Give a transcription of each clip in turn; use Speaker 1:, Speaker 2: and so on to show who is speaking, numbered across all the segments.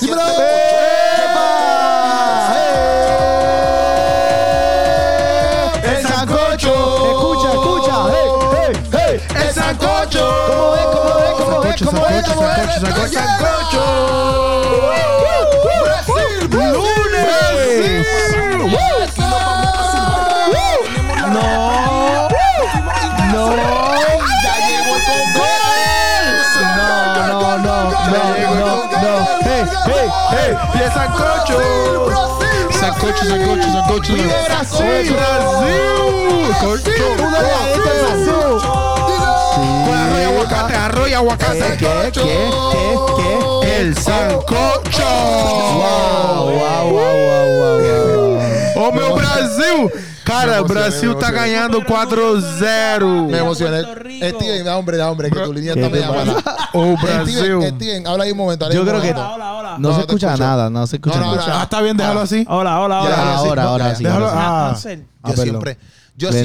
Speaker 1: ¡Dímelo! ¡Epa! ¡Eh! ¡El sancocho!
Speaker 2: Escucha, escucha. Hey, hey, hey.
Speaker 1: ¡El sancocho!
Speaker 2: ¿Cómo es? ¿Cómo es? ¿Cómo es? ¿Cómo es?
Speaker 1: sancocho, sancocho,
Speaker 2: ¿Cómo es?
Speaker 1: sancocho,
Speaker 2: ¡Está
Speaker 1: sancocho! ¡Brasil! ¡Lunes! ¡No!
Speaker 2: No,
Speaker 1: ¡Ya llegó el
Speaker 2: no, no, no, no, no, no. Hey, hey, hey.
Speaker 1: ¡Y el sancocho!
Speaker 3: Sancocho, sancocho, sancocho.
Speaker 1: ¡Brasil!
Speaker 2: Una de las de estas es
Speaker 1: Con
Speaker 2: azul.
Speaker 1: arroz y aguacate, arroz y aguacate.
Speaker 2: ¿Qué? ¿Qué? ¿Qué? ¿Qué?
Speaker 1: El sancocho.
Speaker 2: Wow, wow, wow, wow, wow,
Speaker 1: Ô
Speaker 2: wow.
Speaker 1: meu Brasil! Cara, o Brasil tá ganhando 4-0.
Speaker 3: Me emocioné. Eh,
Speaker 4: Puerto Rico.
Speaker 3: Steven, da hombre, da hombre, que tu línea está
Speaker 2: ¿Qué te
Speaker 3: media mala. Eh,
Speaker 1: O Brasil.
Speaker 3: Steven, Steven, habla ahí un momento. habla ahí
Speaker 2: Yo
Speaker 3: un
Speaker 2: creo que
Speaker 3: momento.
Speaker 4: Hola, hola, hola.
Speaker 2: no
Speaker 3: No,
Speaker 2: se
Speaker 3: te
Speaker 2: escucha
Speaker 3: escucho.
Speaker 2: nada, no se escucha
Speaker 3: No, no,
Speaker 2: nada.
Speaker 3: no.
Speaker 1: Ah, está bien, déjalo así.
Speaker 4: Hola,
Speaker 3: Ya,
Speaker 4: hola, hola.
Speaker 3: sí,
Speaker 2: Ahora,
Speaker 3: no,
Speaker 2: ahora
Speaker 3: ya,
Speaker 2: sí.
Speaker 1: déjalo-
Speaker 2: ahora sí.
Speaker 4: Ah,
Speaker 1: Ah.
Speaker 4: Hansel,
Speaker 2: Ah,
Speaker 3: Yo
Speaker 2: perdón.
Speaker 3: siempre, yo
Speaker 2: Bendito,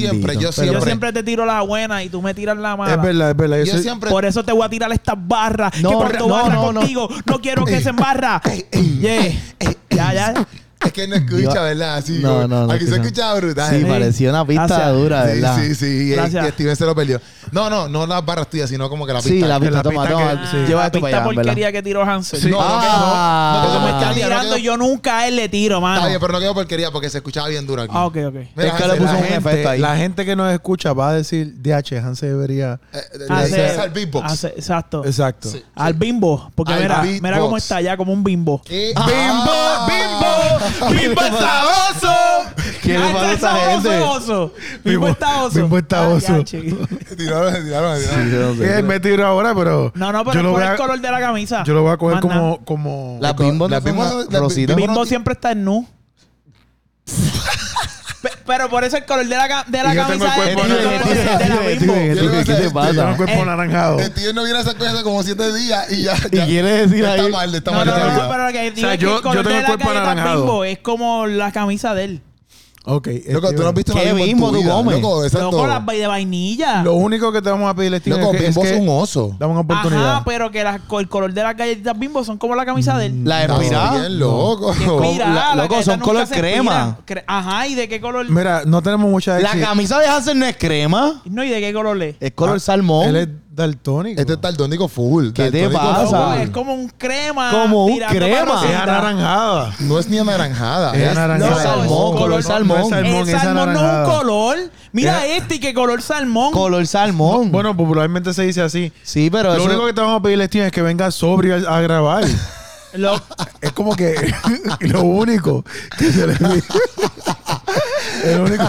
Speaker 3: siempre, yo
Speaker 2: perdón.
Speaker 4: Yo
Speaker 3: siempre.
Speaker 4: siempre te tiro la buena y tú me tiras la mala.
Speaker 1: Es verdad, es verdad.
Speaker 3: Yo
Speaker 1: Ese-
Speaker 3: siempre.
Speaker 4: Por eso te voy a tirar estas barras.
Speaker 2: No,
Speaker 4: que cuando
Speaker 2: no,
Speaker 4: barra
Speaker 2: no, Eh, no.
Speaker 4: contigo, no. quiero que se embarra.
Speaker 2: eh,
Speaker 4: Yeah. Ya, ya.
Speaker 3: Es que no escucha,
Speaker 2: Yo-
Speaker 3: ¿verdad? Así,
Speaker 2: No,
Speaker 3: como-
Speaker 2: no, no
Speaker 3: Aquí se
Speaker 2: escucha.
Speaker 3: escucha brutal.
Speaker 2: Sí,
Speaker 4: Sí.
Speaker 2: parecía una pista
Speaker 4: Gracias.
Speaker 2: dura,
Speaker 3: Sí,
Speaker 2: ¿verdad?
Speaker 3: sí, sí, y-
Speaker 4: Gracias.
Speaker 3: Y Steven se lo perdió. No, no, no las barras tuyas, sino como que la pista.
Speaker 2: Sí, la pista,
Speaker 1: la
Speaker 2: toma,
Speaker 1: pista
Speaker 2: toma.
Speaker 1: que- sí.
Speaker 2: Lleva
Speaker 4: La
Speaker 2: esto Ah, para
Speaker 4: pista
Speaker 2: allá, ¿verdad?
Speaker 4: Ah, porquería que tiró Hansel.
Speaker 3: No, no,
Speaker 2: Ah.
Speaker 3: quedó- no, quedó
Speaker 4: me está
Speaker 3: porquería, no
Speaker 4: tirando.
Speaker 3: quedó-
Speaker 4: Yo nunca a él le tiro,
Speaker 3: Está bien,
Speaker 4: mano.
Speaker 3: pero no quedó porquería porque se escuchaba bien duro aquí.
Speaker 4: Ah, ok, ok.
Speaker 3: Mira,
Speaker 2: Es que le
Speaker 3: Hansel,
Speaker 2: puso
Speaker 3: la
Speaker 2: un
Speaker 3: gente-
Speaker 2: efecto ahí.
Speaker 1: La gente que nos escucha va a decir, DH, Hanse debería...
Speaker 3: eh, le-
Speaker 4: Hace-
Speaker 3: le dice al beatbox.
Speaker 4: hace- exacto.
Speaker 1: Exacto.
Speaker 3: Sí.
Speaker 4: Al bimbo. Porque
Speaker 3: Al
Speaker 4: mira,
Speaker 3: beatbox.
Speaker 4: mira cómo está ya, como un bimbo.
Speaker 3: Eh,
Speaker 1: Ah.
Speaker 3: ah.
Speaker 1: ¡Bimbo! ¡Bimbo! ¡Bimbo es saboso!
Speaker 2: ¿Qué le
Speaker 4: Ah,
Speaker 2: pasa a
Speaker 4: está
Speaker 2: esa
Speaker 4: oso,
Speaker 2: gente?
Speaker 4: oso. Bimbo está oso.
Speaker 1: Bimbo está
Speaker 4: Ah,
Speaker 1: oso.
Speaker 4: ya, che.
Speaker 3: Tiraron, tiraron, tiraron.
Speaker 1: Él me tiró ahora, pero...
Speaker 4: No, no, pero
Speaker 1: yo
Speaker 4: es
Speaker 1: lo
Speaker 4: por
Speaker 1: voy a-
Speaker 4: el color de la camisa.
Speaker 1: Yo lo voy a coger
Speaker 4: Más nada.
Speaker 1: como... como...
Speaker 2: Las bimbos no
Speaker 3: Las
Speaker 2: son
Speaker 3: bimbos
Speaker 2: las-
Speaker 3: las
Speaker 2: rositas.
Speaker 3: bimbos
Speaker 4: Bimbo
Speaker 3: no-
Speaker 4: siempre está en nu. Pe- Pero por eso el color de la, ca- de la
Speaker 1: Y yo tengo el
Speaker 4: camisa es
Speaker 1: cuerpo
Speaker 4: el color
Speaker 1: naranja.
Speaker 4: de la- de la
Speaker 2: Steven,
Speaker 4: bimbo.
Speaker 2: Steven,
Speaker 3: Yo le voy a
Speaker 2: Steven, ¿Qué te
Speaker 3: hacer-
Speaker 1: Yo tengo
Speaker 2: pasa?
Speaker 1: el cuerpo
Speaker 4: Eh.
Speaker 1: anaranjado.
Speaker 3: El tío no viene a esa cosa como siete días y ya.
Speaker 2: ¿Y
Speaker 3: ya-
Speaker 2: quieres decir
Speaker 3: ya
Speaker 2: ahí?
Speaker 3: Está mal, está
Speaker 4: No,
Speaker 3: mal.
Speaker 4: no,
Speaker 3: está
Speaker 4: no,
Speaker 3: mal.
Speaker 4: pero lo que digo
Speaker 1: sea,
Speaker 4: es que
Speaker 1: yo-
Speaker 4: el color
Speaker 1: yo tengo
Speaker 4: de
Speaker 1: el
Speaker 4: la
Speaker 1: cuerpo
Speaker 4: galleta
Speaker 1: anaranjado.
Speaker 4: bimbo es como la camisa de él.
Speaker 1: Ok. este,
Speaker 3: Loco, tú no
Speaker 1: Steven.
Speaker 3: has visto
Speaker 2: ¿Qué
Speaker 3: una bimbo en
Speaker 2: bimbo
Speaker 3: tu
Speaker 2: tú
Speaker 3: vida,
Speaker 2: comes?
Speaker 3: Loco, exacto.
Speaker 4: Loco, las vai- de vainilla.
Speaker 1: Lo único que te vamos a pedir, Steven,
Speaker 3: Loco,
Speaker 1: es que, es
Speaker 3: bimbo es
Speaker 1: que-
Speaker 3: un oso.
Speaker 1: dame una oportunidad.
Speaker 4: Ajá, pues. pero que las- el color de las galletitas bimbo son como la camisa de él.
Speaker 1: Mm.
Speaker 2: La
Speaker 3: Está
Speaker 2: espirada.
Speaker 3: bien, loco.
Speaker 4: Mira,
Speaker 2: la-
Speaker 4: la
Speaker 2: loco,
Speaker 4: galleta
Speaker 2: son
Speaker 4: nunca
Speaker 2: color
Speaker 4: se
Speaker 2: crema.
Speaker 4: expira. Cre- Ajá, ¿y de qué color?
Speaker 1: Mira, no tenemos mucha
Speaker 2: La
Speaker 1: exi-
Speaker 2: camisa de Hansel no es crema,
Speaker 4: No, ¿y de qué color es?
Speaker 2: es color
Speaker 1: Ah,
Speaker 2: salmón.
Speaker 1: Él es daltónico.
Speaker 3: Este es daltónico full.
Speaker 2: ¿Qué te
Speaker 3: daltónico
Speaker 2: pasa?
Speaker 3: full.
Speaker 4: No,
Speaker 2: sabe.
Speaker 4: es como un crema.
Speaker 2: Como un
Speaker 4: tirando
Speaker 2: crema.
Speaker 4: para
Speaker 1: es
Speaker 4: rosita.
Speaker 1: anaranjada.
Speaker 3: No es ni anaranjada.
Speaker 1: Es anaranjada.
Speaker 2: no, salmón,
Speaker 4: es
Speaker 2: color
Speaker 4: color-
Speaker 2: salmón.
Speaker 1: no es
Speaker 4: El
Speaker 1: Salmón,
Speaker 4: salmón,
Speaker 1: es
Speaker 4: no es
Speaker 1: anaranjado.
Speaker 4: un color. Mira
Speaker 1: Es-
Speaker 4: este y qué color salmón.
Speaker 2: Color salmón.
Speaker 1: Bueno, popularmente se dice así.
Speaker 2: sí, pero
Speaker 1: Lo
Speaker 2: eso-
Speaker 1: único que te vamos a pedir, Steven, es que venga sobrio a, a grabar.
Speaker 4: Lo-
Speaker 1: es como que lo único que se le pide. El único.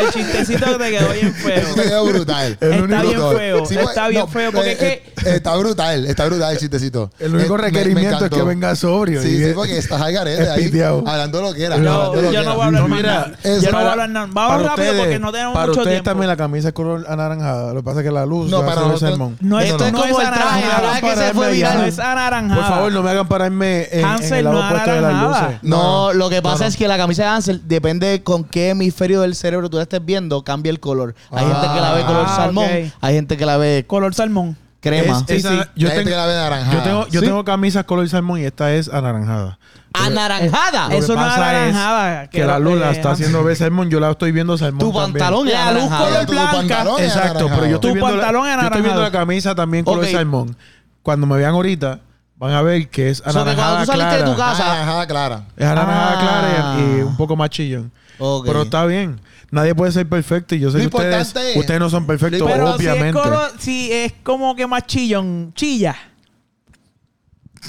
Speaker 4: el chistecito te quedó bien feo.
Speaker 3: Este quedó brutal.
Speaker 1: El
Speaker 4: Está
Speaker 1: único
Speaker 4: bien
Speaker 3: Brutal.
Speaker 4: feo.
Speaker 3: Sí,
Speaker 4: está
Speaker 3: pues,
Speaker 4: bien
Speaker 3: no,
Speaker 4: feo. Porque
Speaker 3: eh,
Speaker 4: es que.
Speaker 3: eh, Está brutal, está brutal el chistecito.
Speaker 1: El único
Speaker 3: Eh, me- me
Speaker 1: requerimiento es
Speaker 3: encantó.
Speaker 1: que venga sobrio.
Speaker 3: Sí,
Speaker 1: y-
Speaker 3: sí, porque estás al garete
Speaker 1: es
Speaker 3: ahí
Speaker 1: piteado.
Speaker 3: hablando lo que era.
Speaker 4: No,
Speaker 3: hablando lo
Speaker 4: yo
Speaker 3: que
Speaker 4: no
Speaker 3: era.
Speaker 4: voy a hablar
Speaker 1: No,
Speaker 4: más
Speaker 1: mira,
Speaker 4: nada.
Speaker 3: es
Speaker 4: Yo no voy a
Speaker 1: para-
Speaker 4: hablar nada. Vamos
Speaker 1: para
Speaker 4: rápido
Speaker 1: ustedes-
Speaker 4: porque no tenemos
Speaker 1: Para
Speaker 4: mucho
Speaker 1: ustedes
Speaker 4: tiempo.
Speaker 1: también la camisa es color anaranjada. Lo que pasa es que la luz.
Speaker 3: No,
Speaker 1: va a
Speaker 3: para
Speaker 1: ser el
Speaker 3: nosotros-
Speaker 1: salmón.
Speaker 4: No es,
Speaker 3: Esto es
Speaker 4: no es
Speaker 2: como el traje, la
Speaker 4: anaranjado.
Speaker 2: verdad que se fue
Speaker 1: Pararme
Speaker 2: viral.
Speaker 4: No
Speaker 1: ya.
Speaker 4: es anaranjado.
Speaker 1: Por favor, no me hagan pararme en, en
Speaker 4: Hansel,
Speaker 1: el
Speaker 4: no
Speaker 1: lado opuesto de las
Speaker 4: anaranjada.
Speaker 1: luces.
Speaker 2: No, lo que pasa
Speaker 1: no.
Speaker 2: es que la camisa de Hansel depende con qué hemisferio del cerebro tú la estés viendo, cambia el color. Hay gente que la ve color
Speaker 4: Ah,
Speaker 2: salmón,
Speaker 4: ok.
Speaker 2: hay gente que la ve co-
Speaker 4: Color salmón.
Speaker 2: crema.
Speaker 1: Es- esa-
Speaker 4: Sí, sí.
Speaker 1: Yo
Speaker 3: La gente
Speaker 1: tengo-
Speaker 3: que la ve anaranjada.
Speaker 1: yo tengo, yo
Speaker 2: Ah, ¿Sí?
Speaker 1: tengo camisas color salmón y esta es anaranjada.
Speaker 2: Anaranjada.
Speaker 1: Lo
Speaker 4: Ah, Eso
Speaker 1: que
Speaker 4: no es
Speaker 1: pasa
Speaker 4: anaranjada,
Speaker 1: Que
Speaker 4: que
Speaker 1: la
Speaker 4: lo
Speaker 1: luz la
Speaker 4: que-
Speaker 1: está haciendo ver salmón, yo la estoy viendo salmón.
Speaker 2: Tu
Speaker 1: también.
Speaker 2: pantalón es
Speaker 4: La luz
Speaker 2: anaranjada.
Speaker 4: color
Speaker 3: Tu
Speaker 4: blanca.
Speaker 3: pantalón es
Speaker 1: Exacto,
Speaker 3: anaranjado.
Speaker 1: pero yo estoy,
Speaker 4: Tu
Speaker 1: viendo la,
Speaker 4: pantalón es
Speaker 1: yo estoy viendo la
Speaker 4: anaranjado.
Speaker 1: camisa también color
Speaker 2: Ok.
Speaker 1: salmón. Cuando me vean ahorita, van a ver que es
Speaker 2: que cuando
Speaker 1: anaranjada
Speaker 2: tú saliste de
Speaker 1: clara.
Speaker 2: tu casa-
Speaker 3: Ah, Anaranjada clara.
Speaker 1: Es anaranjada
Speaker 2: Ah.
Speaker 1: clara y, y un poco más chillón.
Speaker 2: Ok.
Speaker 1: Pero está bien. Nadie puede ser perfecto y yo sé
Speaker 3: Lo
Speaker 1: que ustedes,
Speaker 3: importante es-
Speaker 1: ustedes no son perfectos,
Speaker 4: Pero si es,
Speaker 1: obviamente.
Speaker 4: color, si es como que más chillón, chilla.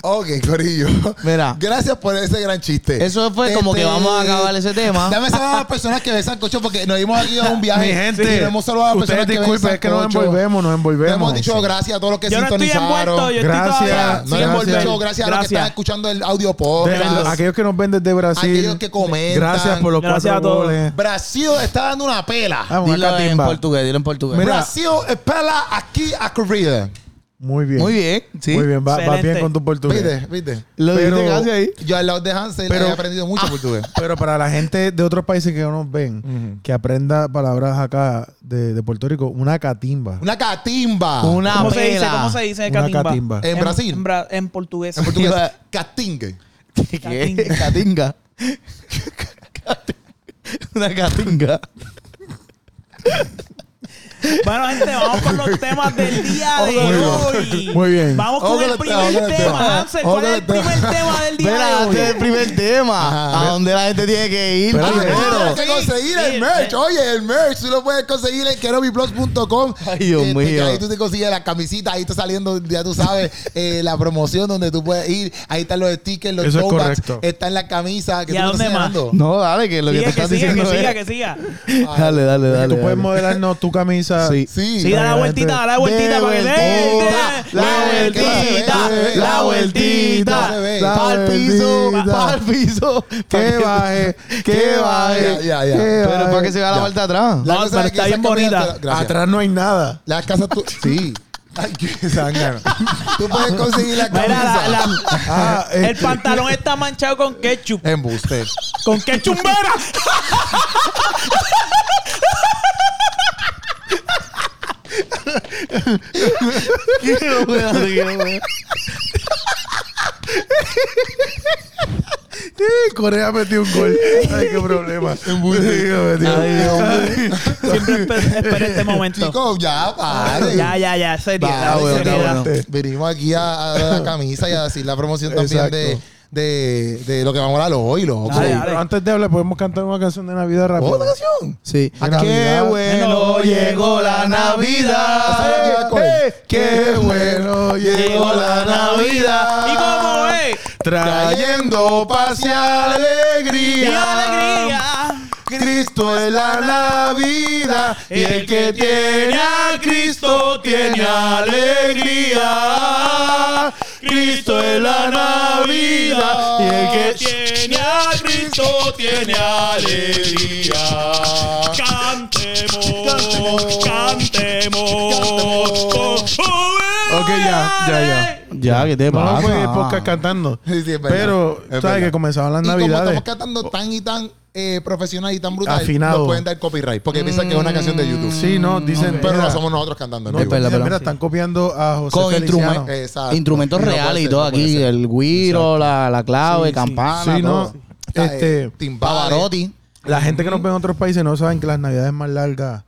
Speaker 3: Ok, Corillo.
Speaker 2: Mira.
Speaker 3: Gracias por ese gran chiste. Este,
Speaker 2: Eso fue como que vamos a acabar ese tema.
Speaker 3: Dame saludos a las personas que besan cocho porque nos hemos aquí a un viaje.
Speaker 1: Mi gente,
Speaker 3: y no hemos saludado a las
Speaker 1: ustedes
Speaker 3: personas
Speaker 1: disculpen,
Speaker 3: que
Speaker 1: es que nos
Speaker 3: sancocho.
Speaker 1: envolvemos, nos envolvemos.
Speaker 3: Le hemos dicho gracias a todos los que
Speaker 4: Yo no estoy
Speaker 3: sintonizaron.
Speaker 4: envuelto, yo
Speaker 1: Gracias.
Speaker 4: estoy todavía.
Speaker 1: No
Speaker 3: no
Speaker 4: sin
Speaker 3: le hemos
Speaker 1: gracias.
Speaker 3: dicho gracias, a los que están escuchando el audio
Speaker 1: De-
Speaker 3: podcast.
Speaker 1: aquellos que nos ven desde Brasil.
Speaker 3: Aquellos que comentan.
Speaker 1: Gracias por los
Speaker 4: Gracias
Speaker 1: cuatro
Speaker 4: a todos.
Speaker 1: goles.
Speaker 3: Brasil está dando una pela.
Speaker 1: Vamos,
Speaker 2: Dilo en
Speaker 1: Catimba.
Speaker 2: portugués, dilo en portugués.
Speaker 1: Ah, Mira.
Speaker 3: Brasil es pela aquí a Corrida.
Speaker 1: Muy bien.
Speaker 2: Muy bien, sí.
Speaker 1: Muy bien, va, va bien
Speaker 4: Excelente.
Speaker 1: con tu portugués.
Speaker 3: ¿Viste? ¿Viste?
Speaker 2: Lo
Speaker 1: Pero-
Speaker 2: dijiste casi ahí.
Speaker 3: Yo al lado de Hansel
Speaker 1: Pero- Ah.
Speaker 3: he aprendido mucho portugués.
Speaker 1: Pero para la gente de otros países que no nos ven, que aprenda palabras acá de, de Puerto Rico, una catimba.
Speaker 3: Una
Speaker 1: Ah.
Speaker 3: catimba.
Speaker 2: Una
Speaker 4: ¿Cómo se dice?
Speaker 2: pela.
Speaker 4: ¿Cómo se dice
Speaker 1: Una
Speaker 4: catimba?
Speaker 1: catimba.
Speaker 3: En Brasil.
Speaker 4: En, bra- en portugués.
Speaker 3: En portugués, catingue.
Speaker 2: ¿Qué? Catinga. Una catinga.
Speaker 4: Bueno, gente, vamos con los temas del día de
Speaker 1: Muy bien.
Speaker 4: hoy.
Speaker 1: Muy bien.
Speaker 4: Vamos con
Speaker 3: Vamos
Speaker 4: el
Speaker 3: con el tema, vamos
Speaker 4: primer
Speaker 3: con el
Speaker 4: tema.
Speaker 3: tema.
Speaker 4: Hansel, ¿cuál es el
Speaker 3: Vamos con
Speaker 4: primer
Speaker 3: el
Speaker 4: tema del día
Speaker 2: Mira,
Speaker 4: de
Speaker 2: este es
Speaker 4: hoy?
Speaker 2: el primer tema.
Speaker 3: Ajá.
Speaker 2: A donde la gente tiene que ir
Speaker 1: Espérate.
Speaker 2: primero.
Speaker 3: Hay que conseguir el merch. Oye, el merch. Tú lo puedes conseguir en querobiblogs.com.
Speaker 2: Ay, Dios
Speaker 3: Este, que
Speaker 2: mío.
Speaker 3: Ahí tú te consigues la camisita. Ahí está saliendo, ya tú sabes, eh, la promoción donde tú puedes ir. Ahí están los stickers, los
Speaker 1: Eso es
Speaker 3: throwbacks,
Speaker 1: correcto.
Speaker 3: Está en la camisa. Que
Speaker 4: ¿Y
Speaker 3: tú
Speaker 4: a
Speaker 3: no
Speaker 4: dónde
Speaker 3: estás
Speaker 4: más?
Speaker 3: llenando.
Speaker 2: No, dale, que lo que
Speaker 4: Sigue,
Speaker 2: te
Speaker 4: que
Speaker 2: estás
Speaker 4: siga, que
Speaker 2: diciendo
Speaker 4: siga,
Speaker 2: es...
Speaker 4: que siga.
Speaker 2: Dale, dale,
Speaker 1: Tú
Speaker 2: dale.
Speaker 1: puedes
Speaker 2: dale.
Speaker 1: modelarnos tu camisa.
Speaker 2: Sí.
Speaker 3: Sí.
Speaker 4: Sí, da la
Speaker 1: Oye,
Speaker 4: vueltita,
Speaker 1: gente,
Speaker 4: da la vueltita
Speaker 2: de
Speaker 4: para que
Speaker 2: vueltita,
Speaker 4: ¡Ven, ven!
Speaker 2: la vueltita, la
Speaker 3: No
Speaker 2: vueltita,
Speaker 3: se ve.
Speaker 2: pa'l piso,
Speaker 1: Vueltita.
Speaker 2: pa'l piso,
Speaker 1: Que baje, que baje.
Speaker 3: Ya, ya, ya.
Speaker 1: que
Speaker 2: Pero
Speaker 1: baje.
Speaker 2: para que se vea la
Speaker 3: Ya.
Speaker 2: vuelta atrás.
Speaker 3: La
Speaker 4: No,
Speaker 3: cosa
Speaker 4: pero
Speaker 3: es que esas
Speaker 4: está bien bonita.
Speaker 3: camisetas- Gracias.
Speaker 1: Atrás no hay nada.
Speaker 3: Las casas tú. Sí. Ay, qué zángano. Tú puedes conseguir la
Speaker 4: Mira, la-
Speaker 3: camisa.
Speaker 4: la-
Speaker 1: Ah,
Speaker 4: el
Speaker 1: este,
Speaker 4: pantalón está manchado con ketchup.
Speaker 3: Embuste.
Speaker 4: ¿Con ketchup vera?
Speaker 1: eh, Corea metió un gol. Ay, qué problema. Digo, metió-
Speaker 4: Siempre espe- esperé este momento.
Speaker 3: Chicos, ya, pare.
Speaker 4: Ya, ya, ya, seriedad,
Speaker 3: Ah, bueno, está
Speaker 4: seriedad.
Speaker 3: bueno. Venimos aquí a, a dar la camisa y a decir la promoción también
Speaker 1: Exacto.
Speaker 3: de, de, de lo que vamos a hablar hoy, loco.
Speaker 1: Sí,
Speaker 4: Dale, dale.
Speaker 1: pero antes de hablar, podemos cantar una canción de Navidad rápido.
Speaker 3: ¿Otra canción?
Speaker 2: Sí.
Speaker 1: Mira,
Speaker 2: Qué
Speaker 1: Navidad.
Speaker 2: bueno llegó la
Speaker 3: Esa es la que iba
Speaker 2: Navidad.
Speaker 3: a coger.
Speaker 1: Eh, qué bueno llegó la Navidad.
Speaker 4: ¿Y cómo es?
Speaker 1: Trayendo paz y
Speaker 4: ¡Qué
Speaker 1: alegría.
Speaker 4: alegría!
Speaker 1: Cristo es la Navidad. Y el que tiene a Cristo tiene alegría. Cristo es la Navidad. Y el que
Speaker 4: tiene a Cristo tiene alegría. Cantemos, cantemos.
Speaker 1: Ok, ya, ya, ya.
Speaker 2: Ya, ¿qué te
Speaker 1: No,
Speaker 2: pasa?
Speaker 1: no fue podcast cantando.
Speaker 3: Ah, Sí, sí, es verdad.
Speaker 1: Pero,
Speaker 3: Es
Speaker 1: ¿sabes?
Speaker 3: verdad.
Speaker 1: Que comenzaban las
Speaker 3: Y como
Speaker 1: navidades.
Speaker 3: estamos cantando tan y tan eh, profesional y tan brutal,
Speaker 1: Afinado.
Speaker 3: nos pueden dar copyright porque piensan que es una canción de YouTube.
Speaker 1: Sí, no, dicen.
Speaker 3: Mm, Pero
Speaker 1: mira,
Speaker 3: no somos nosotros cantando. en
Speaker 1: no,
Speaker 2: Es
Speaker 3: vivo.
Speaker 2: verdad,
Speaker 1: dicen,
Speaker 2: pero-
Speaker 1: mira, están copiando a José
Speaker 2: Con
Speaker 1: Feliciano.
Speaker 2: instrumen-
Speaker 3: Exacto. Y
Speaker 2: Instrumentos
Speaker 3: no puede
Speaker 2: reales y
Speaker 3: ser,
Speaker 2: todo
Speaker 3: no puede
Speaker 2: aquí.
Speaker 3: ser.
Speaker 2: El guiro, la, la clave,
Speaker 4: Sí, sí.
Speaker 3: ah,
Speaker 2: campana,
Speaker 1: Sí, no.
Speaker 2: todo.
Speaker 3: Está, eh,
Speaker 1: Este,
Speaker 3: timbales.
Speaker 2: Pavarotti.
Speaker 1: la gente que nos ve en otros países no saben que las navidades más largas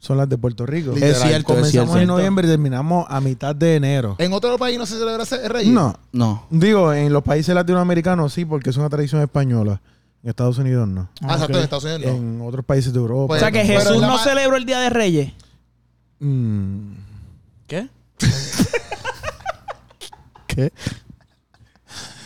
Speaker 1: son las de Puerto Rico.
Speaker 3: Es Literal.
Speaker 2: cierto, es
Speaker 1: Comenzamos
Speaker 2: cierto.
Speaker 1: en noviembre y terminamos a mitad de enero.
Speaker 3: En otro país no se celebra ese rey.
Speaker 1: No.
Speaker 2: No.
Speaker 1: Digo, en los países latinoamericanos sí, porque es una tradición española. En Estados Unidos no.
Speaker 3: Ah, exacto, en Estados Unidos no.
Speaker 1: En otros países de Europa.
Speaker 4: O sea que
Speaker 3: Pero
Speaker 4: Jesús
Speaker 3: la
Speaker 4: no
Speaker 3: ma-
Speaker 4: celebró el Día de Reyes.
Speaker 1: Mm,
Speaker 2: ¿Qué? ¿Qué?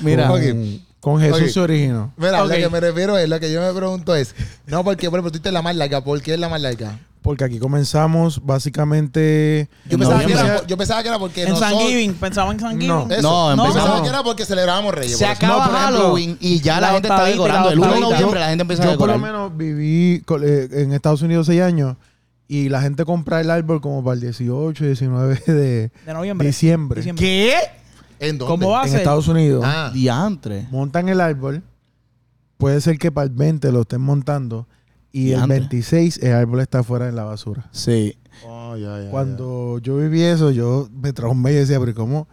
Speaker 2: Mira.
Speaker 3: Ok.
Speaker 1: con- Con Jesús
Speaker 3: Ok.
Speaker 1: se originó.
Speaker 3: Mira,
Speaker 4: Ok.
Speaker 3: lo que me refiero es, lo que yo me pregunto es, no, porque, por ejemplo, tú dices la más larga, ¿por qué es la más larga?
Speaker 1: Porque aquí comenzamos básicamente.
Speaker 3: Yo
Speaker 2: En
Speaker 3: pensaba, que era,
Speaker 1: noviembre.
Speaker 3: yo pensaba que era porque
Speaker 4: En San
Speaker 3: nosotros-
Speaker 4: Giving, pensaba en
Speaker 1: No.
Speaker 4: San Giving.
Speaker 3: Eso.
Speaker 2: No,
Speaker 3: Yo
Speaker 2: empezamos-
Speaker 3: pensaba que era porque celebrábamos Reyes.
Speaker 2: Se
Speaker 3: por eso.
Speaker 2: acaba
Speaker 1: No, por ejemplo,
Speaker 2: Halloween y ya la,
Speaker 4: la
Speaker 2: gente está
Speaker 4: octavita,
Speaker 2: decorando.
Speaker 4: la
Speaker 2: El 1 de
Speaker 4: octavita.
Speaker 2: noviembre la gente empieza a
Speaker 1: Yo por
Speaker 2: decorar.
Speaker 1: lo menos viví col- eh, en Estados Unidos seis años y la gente compra el árbol como para el 18, 19 de
Speaker 4: De noviembre.
Speaker 1: diciembre.
Speaker 4: Diciembre.
Speaker 2: ¿Qué?
Speaker 3: ¿En dónde?
Speaker 4: ¿Cómo va a
Speaker 1: En
Speaker 4: ser?
Speaker 1: Estados Unidos.
Speaker 3: Ah,
Speaker 2: Diantre.
Speaker 1: Montan el árbol. Puede ser que para el 20 lo estén montando y el
Speaker 2: Diantre.
Speaker 1: 26 el árbol está fuera en la basura.
Speaker 2: Sí.
Speaker 1: Ah,
Speaker 3: Oh, ya, ya,
Speaker 1: Cuando yo viví eso, yo me traumé y decía, pero ¿y ¿cómo?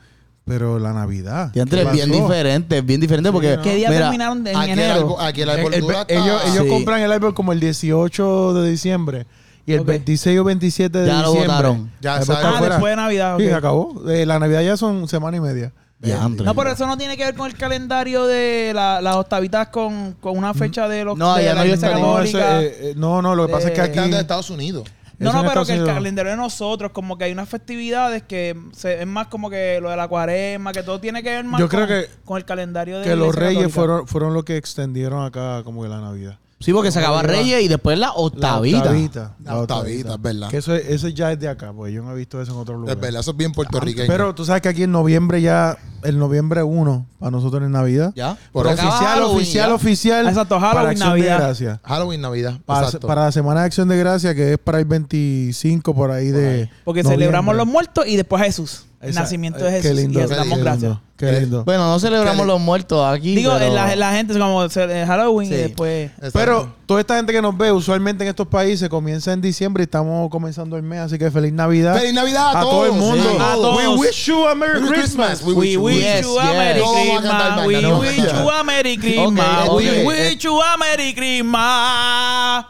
Speaker 1: Pero la Navidad.
Speaker 2: Diantre
Speaker 1: ¿qué
Speaker 2: es bien
Speaker 1: pasó?
Speaker 2: diferente, es bien diferente porque.
Speaker 4: ¿Qué día
Speaker 2: mira,
Speaker 4: terminaron en
Speaker 3: ya. Aquí el árbol,
Speaker 4: enero?
Speaker 3: aquí el
Speaker 1: El-
Speaker 3: árbol
Speaker 1: el-
Speaker 3: dura hasta-
Speaker 1: ellos ellos
Speaker 2: Sí.
Speaker 1: compran el árbol como el 18 de diciembre y el
Speaker 4: Ok.
Speaker 1: 26 o 27 de
Speaker 2: Ya lo
Speaker 1: diciembre.
Speaker 2: votaron.
Speaker 3: Ya
Speaker 1: el árbol
Speaker 3: saben.
Speaker 1: está
Speaker 4: Ah,
Speaker 1: afuera.
Speaker 4: después de Navidad. ok.
Speaker 1: Sí, acabó. Eh, la Navidad ya son semana y media.
Speaker 2: Diantre.
Speaker 4: No, pero eso no tiene que ver con el calendario de la- las octavitas con, con una fecha de los
Speaker 2: No,
Speaker 4: de
Speaker 2: allá
Speaker 4: la
Speaker 2: no hay
Speaker 4: iglesia
Speaker 1: No,
Speaker 4: católica.
Speaker 1: ese, eh, eh, no, no, lo que pasa es que
Speaker 4: de-
Speaker 1: aquí...
Speaker 3: Tanto de Estados Unidos.
Speaker 4: No,
Speaker 1: eso
Speaker 4: no,
Speaker 1: en
Speaker 4: pero
Speaker 1: Estados
Speaker 4: que el
Speaker 1: Unidos.
Speaker 4: calendario de nosotros, como que hay unas festividades que se- es más como que lo de la cuaresma, que todo tiene que ver más
Speaker 1: Yo creo
Speaker 4: con,
Speaker 1: que-
Speaker 4: con el calendario de
Speaker 1: Que
Speaker 4: la
Speaker 1: los
Speaker 4: Iglesia
Speaker 1: reyes
Speaker 4: Católica.
Speaker 1: fueron, fueron los que extendieron acá como que la Navidad.
Speaker 2: Sí, porque se acaba Reyes y después la
Speaker 1: La
Speaker 2: octavita.
Speaker 1: octavita.
Speaker 3: La octavita, es verdad.
Speaker 1: Que eso, es- eso ya es de acá, porque yo no he visto eso en otro lugar.
Speaker 3: Es verdad, eso es bien puertorriqueño.
Speaker 1: Ah, Pero tú sabes que aquí en noviembre ya, el noviembre 1, para nosotros es Navidad.
Speaker 2: ¿Ya?
Speaker 1: Pero
Speaker 3: Por
Speaker 2: acaba
Speaker 1: oficial,
Speaker 2: Halloween,
Speaker 1: oficial,
Speaker 2: ya.
Speaker 1: oficial.
Speaker 4: Exacto, Halloween,
Speaker 1: para Acción
Speaker 4: Navidad.
Speaker 1: de Gracia.
Speaker 3: Halloween, Navidad.
Speaker 1: Para,
Speaker 3: exacto.
Speaker 1: para la Semana de Acción de Gracia, que es para el 25 por ahí de.
Speaker 4: Porque
Speaker 1: noviembre.
Speaker 4: celebramos los muertos y después Jesús. El
Speaker 1: Exacto.
Speaker 4: nacimiento
Speaker 1: Ay,
Speaker 4: de Jesús.
Speaker 1: Qué lindo.
Speaker 4: y le damos
Speaker 1: qué
Speaker 4: gracias.
Speaker 1: lindo, Qué lindo.
Speaker 2: Bueno, no celebramos
Speaker 3: Dale.
Speaker 2: los muertos aquí.
Speaker 4: Digo, eh,
Speaker 2: pero-
Speaker 4: la, la gente es como eh, Halloween y
Speaker 3: Sí.
Speaker 4: después...
Speaker 3: Exacto.
Speaker 1: Pero toda esta gente que nos ve, usualmente en estos países comienza en diciembre y estamos comenzando el mes, así que feliz Navidad.
Speaker 3: ¡Feliz Navidad a,
Speaker 1: a
Speaker 3: todos!
Speaker 1: todo el mundo. Ah,
Speaker 3: Sí.
Speaker 4: A todos.
Speaker 1: We
Speaker 4: Dios.
Speaker 1: wish you a Merry
Speaker 3: Merry
Speaker 1: Christmas.
Speaker 3: Christmas. We
Speaker 2: We
Speaker 3: wish you-
Speaker 2: wish-
Speaker 4: wish
Speaker 2: Yes,
Speaker 4: you a
Speaker 2: yes.
Speaker 4: Merry
Speaker 3: No vamos a cantar
Speaker 4: Christmas.
Speaker 3: banda,
Speaker 4: We
Speaker 3: no vamos a
Speaker 4: wish you a Merry Christmas.
Speaker 2: ok,
Speaker 4: We
Speaker 3: ok.
Speaker 4: wish you a Merry Christmas.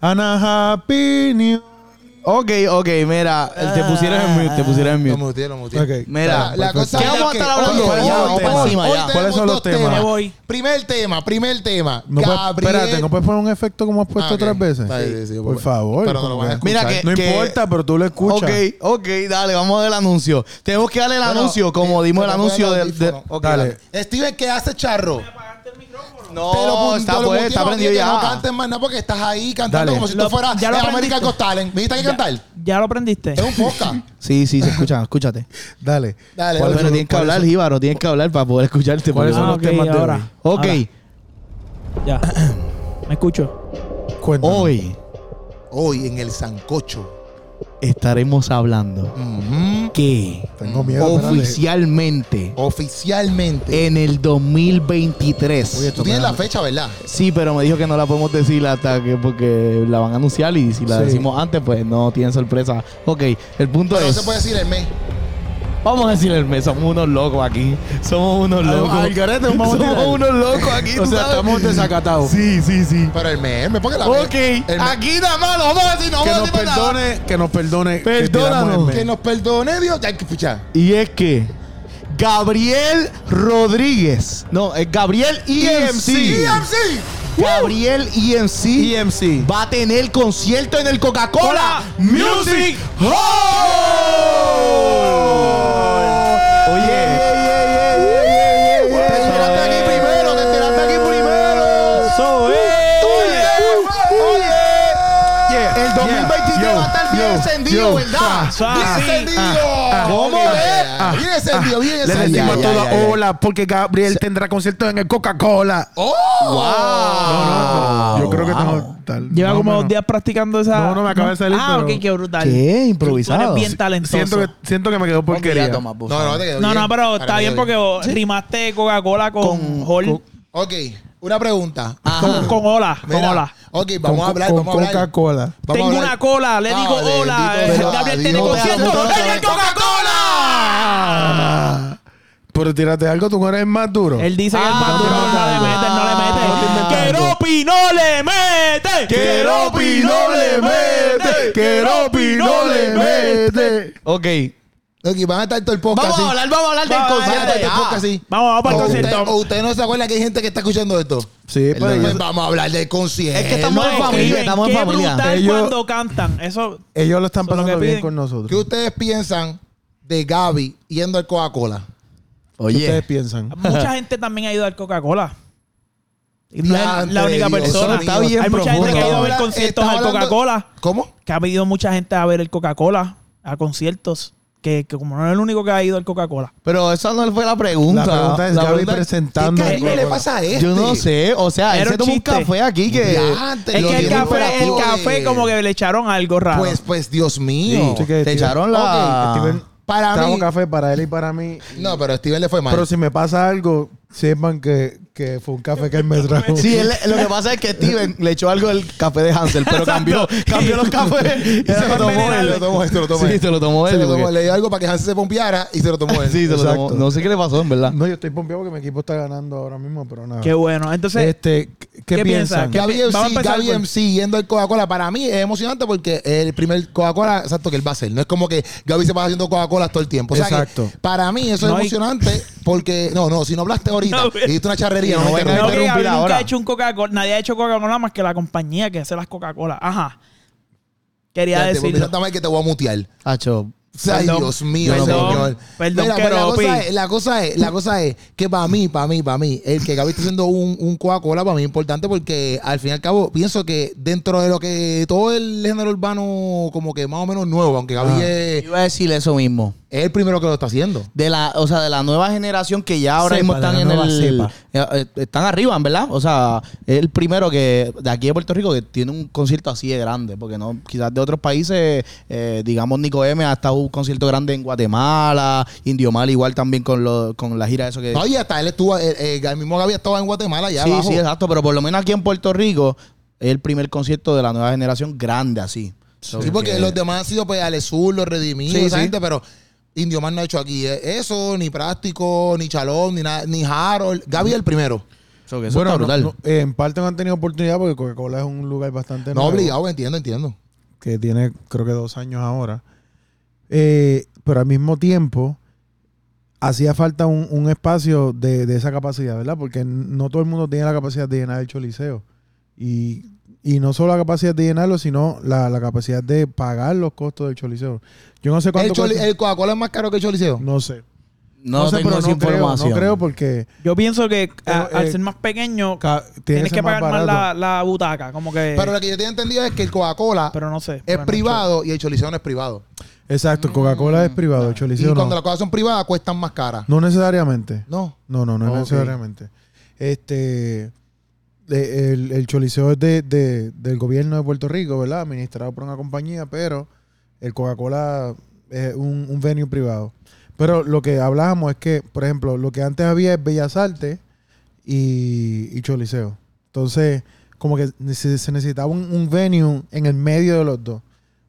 Speaker 1: And a happy new...
Speaker 2: Ok, ok, mira. eh, Te pusieron en mute, te pusieron en
Speaker 3: Lo
Speaker 2: mute.
Speaker 3: muteé, lo muteé.
Speaker 1: Ok.
Speaker 2: Mira,
Speaker 3: la cosa
Speaker 2: ¿qué
Speaker 3: es
Speaker 2: vamos a
Speaker 3: que
Speaker 2: estar hablando?
Speaker 3: hoy-
Speaker 1: ¿Cuáles son
Speaker 3: hoy-
Speaker 1: los
Speaker 2: Vamos para
Speaker 1: temas?
Speaker 2: encima
Speaker 3: hoy
Speaker 2: ya.
Speaker 1: ¿Cuáles son
Speaker 3: tenemos dos
Speaker 1: los temas?
Speaker 4: Me voy.
Speaker 3: Primer tema, primer tema.
Speaker 1: No puedes-
Speaker 3: Gabriel.
Speaker 1: espérate, ¿no puedes poner un efecto como has puesto
Speaker 3: Ah, ok.
Speaker 1: otras veces?
Speaker 3: Está bien, sí, sí,
Speaker 1: Por
Speaker 3: puedo.
Speaker 1: favor.
Speaker 3: Pero no lo
Speaker 1: como
Speaker 3: vas a
Speaker 1: que-
Speaker 3: escuchar.
Speaker 2: Mira que-
Speaker 1: No importa, pero tú lo escuchas.
Speaker 2: Ok, ok, dale, vamos a ver el anuncio. Tenemos que darle el
Speaker 3: Bueno,
Speaker 2: anuncio, como
Speaker 3: eh,
Speaker 2: dimos
Speaker 3: se
Speaker 2: el
Speaker 3: me
Speaker 2: anuncio
Speaker 3: fue el
Speaker 2: del. del-
Speaker 3: audífono.
Speaker 2: ok,
Speaker 1: Dale.
Speaker 3: Steven, ¿qué hace Charro?
Speaker 2: No,
Speaker 3: Te lo pun- te
Speaker 2: está,
Speaker 3: lo
Speaker 2: pues,
Speaker 3: punteo
Speaker 2: está
Speaker 3: a ti,
Speaker 2: prendido
Speaker 3: que
Speaker 2: ya.
Speaker 3: No cantes más nada porque estás ahí cantando
Speaker 1: Dale.
Speaker 3: como si
Speaker 4: Lo-
Speaker 3: tú fueras
Speaker 4: ya lo
Speaker 3: el American
Speaker 4: aprendiste.
Speaker 3: Got Talent. ¿Viste que
Speaker 4: Ya-
Speaker 3: cantar?
Speaker 4: Ya lo aprendiste.
Speaker 3: Es un podcast.
Speaker 2: Sí, sí, se escuchan, escúchate.
Speaker 3: Dale,
Speaker 1: Dale. ¿Cuáles
Speaker 3: dale.
Speaker 2: Pero
Speaker 1: son-
Speaker 2: tienes que
Speaker 1: cuáles
Speaker 2: hablar,
Speaker 1: son-
Speaker 2: Jíbaro, tienes que hablar para poder escucharte.
Speaker 1: ¿Cuáles son
Speaker 4: Ah,
Speaker 1: los
Speaker 4: ok,
Speaker 1: temas de
Speaker 4: ahora.
Speaker 1: hoy?
Speaker 2: Ok,
Speaker 4: Ahora. Ya. Me escucho.
Speaker 1: Cuéntanos.
Speaker 2: hoy
Speaker 3: Hoy en el Sancocho.
Speaker 2: estaremos hablando
Speaker 3: Ujú.
Speaker 2: que
Speaker 1: Tengo miedo. espérate.
Speaker 2: oficialmente
Speaker 3: Oficialmente.
Speaker 2: en el 2023.
Speaker 1: Oye,
Speaker 3: Tú tienes la fecha, ¿verdad?
Speaker 2: Sí, pero me dijo que no la podemos decir hasta que porque la van a anunciar y si la
Speaker 1: Sí.
Speaker 2: decimos antes, pues no tienen sorpresa. Ok, el punto
Speaker 3: Pero no
Speaker 2: es.
Speaker 3: se puede decir el mes.
Speaker 2: Vamos a decir el mes, somos unos locos aquí. Somos unos
Speaker 1: Al-
Speaker 2: locos.
Speaker 1: al garete nos vamos a
Speaker 2: somos
Speaker 1: tirar.
Speaker 2: unos locos aquí.
Speaker 1: O
Speaker 2: ¿tú
Speaker 1: sea,
Speaker 2: sabes?
Speaker 1: estamos desacatados.
Speaker 2: Sí, sí, sí.
Speaker 3: Pero el mes, el mes, porque la
Speaker 2: Ok,
Speaker 3: el mes-
Speaker 2: aquí nada más lo vamos a decir, no
Speaker 1: Que
Speaker 2: vamos
Speaker 1: nos
Speaker 2: a decir más nada.
Speaker 1: perdone, que nos perdone. que
Speaker 2: Perdónanos.
Speaker 1: tiramos el mes.
Speaker 3: Que nos perdone Dios. Ya hay que fichar.
Speaker 2: Y es que Gabriel Rodríguez, no, es Gabriel EMC.
Speaker 3: EMC.
Speaker 2: Gabriel EMC,
Speaker 1: E EMC.
Speaker 2: va a tener concierto en el Coca-Cola
Speaker 4: Hola,
Speaker 2: Music Hall. Oye,
Speaker 3: Te enteraste aquí primero, te enteraste aquí primero.
Speaker 1: Eso es. Yeah,
Speaker 2: el 2023
Speaker 1: yeah,
Speaker 2: va a estar
Speaker 1: yo,
Speaker 2: bien
Speaker 1: yo,
Speaker 2: encendido,
Speaker 1: yo.
Speaker 2: ¿verdad?
Speaker 3: Bien
Speaker 4: Suave.
Speaker 3: encendido.
Speaker 1: ¿Cómo
Speaker 3: es?
Speaker 1: Ah,
Speaker 3: Bien encendido, bien
Speaker 1: Le
Speaker 3: encendido.
Speaker 1: decimos a
Speaker 2: ya,
Speaker 1: toda
Speaker 2: ya, ya.
Speaker 1: hola porque Gabriel tendrá concierto en el Coca-Cola.
Speaker 2: ¡Wow!
Speaker 1: Yo creo que
Speaker 2: Oh, Wow.
Speaker 1: tengo tal.
Speaker 4: Lleva
Speaker 1: más o
Speaker 4: como
Speaker 1: menos.
Speaker 4: dos días practicando esa.
Speaker 1: No, no, me acaba de salir,
Speaker 4: Ah,
Speaker 1: pero-
Speaker 4: ok, qué brutal.
Speaker 2: Qué
Speaker 4: Tú
Speaker 2: improvisado.
Speaker 4: eres bien talentoso.
Speaker 1: Siento que, siento que me quedó
Speaker 2: Ok,
Speaker 1: porquería.
Speaker 2: ya toma, por
Speaker 3: No, no,
Speaker 2: favor.
Speaker 3: te quedó
Speaker 4: no,
Speaker 3: bien.
Speaker 4: no, pero está
Speaker 3: Ahora
Speaker 4: bien
Speaker 3: quedó
Speaker 4: porque vos rimaste Coca-Cola con,
Speaker 2: Con-
Speaker 4: Hall.
Speaker 3: Ok, una pregunta. Ah,
Speaker 4: Con, con hola. Con
Speaker 3: Mira,
Speaker 4: hola.
Speaker 3: Ok, vamos a hablar, vamos a hablar.
Speaker 1: Coca-Cola.
Speaker 3: Vamos a
Speaker 4: Tengo
Speaker 3: hablar.
Speaker 4: una cola, le
Speaker 3: Ah,
Speaker 4: digo hola.
Speaker 3: bendito
Speaker 4: eh,
Speaker 3: sea
Speaker 4: Gabriel tiene
Speaker 3: Dios.
Speaker 4: concierto
Speaker 2: Te amo,
Speaker 4: en el
Speaker 2: te amo.
Speaker 4: Coca-Cola.
Speaker 1: Pero tírate algo, tú no eres más duro.
Speaker 4: Él dice que el
Speaker 2: Ah,
Speaker 4: más
Speaker 2: no te
Speaker 4: duro no le
Speaker 2: inventes
Speaker 4: mete, no le
Speaker 2: algo. No te
Speaker 4: mete.
Speaker 2: inventes
Speaker 4: ¡Que
Speaker 2: algo.
Speaker 4: Ropi no le mete!
Speaker 1: Que Ropi no le mete, que Ropi no le mete.
Speaker 2: Ok.
Speaker 3: Ok, van a estar todo el podcast.
Speaker 2: Vamos a
Speaker 3: así.
Speaker 2: hablar, vamos a hablar del
Speaker 4: Vamos a
Speaker 3: Van a
Speaker 2: concierto.
Speaker 3: estar todo el
Speaker 2: ya.
Speaker 3: podcast así.
Speaker 2: Oh,
Speaker 4: Vamos, vamos para el
Speaker 3: O usted-
Speaker 4: concierto.
Speaker 3: o Usted no se acuerda que hay gente que está escuchando esto.
Speaker 1: Sí, pero
Speaker 3: Pues
Speaker 1: ellos,
Speaker 3: vamos a hablar del concierto.
Speaker 2: Es que estamos- en
Speaker 4: escriben,
Speaker 2: familia, estamos en
Speaker 4: qué
Speaker 2: familia.
Speaker 4: brutal
Speaker 1: Ellos-
Speaker 4: cuando cantan. Eso.
Speaker 1: ellos lo están
Speaker 4: Eso es lo
Speaker 1: pasando
Speaker 4: que
Speaker 1: bien
Speaker 4: piden.
Speaker 1: con
Speaker 3: ¿Qué
Speaker 1: nosotros.
Speaker 3: ustedes piensan de Gaby yendo al Coca-Cola?
Speaker 1: ¿Qué ustedes
Speaker 2: Oye,
Speaker 1: piensan?
Speaker 4: Mucha gente también ha ido al Coca-Cola. Y no es
Speaker 3: Delante
Speaker 4: la
Speaker 3: de
Speaker 4: única
Speaker 3: Dios,
Speaker 4: persona.
Speaker 3: eso está
Speaker 2: bien
Speaker 4: Hay mucha gente
Speaker 2: profundo.
Speaker 4: que ha ido a ver
Speaker 3: Habla-
Speaker 4: conciertos
Speaker 3: está
Speaker 4: al
Speaker 3: hablando-
Speaker 4: Coca-Cola.
Speaker 3: ¿Cómo?
Speaker 4: Que ha ido mucha gente a ver el Coca-Cola, a conciertos. Que, que como no es el único que ha ido al Coca-Cola.
Speaker 2: pero esa no fue la
Speaker 1: La
Speaker 2: pregunta.
Speaker 1: pregunta es
Speaker 2: La
Speaker 1: Gaby
Speaker 2: pregunta-
Speaker 1: presentando.
Speaker 3: ¿Qué carajo
Speaker 1: el
Speaker 3: le
Speaker 1: Coca-Cola.
Speaker 3: pasa a este?
Speaker 2: Yo no sé, o sea, él
Speaker 4: Era
Speaker 2: se
Speaker 4: un
Speaker 2: tomó un
Speaker 4: chiste.
Speaker 2: café aquí que.
Speaker 3: Ya, te
Speaker 2: Este,
Speaker 4: es
Speaker 3: lo
Speaker 4: que el
Speaker 3: digo para
Speaker 4: café,
Speaker 3: ti.
Speaker 4: el café como que le echaron algo raro.
Speaker 3: Pues, pues, Dios mío.
Speaker 1: Sí, que
Speaker 2: Te
Speaker 1: Steven-
Speaker 2: echaron la.
Speaker 1: Ok, Steven
Speaker 3: Para
Speaker 1: trajo
Speaker 3: mí-
Speaker 1: café para él y para mí.
Speaker 3: No, pero a Steven le fue mal.
Speaker 1: Pero si me pasa algo, sepan que, que fue un café que él me trajo.
Speaker 2: Sí, él- lo que pasa es que Steven le echó algo del café de Hansel, pero cambió, cambió los cafés y se lo tomó él.
Speaker 4: envenenarlo.
Speaker 3: Se lo tomó él, se lo tomó
Speaker 2: Sí,
Speaker 3: él.
Speaker 2: se lo tomó
Speaker 3: Se
Speaker 2: él.
Speaker 3: lo tomó,
Speaker 2: porque-
Speaker 3: le dio algo para que Hans se pompeara y se lo tomó él.
Speaker 2: Sí, se lo tomó.
Speaker 1: Exacto.
Speaker 2: No sé qué le pasó, en verdad.
Speaker 1: No, yo estoy pompeado porque mi equipo está ganando ahora mismo, pero nada.
Speaker 4: Qué bueno. Entonces,
Speaker 1: este, ¿qué,
Speaker 4: ¿qué
Speaker 1: piensan?
Speaker 4: piensan? ¿Qué-
Speaker 3: Gaby
Speaker 4: Vamos a
Speaker 3: MC,
Speaker 4: empezar
Speaker 3: Gaby
Speaker 4: con-
Speaker 3: MC yendo al Coca-Cola. Para mí es emocionante porque el primer Coca-Cola, exacto, que él va a hacer. No es como que Gaby se va haciendo Coca-Cola todo el tiempo. O sea que
Speaker 1: Exacto.
Speaker 3: para mí eso
Speaker 4: No,
Speaker 3: es
Speaker 4: y-
Speaker 3: emocionante porque. No, no, si no hablaste ahorita
Speaker 4: No,
Speaker 3: y diste una charrería, no,
Speaker 2: No,
Speaker 3: me
Speaker 2: bueno,
Speaker 4: creo
Speaker 3: interrumpas.
Speaker 2: no,
Speaker 4: que
Speaker 2: interrumpir
Speaker 4: Gabriel nunca
Speaker 2: ahora.
Speaker 4: ha hecho un Coca-Cola. Nadie ha hecho Coca-Cola más que la compañía que hace las Coca-Cola. Ajá. Quería
Speaker 3: Espérate, porque
Speaker 4: decirlo.
Speaker 3: tanta mal que te pues, voy a mutear.
Speaker 2: Hacho.
Speaker 3: O sea,
Speaker 4: Perdón,
Speaker 3: Dios mío,
Speaker 4: perdón,
Speaker 3: señor.
Speaker 4: perdón,
Speaker 3: Mira,
Speaker 4: que
Speaker 3: pues, la,
Speaker 4: rompí.
Speaker 3: cosa es, la cosa es, la cosa es que para mí, para mí, para mí, el que Gaby esté haciendo un, un Coca-Cola para mí es importante porque al fin y al cabo pienso que dentro de lo que todo el género urbano como que más o menos nuevo, aunque Gaby es,
Speaker 2: Iba a decir eso mismo.
Speaker 3: es el primero que lo está haciendo.
Speaker 2: De la, o sea, de la nueva generación que ya ahora
Speaker 1: Cepa,
Speaker 2: mismo
Speaker 1: de la
Speaker 2: están en
Speaker 1: nueva
Speaker 2: el.
Speaker 1: cepa.
Speaker 2: eh, eh, Están arriba, ¿verdad? O sea, es el primero que de aquí de Puerto Rico que tiene un concierto así de grande. Porque no, quizás de otros países, eh, digamos, Nico M ha estado un concierto grande en Guatemala, Indio Mal igual también con, lo- con la gira eso que.
Speaker 3: No, y hasta él estuvo, el, el mismo Gaby estaba en Guatemala ya
Speaker 2: sí,
Speaker 3: abajo.
Speaker 2: sí, exacto. Pero por lo menos aquí en Puerto Rico es el primer concierto de la nueva generación grande así.
Speaker 3: Sí, porque los demás han sido pues Alezur, los redimidos,
Speaker 2: Sí,
Speaker 3: esa
Speaker 2: sí.
Speaker 3: gente, pero Indio Man no ha hecho aquí eh, eso, ni Práctico, ni Chalón, ni, nada, ni Harold. Gaby es el primero.
Speaker 2: So, que eso está brutal.
Speaker 1: no- no, eh, en parte no han tenido oportunidad porque Coca-Cola es un lugar bastante
Speaker 3: No
Speaker 1: nuevo,
Speaker 3: obligado, entiendo, entiendo.
Speaker 1: que tiene creo que dos años ahora. Eh, pero al mismo tiempo hacía falta un, un espacio de, de esa capacidad, ¿verdad? Porque n- no todo el mundo tiene la capacidad de llenar el choliseo. Y, y no solo la capacidad de llenarlo, sino la, la capacidad de pagar los costos del choliseo. Yo no sé
Speaker 3: El,
Speaker 1: cuánto...
Speaker 3: Choli-
Speaker 1: cuesta- Eh.
Speaker 3: el Coca-Cola es más caro que el Choliseo.
Speaker 1: no sé.
Speaker 2: No,
Speaker 1: sé,
Speaker 2: tengo
Speaker 1: pero
Speaker 2: esa
Speaker 1: no creo,
Speaker 2: información.
Speaker 1: no creo porque
Speaker 4: Yo pienso que
Speaker 1: Pero,
Speaker 4: a-
Speaker 1: eh,
Speaker 4: al ser más pequeño,
Speaker 1: ca- tiene
Speaker 4: tienes
Speaker 1: ser
Speaker 4: que pagar más,
Speaker 1: barato.
Speaker 4: la, la butaca. Como que.
Speaker 3: Pero lo que yo tenía entendido es que el Coca-Cola
Speaker 4: pero no sé.
Speaker 3: es
Speaker 4: bueno,
Speaker 3: privado y el Choliseo no es privado.
Speaker 1: Exacto, Coca-Cola es
Speaker 2: Mm.
Speaker 1: privado, el
Speaker 3: Y
Speaker 1: choliseo no.
Speaker 3: cuando las cosas son privadas cuestan más caras.
Speaker 1: No necesariamente.
Speaker 3: No.
Speaker 1: No, no, no
Speaker 3: Ok.
Speaker 1: necesariamente. Este, de- el, el choliseo es de, de- del gobierno de Puerto Rico, ¿verdad? Administrado por una compañía, pero el Coca-Cola es un, un venue privado. Pero lo que hablábamos es que, por ejemplo, lo que antes había es Bellas Artes y, y choliseo. Entonces, como que se se necesitaba un, un venue en el medio de los dos.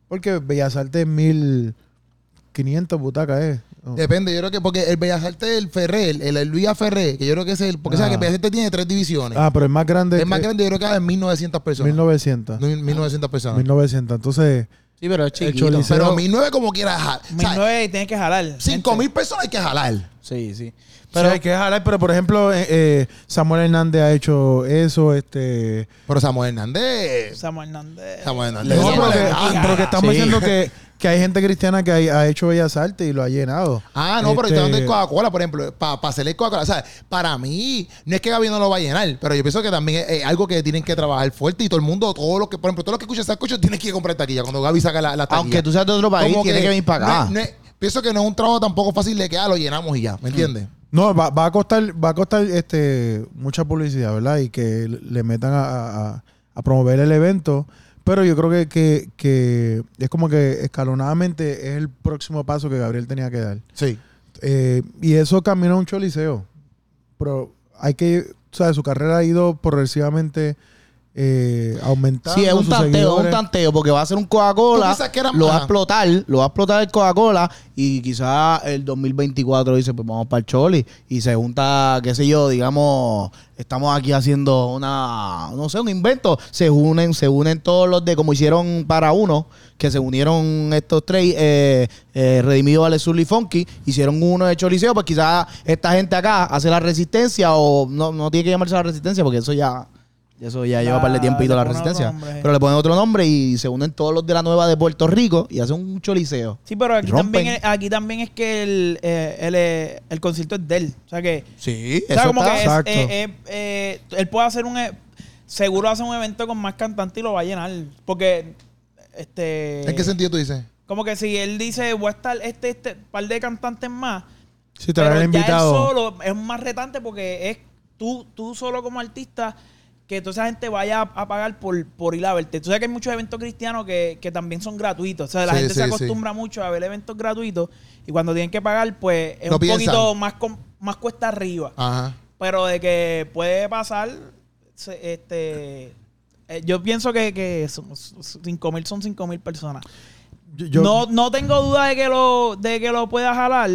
Speaker 1: Porque Bellas Artes es 1500 butacas, ¿eh? No.
Speaker 3: Depende, yo creo que porque el Bellas Artes del Ferrer, el, el Luis A. Ferrer, que yo creo que es el. Porque
Speaker 1: Ah.
Speaker 3: sabes que el Bellas Artes tiene tres divisiones.
Speaker 1: Ah, pero es más grande.
Speaker 3: es más
Speaker 1: que-
Speaker 3: grande, yo creo que es 1900 personas.
Speaker 1: 1900.
Speaker 3: Mil- 1900 personas.
Speaker 1: 1900. Entonces,
Speaker 2: Sí, pero es chiquito.
Speaker 1: Choliseo-
Speaker 3: Pero
Speaker 1: Pero-
Speaker 3: 1900 como quieras jalar. O sea,
Speaker 4: 1900 y tienes que jalar.
Speaker 3: 5000 personas hay que jalar.
Speaker 2: Sí, sí.
Speaker 1: pero
Speaker 2: Pero
Speaker 1: hay que jalar. Pero por ejemplo, eh, eh, Samuel Hernández ha hecho eso. Este,
Speaker 3: Pero Samuel Hernández.
Speaker 4: Samuel Hernández.
Speaker 3: Samuel Hernández.
Speaker 2: Le-
Speaker 1: no,
Speaker 2: decimos
Speaker 1: pero,
Speaker 3: Samuel
Speaker 1: que,
Speaker 2: la
Speaker 1: ah,
Speaker 3: Hernández.
Speaker 1: pero que estamos
Speaker 2: Sí.
Speaker 1: diciendo que, que hay gente cristiana que hay- ha hecho bellas artes y lo ha llenado.
Speaker 3: Ah, no, pero
Speaker 1: Este,
Speaker 3: yo estoy hablando de Coca-Cola, por ejemplo, para hacer el Coca-Cola. O sea, para mí, no es que Gaby no lo va a llenar, pero yo pienso que también es, es algo que tienen que trabajar fuerte y todo el mundo, todos los que, por ejemplo, todos los que escuchan esas cosas tienen que ir a comprar taquilla cuando Gaby saca la, la taquilla.
Speaker 2: aunque tú seas de otro país,
Speaker 3: Como
Speaker 2: tiene que venir para acá. Mm.
Speaker 3: no es- no es- pienso que no es un trabajo tampoco fácil de que ah, lo llenamos y ya, ¿me entiendes?
Speaker 1: No, va, va a costar, va a costar este, mucha publicidad, ¿verdad? Y que le metan a, a- a- a promover el evento. Pero yo creo que, que, que es como que escalonadamente es el próximo paso que Gabriel tenía que dar.
Speaker 3: Sí.
Speaker 1: Eh, y eso camina a un choliseo. Pero hay que. O sea, su carrera ha ido progresivamente eh, aumentando.
Speaker 2: Sí, es un
Speaker 1: sus
Speaker 2: tanteo, es un
Speaker 1: seguidores.
Speaker 2: tanteo, porque va a ser un
Speaker 3: ¿Tú
Speaker 2: Coca-Cola,
Speaker 3: piensas que era-
Speaker 2: lo va a
Speaker 3: ajá.
Speaker 2: explotar, lo va a explotar el Coca-Cola y quizás el 2024 dice, pues vamos para el Choli y se junta, qué sé yo, digamos, estamos aquí haciendo una, no sé, un invento, se unen, se unen todos los de, como hicieron para uno, que se unieron estos tres, eh, eh, Redimido, Vale, Zully, Funky, hicieron uno de Choliseo, pues quizás esta gente acá hace la resistencia o no, no tiene que llamarse la resistencia porque eso ya... Eso ya lleva
Speaker 4: Ah,
Speaker 2: un par de tiempito
Speaker 4: le
Speaker 2: la
Speaker 4: ponen otro
Speaker 2: resistencia.
Speaker 4: nombre, sí.
Speaker 2: Pero le ponen otro nombre y se unen todos los de la nueva de Puerto Rico y hacen un choliseo.
Speaker 4: Sí, pero aquí
Speaker 2: Rompen.
Speaker 4: también, es- aquí también es que el, eh, el, eh, el concierto es de él. O sea que.
Speaker 2: Sí,
Speaker 4: O sea, como que es-
Speaker 1: Exacto.
Speaker 4: eh, eh, eh, él puede hacer un. e- Seguro hace un evento con más cantantes y lo va a llenar. Porque. Este.
Speaker 3: ¿En qué sentido tú dices?
Speaker 4: Como que si él dice, voy a estar este, este par de cantantes más.
Speaker 1: Sí, te lo
Speaker 4: Pero
Speaker 1: habían
Speaker 4: ya él
Speaker 1: invitado.
Speaker 4: solo es más retante porque es tú, tú solo como artista que toda esa gente vaya a, a pagar por, por ir a verte. Tú sabes que hay muchos eventos cristianos que, que también son gratuitos. O sea, la
Speaker 3: Sí,
Speaker 4: gente se
Speaker 3: sí,
Speaker 4: acostumbra mucho a ver eventos gratuitos y cuando tienen que pagar, pues es
Speaker 3: No
Speaker 4: un
Speaker 3: piensan.
Speaker 4: poquito más, com- más cuesta arriba.
Speaker 3: Ajá.
Speaker 4: Pero de que puede pasar, se- este eh, yo pienso que, que son- cinco mil son cinco mil personas.
Speaker 1: Yo- yo-
Speaker 4: No, no tengo duda de que lo, de que lo pueda jalar.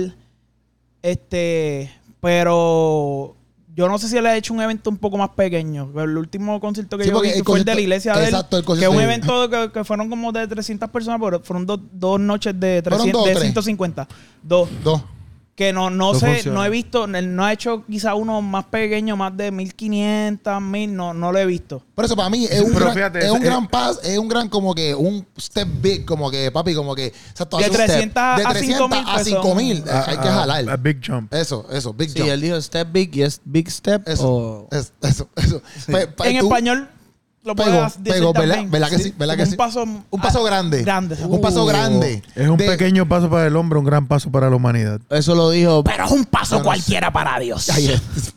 Speaker 4: Este, pero yo no sé si él ha hecho un evento un poco más pequeño. Pero El último concierto que
Speaker 3: Sí,
Speaker 4: yo
Speaker 3: porque
Speaker 4: vi
Speaker 3: el
Speaker 4: que fue el de la
Speaker 3: concierto-
Speaker 4: iglesia de él.
Speaker 3: exacto, el
Speaker 4: que es
Speaker 3: concierto-
Speaker 4: un
Speaker 3: sí.
Speaker 4: evento que, que fueron como de 300 personas, pero fueron dos, dos noches de,
Speaker 3: Fueron
Speaker 4: 300,
Speaker 3: dos o
Speaker 4: de
Speaker 3: tres.
Speaker 4: 150. Dos.
Speaker 3: Dos.
Speaker 4: Que no, no
Speaker 1: No
Speaker 4: sé,
Speaker 1: funciona.
Speaker 4: no he visto, él no ha hecho quizá uno más pequeño, más de 1500, 1000, no, no lo he visto.
Speaker 3: Por eso para mí es un,
Speaker 1: Pero
Speaker 3: gran,
Speaker 1: fíjate, eh,
Speaker 3: es
Speaker 1: es-
Speaker 3: un gran pas, es un gran como que un step big, como que papi, como que exacto,
Speaker 4: De
Speaker 3: hace un step.
Speaker 4: 300 a
Speaker 3: de 300
Speaker 4: 5.000
Speaker 3: a
Speaker 4: pesos.
Speaker 3: 5000,
Speaker 1: A-
Speaker 3: hay que
Speaker 1: a-
Speaker 3: jalar.
Speaker 1: a big jump.
Speaker 3: eso, eso, big
Speaker 2: Sí, Oh.
Speaker 3: jump.
Speaker 2: él dijo step big y es big step.
Speaker 3: eso,
Speaker 2: o-
Speaker 3: es- eso, eso. Pe- pe-
Speaker 4: en
Speaker 3: tú-
Speaker 4: español lo
Speaker 3: pegó,
Speaker 4: puedes decir
Speaker 3: pegó, ¿verdad?
Speaker 4: también.
Speaker 3: ¿Verdad que sí? ¿Verdad que
Speaker 4: un
Speaker 3: sí?
Speaker 4: Paso,
Speaker 3: un paso
Speaker 4: ah,
Speaker 3: grande.
Speaker 4: grande.
Speaker 3: Un paso
Speaker 2: Uh.
Speaker 3: grande.
Speaker 1: Es un
Speaker 3: De-
Speaker 1: pequeño paso para el hombre, un gran paso para la humanidad.
Speaker 2: Eso lo dijo.
Speaker 5: Pero es un paso
Speaker 3: no
Speaker 5: cualquiera para Dios.
Speaker 3: Ay, es-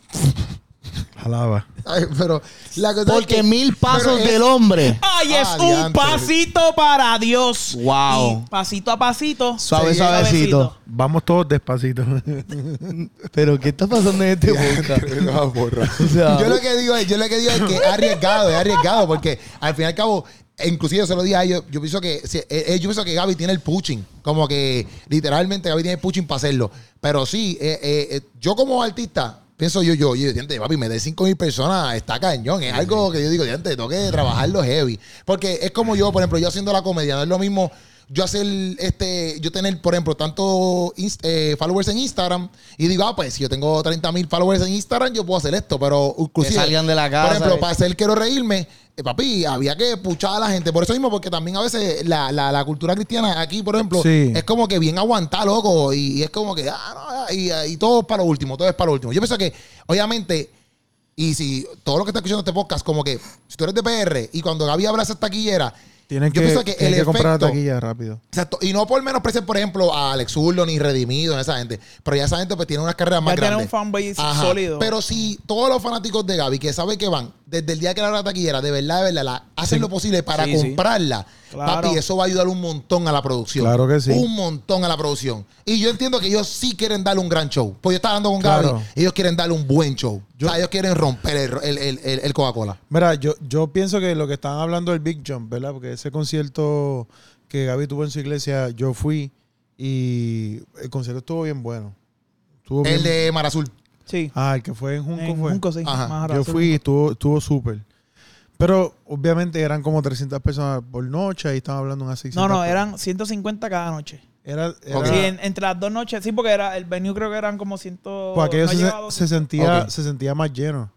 Speaker 1: Alaba.
Speaker 3: ay, pero la cosa es
Speaker 2: Porque
Speaker 3: que-
Speaker 2: mil
Speaker 3: pero
Speaker 2: pasos
Speaker 3: es-
Speaker 2: del hombre.
Speaker 4: Ay, es
Speaker 3: Ah,
Speaker 4: un
Speaker 3: diantre.
Speaker 4: pasito para Dios.
Speaker 2: Wow.
Speaker 4: Y pasito a pasito.
Speaker 2: Suave,
Speaker 4: se llega
Speaker 2: suavecito.
Speaker 1: Vamos todos despacito.
Speaker 2: Pero ¿qué está pasando en este podcast?
Speaker 3: Ah, borra.
Speaker 2: sea-
Speaker 3: yo lo que digo es, yo lo que digo es que es arriesgado, es arriesgado, porque al fin y al cabo, e Inclusive yo se lo dije a ellos, yo pienso que si- eh, eh, yo pienso que Gaby tiene el pushing, como que literalmente Gaby tiene el pushing para hacerlo. Pero sí, eh, eh, eh, yo como artista, pienso yo, yo, yo, diante, papi, me de 5 mil personas, está cañón. Es algo que yo digo, diante, tengo que trabajarlo heavy. Porque es como yo, por ejemplo, yo haciendo la comedia, no es lo mismo yo hacer este, yo tener, por ejemplo, tanto inst- eh, followers en Instagram y digo, ah, pues si yo tengo 30 mil followers en Instagram, yo puedo hacer esto, pero
Speaker 2: Que
Speaker 3: inclusive.
Speaker 2: salgan de la casa.
Speaker 3: Por ejemplo,
Speaker 2: eh.
Speaker 3: para hacer Quiero Reírme, eh, papi, había que puchar a la gente. Por eso mismo, porque también a veces la, la- la cultura cristiana aquí, por ejemplo,
Speaker 1: Sí.
Speaker 3: es como que bien aguantar, loco. Y, y es como que, ah, no, y, y todo es para lo último, todo es para lo último. Yo pienso que, obviamente, y si todo lo que está escuchando este podcast, como que, si tú eres de PR y cuando Gaby habla esa taquillera,
Speaker 1: Tienen
Speaker 3: yo
Speaker 1: que,
Speaker 3: pienso que
Speaker 1: tienen
Speaker 3: el
Speaker 1: que comprar la
Speaker 3: efecto-
Speaker 1: taquilla rápido.
Speaker 3: Exacto. Y no por menospreciar, por ejemplo, a Alex Urlo ni Redimido, ni esa gente. Pero ya esa gente pues tiene unas carreras más
Speaker 4: Ya tiene
Speaker 3: grandes.
Speaker 4: un fanbase
Speaker 3: Ajá.
Speaker 4: sólido.
Speaker 3: Pero si todos los fanáticos de Gaby que saben que van desde el día que la hora taquillera, de verdad, de verdad, la- hacen lo posible para
Speaker 4: Sí, sí.
Speaker 3: comprarla,
Speaker 4: Claro.
Speaker 3: papi, eso va a ayudar un montón a la producción.
Speaker 1: Claro que sí.
Speaker 3: Un montón a la producción. Y yo entiendo que ellos sí quieren darle un gran show. Pues yo estaba hablando con Gaby,
Speaker 1: Claro.
Speaker 3: ellos quieren darle un buen show.
Speaker 1: Yo-
Speaker 3: o sea, ellos quieren romper el, el- el- el- el Coca-Cola.
Speaker 1: Mira, yo, yo pienso que lo que estaban hablando del Big Jump, ¿verdad? Porque ese concierto que Gaby tuvo en su iglesia, yo fui y el concierto estuvo bien bueno. Estuvo
Speaker 3: El
Speaker 1: bien-
Speaker 3: de Mar Azul.
Speaker 4: Sí.
Speaker 1: Ah, el que fue en Junco
Speaker 4: En
Speaker 1: fue.
Speaker 4: Junco, sí.
Speaker 3: Ajá.
Speaker 4: Más
Speaker 1: Yo
Speaker 4: atrás,
Speaker 1: fui y estuvo, estuvo súper. Pero obviamente eran como 300 personas por noche y estaban hablando unas
Speaker 4: sí.
Speaker 1: 600.
Speaker 4: No, no,
Speaker 1: personas.
Speaker 4: eran 150 cada noche.
Speaker 1: Era, era-
Speaker 3: Ok.
Speaker 4: Sí, en- entre las dos noches. Sí, porque era el venue creo que eran como 100...
Speaker 1: pues aquello
Speaker 4: no
Speaker 1: se,
Speaker 4: llegaba a
Speaker 1: se sentía,
Speaker 3: Ok.
Speaker 1: se sentía más lleno.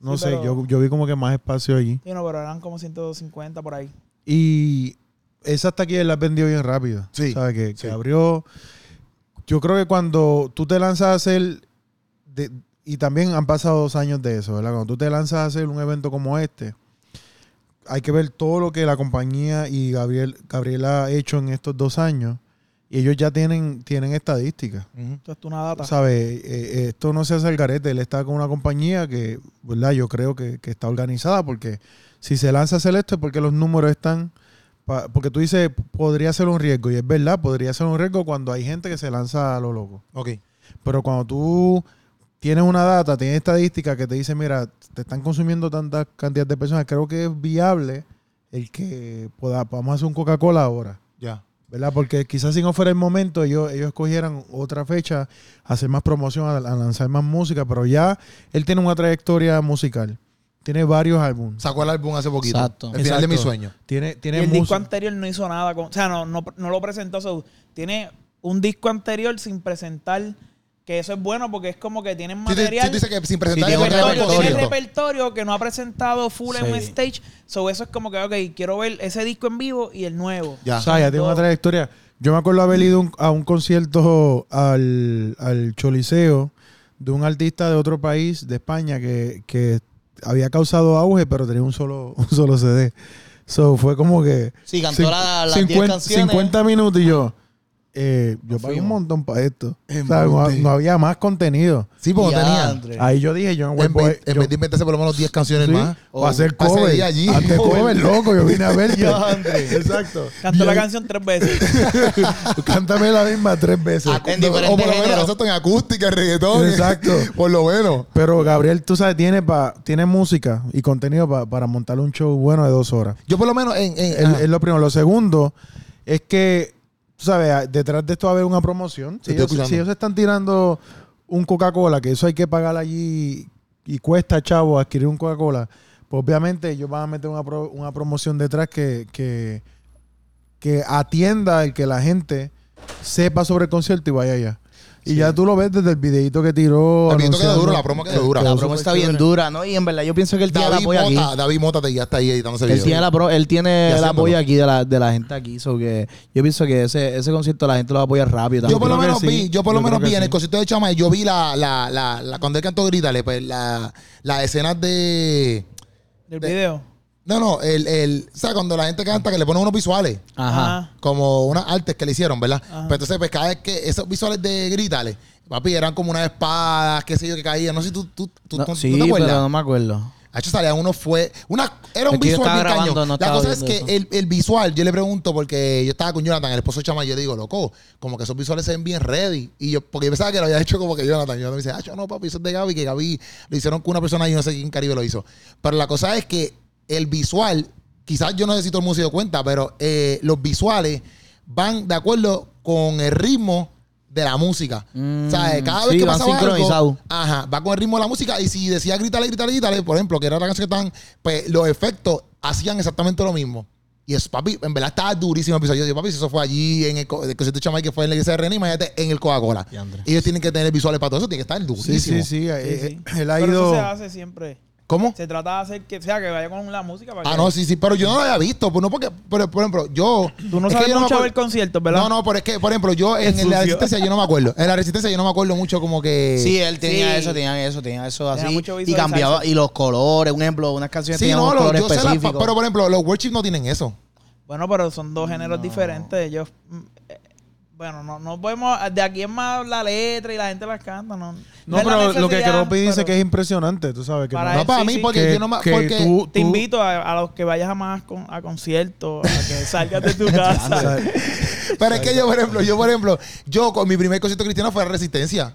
Speaker 1: No
Speaker 4: Sí,
Speaker 1: sé,
Speaker 4: pero-
Speaker 1: yo, yo vi como que más espacio allí.
Speaker 4: Sí, no, pero eran como 150 por ahí.
Speaker 1: Y esas taquillas las vendió bien rápido.
Speaker 3: Sí,
Speaker 1: ¿Sabes? Que, que
Speaker 3: sí.
Speaker 1: abrió. Yo creo que cuando tú te lanzas a hacer. de- y también han pasado dos años de eso, ¿verdad? Cuando tú te lanzas a hacer un evento como este, hay que ver todo lo que la compañía y Gabriel, Gabriela ha hecho en estos dos años. Y ellos ya tienen, tienen estadísticas.
Speaker 4: Esto es una data.
Speaker 1: ¿Sabes? Eh, esto no se hace al garete. Él está con una compañía que, ¿verdad? Yo creo que, que está organizada porque si se lanza a hacer esto es porque los números están... pa- porque tú dices, podría ser un riesgo. Y es verdad, podría ser un riesgo cuando hay gente que se lanza a lo loco.
Speaker 3: Ok.
Speaker 1: Pero cuando tú tienes una data, tienes estadística que te dice, mira, te están consumiendo tantas cantidades de personas, creo que es viable el que poda, podamos hacer un Coca-Cola ahora.
Speaker 3: Ya.
Speaker 1: ¿Verdad? Porque quizás si no fuera el momento, ellos, ellos escogieran otra fecha, hacer más promoción, a, a lanzar más música, pero ya él tiene una trayectoria musical. Tiene varios álbumes.
Speaker 3: Sacó el álbum hace poquito.
Speaker 2: Exacto.
Speaker 3: El final de
Speaker 1: Exacto.
Speaker 3: mi sueño.
Speaker 1: Tiene,
Speaker 4: Y
Speaker 1: tiene
Speaker 4: el disco
Speaker 1: música.
Speaker 4: anterior no hizo nada. Con, o sea, no, no, no lo presentó. o sea, tiene un disco anterior sin presentar. Que eso es bueno porque es como que tienen
Speaker 3: Si tú,
Speaker 4: material.
Speaker 3: si tú dices que sin presentar
Speaker 2: Sí,
Speaker 3: el
Speaker 2: tiene
Speaker 4: repertorio,
Speaker 2: un
Speaker 4: tiene
Speaker 2: repertorio.
Speaker 4: repertorio que no ha presentado full en
Speaker 2: Sí.
Speaker 4: un stage. So eso es como que, ok, quiero ver ese disco en vivo y el nuevo.
Speaker 3: Ya.
Speaker 1: O sea, ya tiene una trayectoria. Yo me acuerdo haber ido un- a un concierto al, al Choliseo de un artista de otro país, de España, que, que había causado auge, pero tenía un solo, un solo CD. So, fue como que...
Speaker 2: Sí, cantó
Speaker 1: Cin-
Speaker 2: la- las 10
Speaker 1: 50
Speaker 2: canciones.
Speaker 1: 50 minutos y yo. eh, yo pagué
Speaker 2: fuimos.
Speaker 1: un montón para esto.
Speaker 3: En
Speaker 1: O sea, no,
Speaker 3: bote.
Speaker 1: no había más contenido.
Speaker 3: Sí, porque
Speaker 2: Ya,
Speaker 3: tenía.
Speaker 2: André.
Speaker 1: Ahí yo dije, yo no voy a
Speaker 3: En, vez,
Speaker 1: poder-
Speaker 3: en
Speaker 1: yo-
Speaker 3: vez de inventarse por lo menos 10 canciones
Speaker 1: sí,
Speaker 3: más.
Speaker 1: o hacer
Speaker 3: para
Speaker 1: cover.
Speaker 3: seguir allí.
Speaker 1: Hazte cover, loco. Yo vine a verte.
Speaker 2: Ya, André.
Speaker 1: Exacto.
Speaker 4: Cantó la
Speaker 1: Bien.
Speaker 4: canción tres veces.
Speaker 1: Cántame la misma tres veces.
Speaker 2: En
Speaker 3: No, o por
Speaker 2: diferentes
Speaker 3: lo menos
Speaker 2: géneros.
Speaker 3: exacto, en acústica, en reggaetón.
Speaker 1: Exacto.
Speaker 3: Por lo menos.
Speaker 1: Pero Gabriel, tú sabes, tiene pa, tiene música y contenido pa- para montar un show bueno de dos horas.
Speaker 3: Yo por lo menos en... en-
Speaker 1: Es,
Speaker 3: ajá.
Speaker 1: es lo primero. Lo segundo es que, tú sabes, a- detrás de esto va a haber una
Speaker 3: Te
Speaker 1: promoción. Si
Speaker 3: estoy
Speaker 1: ellos,
Speaker 3: escuchando.
Speaker 1: si ellos están tirando un Coca-Cola, que eso hay que pagar allí y cuesta, chavo, adquirir un Coca-Cola, pues obviamente ellos van a meter una, pro- una promoción detrás que, que, que atienda el que la gente sepa sobre el concierto y vaya allá. Y ya tú lo ves desde el videito que tiró.
Speaker 3: El videíto queda
Speaker 1: anunciando-
Speaker 3: duro, la promo queda
Speaker 1: que-
Speaker 3: dura.
Speaker 1: que
Speaker 2: La
Speaker 1: quedó
Speaker 2: promo
Speaker 1: súper
Speaker 2: está bien
Speaker 1: chévere.
Speaker 2: dura, ¿no? Y en verdad yo pienso que él tiene el
Speaker 3: David
Speaker 2: apoyo aquí.
Speaker 3: Mota, David Mota te- ya está ahí editándose el
Speaker 2: Él tiene,
Speaker 3: video.
Speaker 2: la pro- él tiene
Speaker 3: Y
Speaker 2: el
Speaker 3: haciéndolo.
Speaker 2: apoyo aquí de la, de la gente aquí. so que yo pienso que ese, ese concierto la gente lo va a apoyar rápido.
Speaker 3: Yo
Speaker 2: también.
Speaker 3: por lo
Speaker 1: creo que
Speaker 3: menos
Speaker 1: sí.
Speaker 3: vi, yo por lo
Speaker 1: Yo creo
Speaker 3: menos
Speaker 1: que
Speaker 3: vi en
Speaker 1: sí.
Speaker 3: el concierto de Chama, yo vi la, la, la, la- cuando él cantó Grítale, pues la, las escenas de...
Speaker 4: Del video.
Speaker 3: No, no, el, el, o sea, cuando la gente canta que le ponen unos visuales.
Speaker 2: Ajá.
Speaker 3: como unas artes que le hicieron, ¿verdad? Pero entonces, pues cada vez que esos visuales de Grítale, papi, eran como unas espadas, qué sé yo, que caían. No sé si tú, tú, tú,
Speaker 2: No,
Speaker 3: tú- tú
Speaker 2: sí,
Speaker 3: te acuerdas.
Speaker 2: pero no me acuerdo.
Speaker 3: De hecho, salían unos fue. Una, era un
Speaker 2: Es que yo
Speaker 3: visual
Speaker 2: estaba
Speaker 3: bien
Speaker 2: grabando,
Speaker 3: cañón.
Speaker 2: no
Speaker 3: la
Speaker 2: estaba
Speaker 3: cosa es que
Speaker 2: viendo
Speaker 3: el, el visual, yo le pregunto, porque yo estaba con Jonathan, el esposo de Chama, y yo le digo, loco, como que esos visuales se ven bien ready. Y yo, porque yo pensaba que lo había hecho como que Jonathan. Jonathan me dice, ah, yo no, papi, eso es de Gaby, que Gaby lo hicieron con una persona y yo no sé quién Caribe lo hizo. Pero la cosa es que el visual quizás yo no sé si todo el mundo se dio cuenta, pero eh, los visuales van de acuerdo con el ritmo de la música.
Speaker 2: Mm,
Speaker 3: o sea, eh, cada
Speaker 2: sí,
Speaker 3: vez que
Speaker 2: van
Speaker 3: pasaba algo,
Speaker 2: sincronizados.
Speaker 3: ajá, va con el ritmo de la música y si decía grítale, grítale, grítale, por ejemplo, que era la canción que estaban, pues los efectos hacían exactamente lo mismo. Y eso, papi, en verdad estaba durísimo el episodio. Yo digo, papi, si eso fue allí en el, co- el concierto de Chamay que fue en la iglesia de René, imagínate en el Coca-Cola.
Speaker 2: Y Andrés.
Speaker 3: Ellos tienen que tener visuales para todo eso, tiene que estar
Speaker 1: Sí,
Speaker 3: durísimo.
Speaker 1: sí, sí. eh,
Speaker 4: Sí,
Speaker 1: eh,
Speaker 4: sí.
Speaker 1: Él ha
Speaker 4: Pero
Speaker 1: ido.
Speaker 4: eso se hace siempre.
Speaker 3: ¿Cómo?
Speaker 4: Se trata de hacer que sea que vaya con la música. Para
Speaker 3: Ah,
Speaker 4: que-
Speaker 3: no, sí, sí, pero yo no lo había visto. Pues no porque, pero, por ejemplo, yo.
Speaker 4: Tú no
Speaker 3: es que
Speaker 4: sabes
Speaker 3: yo me
Speaker 4: mucho
Speaker 3: acuer-
Speaker 4: ver conciertos, ¿verdad?
Speaker 3: No, no, pero es que, por ejemplo, yo en,
Speaker 4: Es
Speaker 3: la
Speaker 4: sucio.
Speaker 3: resistencia yo no me acuerdo. En la resistencia yo no me acuerdo mucho como que.
Speaker 2: Sí, él tenía
Speaker 4: Sí.
Speaker 2: eso, tenía eso, tenía eso
Speaker 4: Tenía
Speaker 2: así.
Speaker 4: mucho
Speaker 2: Y
Speaker 4: visualizarse.
Speaker 2: cambiaba, y los colores, un ejemplo, unas canciones
Speaker 3: Sí,
Speaker 2: tenían
Speaker 3: no,
Speaker 2: unos
Speaker 3: los,
Speaker 2: colores
Speaker 3: yo sé las,
Speaker 2: específicos.
Speaker 3: pa- pero por ejemplo, los worship no tienen eso.
Speaker 4: Bueno, pero son dos géneros diferentes. Ellos. mm, eh, Bueno, no, no podemos. De aquí es más la letra y la gente las canta. No,
Speaker 1: No,
Speaker 4: es la
Speaker 1: pero lo que
Speaker 4: necesidad,
Speaker 1: Keropi dice
Speaker 4: pero
Speaker 1: que es impresionante, tú sabes. Que
Speaker 4: Para
Speaker 1: no-
Speaker 3: No
Speaker 4: él,
Speaker 3: para
Speaker 4: sí,
Speaker 3: mí,
Speaker 4: sí.
Speaker 3: porque
Speaker 1: que-
Speaker 3: yo no me.
Speaker 1: que
Speaker 3: Porque
Speaker 1: tú-
Speaker 4: Te
Speaker 1: tú-
Speaker 4: invito a, a los que vayas a más con- a conciertos, a que salgas de tu
Speaker 1: o sea,
Speaker 4: casa.
Speaker 3: Pero es que yo, por ejemplo, yo, por ejemplo, yo con mi primer concierto cristiano fue a Resistencia.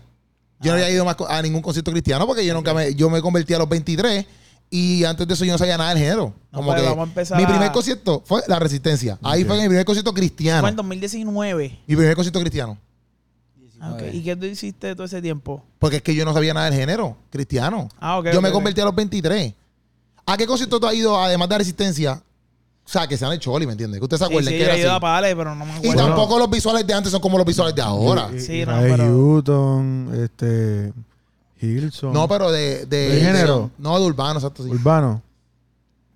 Speaker 3: Yo
Speaker 4: Ah.
Speaker 3: no había ido más co- a ningún concierto cristiano porque yo nunca me, yo me convertí a los 23 y antes de eso yo no sabía nada del género.
Speaker 4: No,
Speaker 3: Como
Speaker 4: pues,
Speaker 3: que
Speaker 4: vamos a empezar
Speaker 3: mi
Speaker 4: a-
Speaker 3: primer concierto fue la Resistencia. Ahí fue mi primer concierto cristiano.
Speaker 4: Fue en 2019.
Speaker 3: Mi primer concierto cristiano.
Speaker 4: Ah, ok. ¿Y qué tú hiciste todo ese tiempo?
Speaker 3: Porque es que yo no sabía nada del género cristiano.
Speaker 4: Ah, ok,
Speaker 3: yo
Speaker 4: ok,
Speaker 3: me
Speaker 4: ok.
Speaker 3: convertí a los 23. ¿A qué concierto tú has ido, además de Resistencia? O sea, que se han hecho Oli, ¿me entiendes? Que usted se
Speaker 4: Sí,
Speaker 3: acuerde
Speaker 4: sí,
Speaker 3: que
Speaker 4: yo
Speaker 3: era
Speaker 4: he ido a
Speaker 3: así.
Speaker 4: Pale, pero no me
Speaker 3: Y
Speaker 1: Bueno.
Speaker 4: acuerdo.
Speaker 3: tampoco los visuales de antes son como los visuales de ahora.
Speaker 1: y-
Speaker 4: Sí,
Speaker 1: y
Speaker 4: no,
Speaker 1: eh, Ray
Speaker 4: pero-
Speaker 1: Hutton, este. Hilson.
Speaker 3: No, pero de... ¿De,
Speaker 1: ¿De género?
Speaker 3: no, de urbano, exacto. sí.
Speaker 1: Urbano.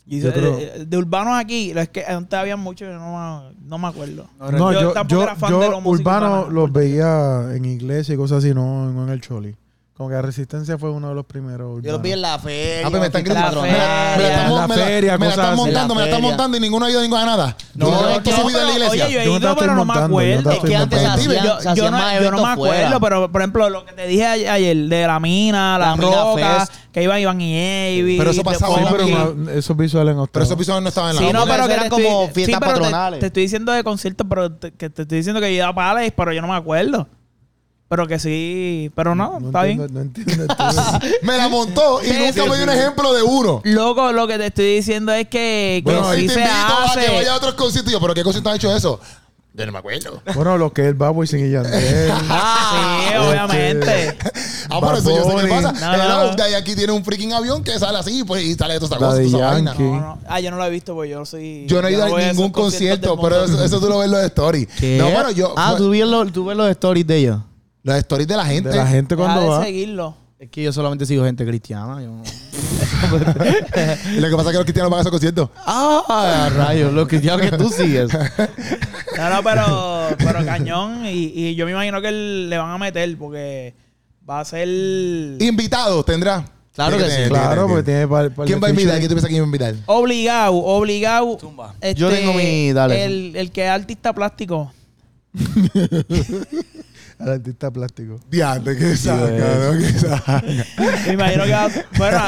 Speaker 4: Y eh,
Speaker 1: Yo
Speaker 4: de,
Speaker 1: creo-
Speaker 4: de- de urbanos aquí, es que antes había muchos, yo no, me- no me acuerdo.
Speaker 1: No, yo,
Speaker 4: tampoco
Speaker 1: yo,
Speaker 4: era fan
Speaker 1: yo
Speaker 4: de los músicos
Speaker 1: urbano
Speaker 4: urbanos,
Speaker 1: los
Speaker 4: porque-
Speaker 1: veía en iglesia y cosas así, no, no en el Choli. Como que la Resistencia fue uno de los primeros.
Speaker 2: Yo los
Speaker 1: urbanos.
Speaker 2: vi en la feria.
Speaker 3: Ah, pues me están
Speaker 2: en la
Speaker 3: gritando. Me
Speaker 4: feria,
Speaker 3: la, me la
Speaker 2: feria.
Speaker 3: están,
Speaker 1: en la
Speaker 3: mon- me la-
Speaker 1: feria,
Speaker 3: me la
Speaker 1: cosas
Speaker 3: están
Speaker 1: así.
Speaker 3: montando,
Speaker 2: En
Speaker 3: me
Speaker 2: la
Speaker 3: la están
Speaker 2: feria.
Speaker 3: montando y ninguno ha ido a ninguna nada.
Speaker 2: No,
Speaker 3: Yo no,
Speaker 2: es que
Speaker 3: toda su vida en la
Speaker 4: pero-
Speaker 3: iglesia.
Speaker 4: Oye, yo he
Speaker 1: Yo no te
Speaker 4: ido,
Speaker 1: estoy
Speaker 4: pero no me
Speaker 1: montando, yo no te
Speaker 4: acuerdo.
Speaker 1: estoy Es que antes
Speaker 2: montando. se
Speaker 4: Yo-
Speaker 2: hacían-
Speaker 4: yo,
Speaker 2: se hacían
Speaker 4: no,
Speaker 2: más
Speaker 4: yo no me
Speaker 2: eventos
Speaker 4: acuerdo,
Speaker 2: fuera.
Speaker 4: pero por ejemplo, lo que te dije a- ayer de la mina, la,
Speaker 2: La Mina
Speaker 4: roca,
Speaker 2: Fest.
Speaker 4: que iban Iván y Avi.
Speaker 3: Pero eso
Speaker 4: de
Speaker 3: pasaba
Speaker 1: Sí,
Speaker 3: en la
Speaker 4: Funky.
Speaker 1: pero no, esos visuales no
Speaker 3: Pero
Speaker 1: estaban.
Speaker 3: esos episodios no estaban en la
Speaker 4: Sí, no,
Speaker 2: Una
Speaker 4: pero
Speaker 2: de
Speaker 4: que
Speaker 2: esas
Speaker 4: eran
Speaker 2: eran como
Speaker 4: como
Speaker 2: fiestas
Speaker 4: pero te-
Speaker 2: patronales.
Speaker 4: Te, estoy diciendo de conciertos, pero te, que te estoy diciendo que yo he ido a Pales, pero yo no me acuerdo. Pero que sí, pero
Speaker 1: No
Speaker 4: no, Ah, está bien.
Speaker 1: entiendo, no entiendo esto.
Speaker 3: Me la montó y
Speaker 4: Sí,
Speaker 3: nunca
Speaker 4: sí,
Speaker 3: me dio un
Speaker 4: sí.
Speaker 3: ejemplo de uno.
Speaker 4: Loco, lo que te estoy diciendo es que, que
Speaker 3: Bueno, ahí
Speaker 4: sí
Speaker 3: te
Speaker 4: se
Speaker 3: invito a que
Speaker 4: hace.
Speaker 3: vaya a otros conciertos. Y Yo, ¿pero qué concierto ha hecho eso? Yo no me acuerdo.
Speaker 1: bueno, lo que es el Babo y sin Yandel.
Speaker 4: Ah, sí,
Speaker 1: Este-
Speaker 4: obviamente.
Speaker 3: Ah, pero eso yo sé qué
Speaker 1: Bunny.
Speaker 3: pasa.
Speaker 4: No,
Speaker 3: Hello,
Speaker 4: no, no.
Speaker 3: de ahí aquí tiene un freaking avión que sale así pues, y sale de todas
Speaker 1: La
Speaker 3: estas
Speaker 1: de
Speaker 3: cosas. toda esa vaina.
Speaker 1: Yankee.
Speaker 4: No, no. Ah, yo no lo he visto porque yo soy.
Speaker 3: Yo no he ido
Speaker 4: voy
Speaker 3: a
Speaker 4: esos
Speaker 3: ningún
Speaker 4: conciertos
Speaker 3: concierto,
Speaker 4: del
Speaker 3: pero
Speaker 4: mundo.
Speaker 3: eso, eso tú lo ves en los stories. No, pero yo.
Speaker 2: Ah,
Speaker 3: fue-
Speaker 2: tú ves los, tú ves los stories de ellos.
Speaker 3: Los stories de la gente.
Speaker 1: De la gente
Speaker 4: Eh, Deja
Speaker 1: cuando
Speaker 4: de
Speaker 1: va.
Speaker 4: seguirlo.
Speaker 2: Es que yo solamente sigo gente cristiana. yo no-
Speaker 3: Lo que pasa es que los cristianos van a esos conciertos.
Speaker 2: ah, rayos, los cristianos que tú sigues.
Speaker 4: No, no, pero, pero cañón. Y, y yo me imagino que él- le van a meter porque va a ser.
Speaker 3: Invitados tendrá.
Speaker 2: Claro
Speaker 3: Tiene
Speaker 2: que sí.
Speaker 3: tener,
Speaker 1: Claro,
Speaker 3: tiene
Speaker 1: porque
Speaker 3: que
Speaker 1: tiene par- par
Speaker 3: tener.
Speaker 1: de
Speaker 3: ¿Quién va a invitar? ¿Quién
Speaker 1: features.
Speaker 3: tú piensas que iba a invitar?
Speaker 4: Obligado, obligado. Este,
Speaker 2: Yo tengo mi- dale.
Speaker 4: El, el que es artista plástico.
Speaker 1: Al artista plástico.
Speaker 3: Diante, qué saca, ¿no? Qué saca.
Speaker 4: Me imagino que va. Bueno,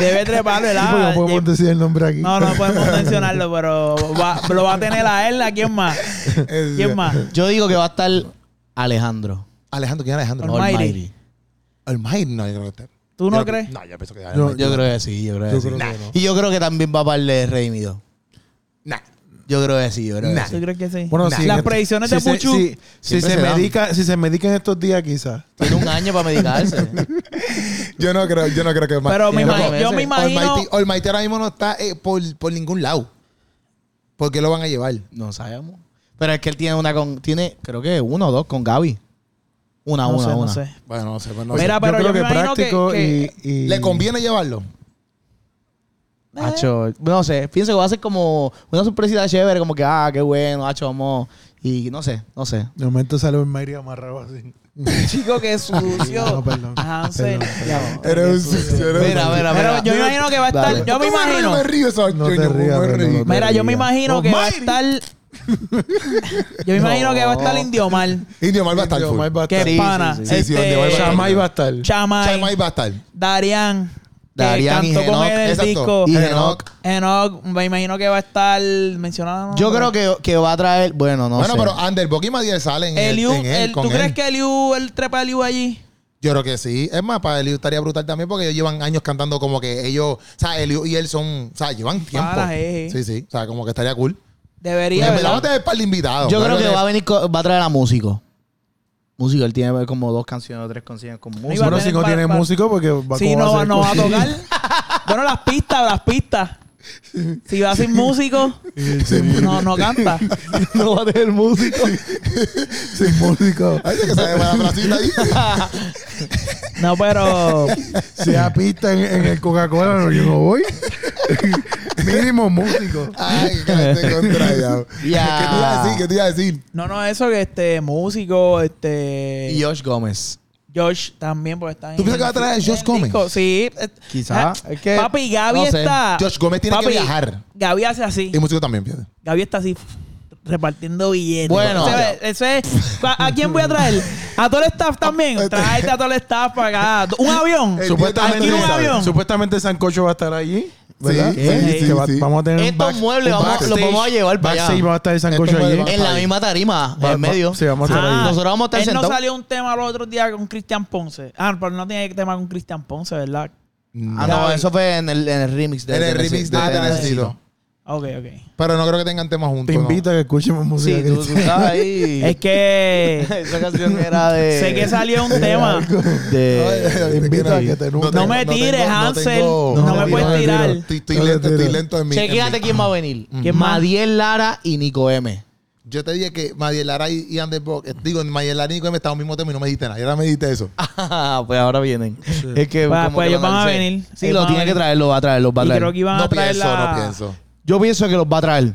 Speaker 4: debe trepar,
Speaker 1: Porque
Speaker 4: ¿verdad?
Speaker 1: no podemos decir el nombre aquí.
Speaker 4: No, no podemos mencionarlo, pero va- lo va a tener a él. ¿A quién más? ¿Quién más?
Speaker 2: Yo digo que va a estar Alejandro.
Speaker 3: Alejandro, ¿quién es Alejandro?
Speaker 4: Almighty.
Speaker 2: Almighty.
Speaker 3: Almighty, no, yo creo que está.
Speaker 4: ¿Tú
Speaker 3: Yo
Speaker 4: no
Speaker 3: creo que-
Speaker 4: crees?
Speaker 3: No, yo pienso que
Speaker 1: Yo-
Speaker 3: Almighty.
Speaker 2: Yo creo que sí, yo creo que
Speaker 1: Yo
Speaker 2: sí.
Speaker 1: creo que no.
Speaker 2: Y yo creo que también va para el de Redimido.
Speaker 3: Nah.
Speaker 2: Yo creo que sí, yo creo que
Speaker 3: Nah.
Speaker 2: sí.
Speaker 4: ¿Tú crees que sí?
Speaker 1: Bueno,
Speaker 3: Nah.
Speaker 1: sí,
Speaker 4: Las
Speaker 1: en-
Speaker 4: predicciones de
Speaker 1: si se-
Speaker 4: Puchu.
Speaker 1: si- Si
Speaker 2: Siempre
Speaker 1: se
Speaker 2: se dan.
Speaker 1: medica, si se medica en estos días, quizás.
Speaker 2: Tiene un año para medicarse.
Speaker 3: Yo no creo, yo no creo que Almighty.
Speaker 4: Pero me
Speaker 2: Tiene
Speaker 4: imagino-
Speaker 2: como
Speaker 4: yo me
Speaker 2: meses.
Speaker 4: imagino.
Speaker 3: Almighty, oh, Almighty ahora mismo no está eh, por, por ningún lado. ¿Por qué lo van a llevar?
Speaker 2: No sabemos. Pero es que él tiene una con. Tiene, creo que uno o dos con Gaby. Una,
Speaker 4: No
Speaker 2: una,
Speaker 4: sé, no
Speaker 2: una.
Speaker 4: sé.
Speaker 3: Bueno, no sé. pues no
Speaker 4: Mira,
Speaker 3: sé.
Speaker 4: Ah, pero yo
Speaker 1: creo
Speaker 4: me
Speaker 1: que
Speaker 4: imagino que-
Speaker 1: práctico
Speaker 4: que-
Speaker 1: y, y-
Speaker 3: ¿Le conviene llevarlo?
Speaker 2: Hacho, no sé. Pienso que va a ser como una sorpresita chévere, como que, ah, qué bueno, hacho, vamos. Y no sé, no sé.
Speaker 1: De momento sale un Mayri amarrado así.
Speaker 4: Chico, que sucio.
Speaker 1: No, perdón.
Speaker 4: Hansel.
Speaker 1: Perdón,
Speaker 4: Ya,
Speaker 3: Era un sucio, era un
Speaker 2: Mira,
Speaker 3: sucio.
Speaker 2: mira,
Speaker 4: Pero
Speaker 2: mira.
Speaker 4: yo me imagino que va a estar. Yo me
Speaker 3: ¿Cómo río?
Speaker 4: imagino.
Speaker 3: Me río, esa-
Speaker 1: No te
Speaker 3: yo- yo me
Speaker 1: rías,
Speaker 3: río.
Speaker 1: Manolo.
Speaker 4: Mira, yo me imagino que va a
Speaker 3: Almighty.
Speaker 4: estar. Yo me imagino que va a estar
Speaker 2: No.
Speaker 4: Indio Mal.
Speaker 3: Indio Mal va a estar.
Speaker 1: Indio
Speaker 3: full.
Speaker 1: Mal va a
Speaker 4: Que
Speaker 1: estar.
Speaker 2: Sí,
Speaker 4: pana. Este,
Speaker 2: sí,
Speaker 3: sí. Sí, sí, Indio Mal va a estar.
Speaker 1: Chamay va a estar.
Speaker 4: Chamay,
Speaker 3: Chamay va a estar.
Speaker 4: Darian. que
Speaker 2: Darian y
Speaker 4: cantó con
Speaker 2: Enoch,
Speaker 4: él el
Speaker 3: exacto.
Speaker 4: disco.
Speaker 2: Y
Speaker 3: Enoch.
Speaker 2: Enoch.
Speaker 4: Enoch, me imagino que va a estar mencionado.
Speaker 2: Yo creo que, que va a traer. Bueno, no
Speaker 3: bueno,
Speaker 2: sé.
Speaker 3: pero Underbook y Madiel salen en,
Speaker 4: Eliu,
Speaker 3: en él,
Speaker 4: el-
Speaker 3: con
Speaker 4: ¿Tú
Speaker 3: él.
Speaker 4: crees que Eliu, el trepa Eliu allí?
Speaker 3: Yo creo que sí. Es más, para Eliu estaría brutal también porque ellos llevan años cantando como que ellos, o sea, Eliu y él son, o sea, llevan tiempo.
Speaker 4: Para,
Speaker 1: eh,
Speaker 4: jeje.
Speaker 3: Sí, sí. O sea, como que estaría cool. En
Speaker 4: Debería,
Speaker 3: verdad no
Speaker 4: ¿verdad?
Speaker 3: te ves para el invitado.
Speaker 2: Yo
Speaker 3: Claro
Speaker 2: creo que
Speaker 3: te-
Speaker 2: va a venir, co- va a traer a músico. Músico, él tiene como dos canciones o tres canciones con músico.
Speaker 4: Iba a
Speaker 1: Bueno, si
Speaker 4: tener
Speaker 1: no
Speaker 4: pa-
Speaker 1: tiene
Speaker 4: pa-
Speaker 1: músico, porque va,
Speaker 4: Sí,
Speaker 1: ¿cómo
Speaker 4: no,
Speaker 1: va
Speaker 4: va-
Speaker 1: a
Speaker 4: no va a
Speaker 1: ser?
Speaker 4: tocar. bueno, las pistas, las pistas. Si va sin músico, no, no canta.
Speaker 2: no va a tener músico.
Speaker 1: Sin músico.
Speaker 3: Ay, que se me va la placita ahí.
Speaker 4: No, pero.
Speaker 1: Si hay pista en, en el Coca-Cola, no, yo no voy. Mínimo músico.
Speaker 3: Ay, que te contra ya.
Speaker 2: Ya.
Speaker 3: ¿Qué te iba a decir? ¿Qué te iba a decir?
Speaker 4: No, no, eso que este músico, este.
Speaker 2: Y Josh Gómez.
Speaker 4: Josh también, porque está en.
Speaker 3: ¿Tú piensas que va a traer a Josh
Speaker 4: en el
Speaker 3: Gomez?
Speaker 4: disco. Sí. eh,
Speaker 2: Quizá.
Speaker 4: ah,
Speaker 2: Es que-
Speaker 4: Papi, Gaby
Speaker 2: no sé.
Speaker 4: está.
Speaker 3: Josh Gómez tiene que
Speaker 4: Papi,
Speaker 3: viajar.
Speaker 4: Gaby hace así.
Speaker 3: Y músico también, fíjate.
Speaker 4: Gaby está así repartiendo billetes.
Speaker 2: Bueno.
Speaker 4: Eso es- eso es- ¿a, a quién voy a traer? ¿A todo el staff también? Tráete a todo el staff para acá. ¿Un avión?
Speaker 3: El
Speaker 1: Supuestamente,
Speaker 4: ¿Alquila un avión?
Speaker 1: supuestamente Sancocho va a estar allí. ¿Verdad? Pues,
Speaker 3: Sí, sí,
Speaker 1: Que
Speaker 3: sí,
Speaker 1: va-
Speaker 3: sí.
Speaker 1: Vamos a tener un
Speaker 2: Estos
Speaker 1: back-
Speaker 2: muebles
Speaker 1: un
Speaker 2: vamos- los
Speaker 1: backstage-
Speaker 2: vamos a llevar para allá.
Speaker 1: backstage va a estar el Sancocho
Speaker 3: Estos
Speaker 1: allí.
Speaker 3: muebles
Speaker 2: En la misma
Speaker 1: Va-
Speaker 2: tarima, en
Speaker 1: Eh, va-
Speaker 2: medio.
Speaker 1: Sí, vamos a estar
Speaker 4: Ah,
Speaker 1: ahí.
Speaker 2: Nosotros vamos a estar
Speaker 4: Él no
Speaker 2: sentados.
Speaker 4: salió un tema los otros días con Cristian Ponce. Ah, pero no tiene tema con Cristian Ponce, ¿verdad?
Speaker 2: Ah, no, eso fue en el, en el remix de
Speaker 3: En el
Speaker 2: Tennessee-
Speaker 3: remix de
Speaker 2: de Tennessee.
Speaker 3: Tenecito.
Speaker 4: Ok, ok.
Speaker 3: Pero no creo que tengan temas juntos.
Speaker 1: Te
Speaker 3: no.
Speaker 1: invito a que escuchemos música.
Speaker 2: Sí, tú, tú
Speaker 1: cristiana.
Speaker 2: estabas ahí.
Speaker 4: Es que
Speaker 2: Esa canción era de.
Speaker 4: sé que salió un tema.
Speaker 2: de.
Speaker 1: Te invito Eh, a que te
Speaker 3: No
Speaker 1: nunca.
Speaker 4: No me
Speaker 3: tengo-
Speaker 4: tires,
Speaker 3: tengo- no
Speaker 4: Hansel.
Speaker 3: tengo-
Speaker 4: No
Speaker 1: no
Speaker 4: me
Speaker 1: te
Speaker 4: puedes
Speaker 1: tiro, no te
Speaker 4: tirar.
Speaker 1: tiro.
Speaker 3: Estoy, estoy
Speaker 1: No te
Speaker 3: lento, estoy
Speaker 1: tiro.
Speaker 3: lento en mi.
Speaker 2: Chequéate
Speaker 3: en mi-
Speaker 2: quién va a venir.
Speaker 4: ¿Quién más?
Speaker 2: Madiel Lara y Nico M.
Speaker 3: Yo te dije que Madielara y y Underbox, eh, digo, Madielara y Nico me estaban en el mismo tema y no me dijiste nada. Y ahora me dijiste eso.
Speaker 2: Ah, pues ahora vienen. Es que.
Speaker 4: Pues-
Speaker 2: como
Speaker 4: pues
Speaker 2: que
Speaker 4: ellos
Speaker 2: lo
Speaker 4: van a
Speaker 2: analicé.
Speaker 4: venir.
Speaker 2: Sí,
Speaker 4: Ellos
Speaker 2: lo
Speaker 4: van a
Speaker 2: tiene que
Speaker 4: venir.
Speaker 2: traer, lo va a traer, los va a
Speaker 4: Y
Speaker 2: traer.
Speaker 4: creo que iban
Speaker 3: no
Speaker 4: a traer
Speaker 3: pienso,
Speaker 4: la...
Speaker 3: no pienso.
Speaker 2: Yo pienso que los va a traer.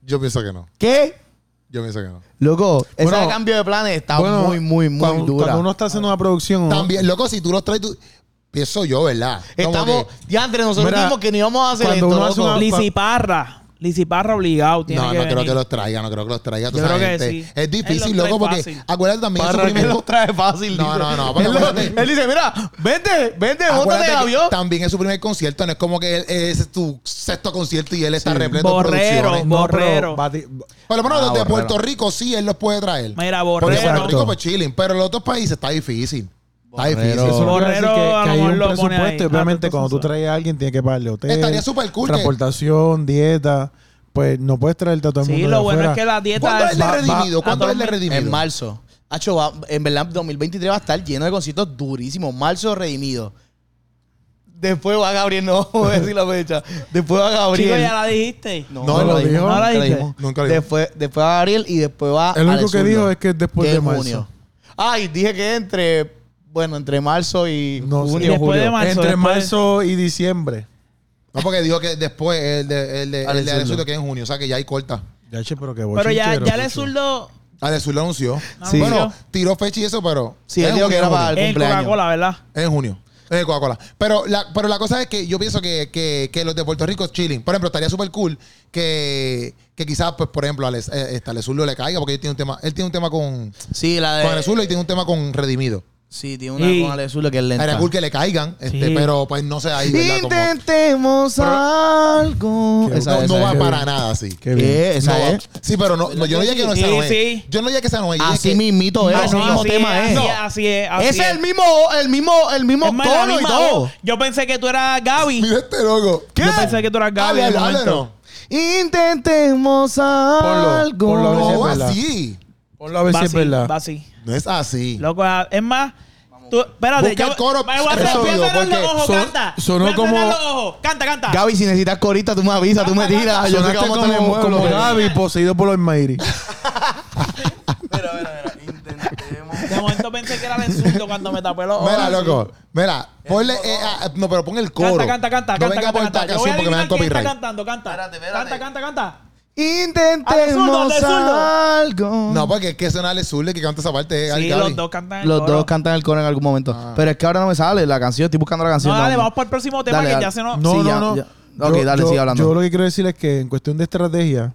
Speaker 3: Yo pienso que no.
Speaker 2: ¿Qué?
Speaker 3: Yo pienso que no.
Speaker 2: Loco, ese
Speaker 1: Bueno,
Speaker 2: cambio de planes está
Speaker 1: Bueno,
Speaker 2: Ah, muy, muy, muy
Speaker 1: cuando,
Speaker 2: dura.
Speaker 1: Cuando uno está haciendo una producción. uno-
Speaker 3: También, loco, si tú los traes, tú... pienso yo, ¿verdad? Como
Speaker 2: Estamos,
Speaker 3: que-
Speaker 2: ya entre nosotros
Speaker 1: Mira,
Speaker 2: mismos que ni íbamos a hacer
Speaker 1: cuando
Speaker 2: esto,
Speaker 1: uno hace
Speaker 2: loco.
Speaker 1: una-
Speaker 4: Lisiparra. Lisiparra obligado tiene
Speaker 3: No,
Speaker 4: que
Speaker 3: no creo
Speaker 4: venir.
Speaker 3: que los traiga, no creo que los traiga. Tú
Speaker 4: Yo creo
Speaker 3: sabes,
Speaker 4: que
Speaker 3: gente.
Speaker 4: sí.
Speaker 3: Es
Speaker 4: Él
Speaker 3: difícil,
Speaker 4: los
Speaker 3: loco,
Speaker 4: trae
Speaker 3: porque
Speaker 4: fácil.
Speaker 3: acuérdate también es su
Speaker 2: Parra que
Speaker 3: primer-
Speaker 2: los trae fácil.
Speaker 3: No,
Speaker 2: dice.
Speaker 3: no, no, porque
Speaker 2: Él, lo-
Speaker 3: acuérdate-
Speaker 2: él dice, mira, vente, vente, bótate
Speaker 3: Acuérdate
Speaker 2: el
Speaker 3: que
Speaker 2: avión.
Speaker 3: También es su primer concierto, no es como que él- ese es tu sexto concierto y él está repleto de
Speaker 4: Borrero.
Speaker 3: producciones.
Speaker 1: No, pero
Speaker 4: Borrero.
Speaker 1: va a ti-
Speaker 3: Por lo menos
Speaker 2: Ah,
Speaker 3: los de
Speaker 2: Borrero.
Speaker 3: Puerto Rico sí, él los puede traer. Porque
Speaker 4: Mira, Borrero.
Speaker 3: Puerto Rico
Speaker 1: Exacto.
Speaker 3: pues chilling, pero los otros países está difícil. Está
Speaker 2: Borrero.
Speaker 3: difícil.
Speaker 1: Eso no quiere decir
Speaker 4: Borrero, a lo
Speaker 1: hay
Speaker 4: mejor
Speaker 1: un
Speaker 4: lo pone
Speaker 1: presupuesto.
Speaker 4: ahí.
Speaker 1: y Obviamente,
Speaker 4: Ah,
Speaker 1: cuando tú
Speaker 4: entonces-
Speaker 1: traes a alguien, tienes que pagarle hotel.
Speaker 3: Estaría súper cool que-
Speaker 1: Transportación, dieta. Pues no puedes traerte a todo el mundo.
Speaker 4: Sí,
Speaker 1: de
Speaker 4: lo bueno es
Speaker 1: afuera.
Speaker 4: que la
Speaker 3: ¿Cuándo
Speaker 4: dieta
Speaker 3: es
Speaker 4: es...
Speaker 3: de
Speaker 1: va-
Speaker 3: redimido?
Speaker 4: va-
Speaker 3: ¿Cuándo
Speaker 4: a
Speaker 3: es de
Speaker 4: todo-
Speaker 3: redimido?
Speaker 2: En marzo. Hacho, va- en verdad 2023 va a estar lleno de conciertos durísimos. Marzo redimido. Después va Gabriel, no voy a decir la fecha. Después va
Speaker 4: Chico,
Speaker 2: Gabriel.
Speaker 4: ya la dijiste.
Speaker 1: No lo
Speaker 2: dijimos,
Speaker 1: dijo.
Speaker 2: no la
Speaker 4: No lo
Speaker 2: dijimos.
Speaker 4: dijiste.
Speaker 3: Nunca lo dijo.
Speaker 2: después, después va Gabriel y después va
Speaker 1: El único
Speaker 2: Alex
Speaker 1: que
Speaker 2: Zurdo,
Speaker 1: dijo es que es después de
Speaker 2: es
Speaker 1: marzo.
Speaker 2: junio. Ay, dije que entre, bueno, entre marzo y
Speaker 1: No sé.
Speaker 2: junio,
Speaker 4: Y después
Speaker 2: julio.
Speaker 4: de marzo,
Speaker 1: Entre
Speaker 4: después-
Speaker 1: marzo y diciembre.
Speaker 3: No, porque dijo que después el de, el de, el de
Speaker 2: Alex
Speaker 3: Alex
Speaker 2: Zurdo.
Speaker 3: Zurdo, que es en junio, o sea que ya hay corta.
Speaker 1: Ya, che, pero que
Speaker 4: Pero ya,
Speaker 1: bochinche,
Speaker 4: ya le
Speaker 1: Rocucho.
Speaker 4: zurdo
Speaker 3: Alex Zurdo anunció.
Speaker 4: Sí.
Speaker 3: Bueno, tiró fecha y eso, pero.
Speaker 2: Sí,
Speaker 3: es
Speaker 2: él dijo
Speaker 3: junio,
Speaker 2: que era
Speaker 3: es junio.
Speaker 2: para el
Speaker 4: en
Speaker 2: cumpleaños.
Speaker 4: Coca-Cola, ¿verdad?
Speaker 3: En junio. En Coca-Cola. Pero la, pero la cosa es que yo pienso que, que, que los de Puerto Rico es chilling. Por ejemplo, estaría súper cool que, que quizás, pues, por ejemplo, a Alex, eh, este, Alex Zurdo le caiga, porque él tiene un tema, él tiene un tema con,
Speaker 2: Sí, la
Speaker 3: con Alex Zurdo
Speaker 2: de...
Speaker 3: y tiene un tema con Redimido.
Speaker 2: Sí, tiene una
Speaker 4: Y-
Speaker 2: con Alex Zurdo que es lenta.
Speaker 3: Estaría cool que le caigan, este,
Speaker 4: Sí.
Speaker 3: pero pues no sé ahí, ¿verdad? Como-
Speaker 2: Intentemos
Speaker 3: Pero-
Speaker 2: algo.
Speaker 1: Qué-
Speaker 2: Esa,
Speaker 3: no,
Speaker 2: es,
Speaker 3: no
Speaker 2: esa
Speaker 3: va
Speaker 2: es.
Speaker 1: bien.
Speaker 3: para nada así.
Speaker 1: Qué bien.
Speaker 2: Eh, esa
Speaker 3: No va-
Speaker 2: es.
Speaker 3: Sí, pero no, no, yo no dije que no, esa
Speaker 4: Sí,
Speaker 3: no es.
Speaker 4: sí.
Speaker 3: Yo no dije que esa no es. yo dije
Speaker 2: Así
Speaker 3: que-
Speaker 2: mismito es,
Speaker 3: No,
Speaker 2: así
Speaker 3: no,
Speaker 2: mismo
Speaker 4: así
Speaker 2: tema
Speaker 4: es,
Speaker 2: es.
Speaker 4: así es, así es, así
Speaker 2: Ese es
Speaker 4: es.
Speaker 2: el mismo, el mismo, el mismo
Speaker 4: Es más, la
Speaker 2: tono y
Speaker 4: misma
Speaker 2: todo.
Speaker 4: voz. Yo pensé que tú eras Gaby.
Speaker 3: Mira este loco.
Speaker 2: ¿Qué?
Speaker 4: Yo pensé que tú eras Gaby.
Speaker 3: Hable,
Speaker 4: en el
Speaker 3: hable, hable,
Speaker 4: momento.
Speaker 3: no.
Speaker 2: Intentemos algo.
Speaker 1: ponlo, No,
Speaker 3: No,
Speaker 1: es verdad.
Speaker 3: así.
Speaker 1: Ponlo a ver si
Speaker 4: Va
Speaker 1: Pues es
Speaker 4: así, va
Speaker 1: verdad.
Speaker 4: así.
Speaker 3: No es así.
Speaker 4: Loco, ah, es más. Tú, espérate,
Speaker 3: Busca
Speaker 4: yo-
Speaker 3: el coro
Speaker 4: me voy a hacer-
Speaker 3: rápido,
Speaker 4: voy a cerrar
Speaker 3: porque
Speaker 4: los ojos,
Speaker 1: son-
Speaker 4: canta.
Speaker 1: sonó
Speaker 4: Voy a cerrar
Speaker 1: como-
Speaker 4: los ojos. Canta, canta.
Speaker 2: Gaby, si necesitas corita, tú me avisas, tú me tiras. Yo sé que
Speaker 1: Sonaste
Speaker 2: vamos a tener
Speaker 1: como, como Gaby poseído por los Mayri.
Speaker 4: De momento pensé que era el insulto cuando me tapé los ojos.
Speaker 3: Mira, loco. Mira, ponle. eh, ah, no, pero pon el coro.
Speaker 4: Canta, canta, canta.
Speaker 3: No
Speaker 4: canta,
Speaker 3: venga
Speaker 4: canta,
Speaker 3: por
Speaker 4: canta.
Speaker 3: esta
Speaker 4: Yo voy
Speaker 3: canción
Speaker 4: a
Speaker 3: porque me dan
Speaker 4: adivinar quién está
Speaker 3: copyright.
Speaker 4: cantando, canta. Canta, canta, canta. Al
Speaker 2: Intentemos
Speaker 4: zurdo, al
Speaker 2: algo.
Speaker 3: No, porque es que suena Alex Zurdo que canta esa parte. es
Speaker 4: Sí,
Speaker 3: Gaby.
Speaker 4: los dos cantan. el
Speaker 2: pues, Los
Speaker 4: coro.
Speaker 2: dos cantan el coro en algún momento. Pero es que ahora no me sale la canción. Estoy buscando la
Speaker 4: No,
Speaker 2: canción.
Speaker 4: dale, vamos para el próximo tema
Speaker 2: Dale,
Speaker 4: que
Speaker 2: dale.
Speaker 4: ya se nos.
Speaker 1: No,
Speaker 2: Sí,
Speaker 1: no,
Speaker 2: ya,
Speaker 1: no.
Speaker 2: ya. Ok, dale, sigue hablando.
Speaker 1: Yo lo que quiero decir es que en cuestión de estrategia,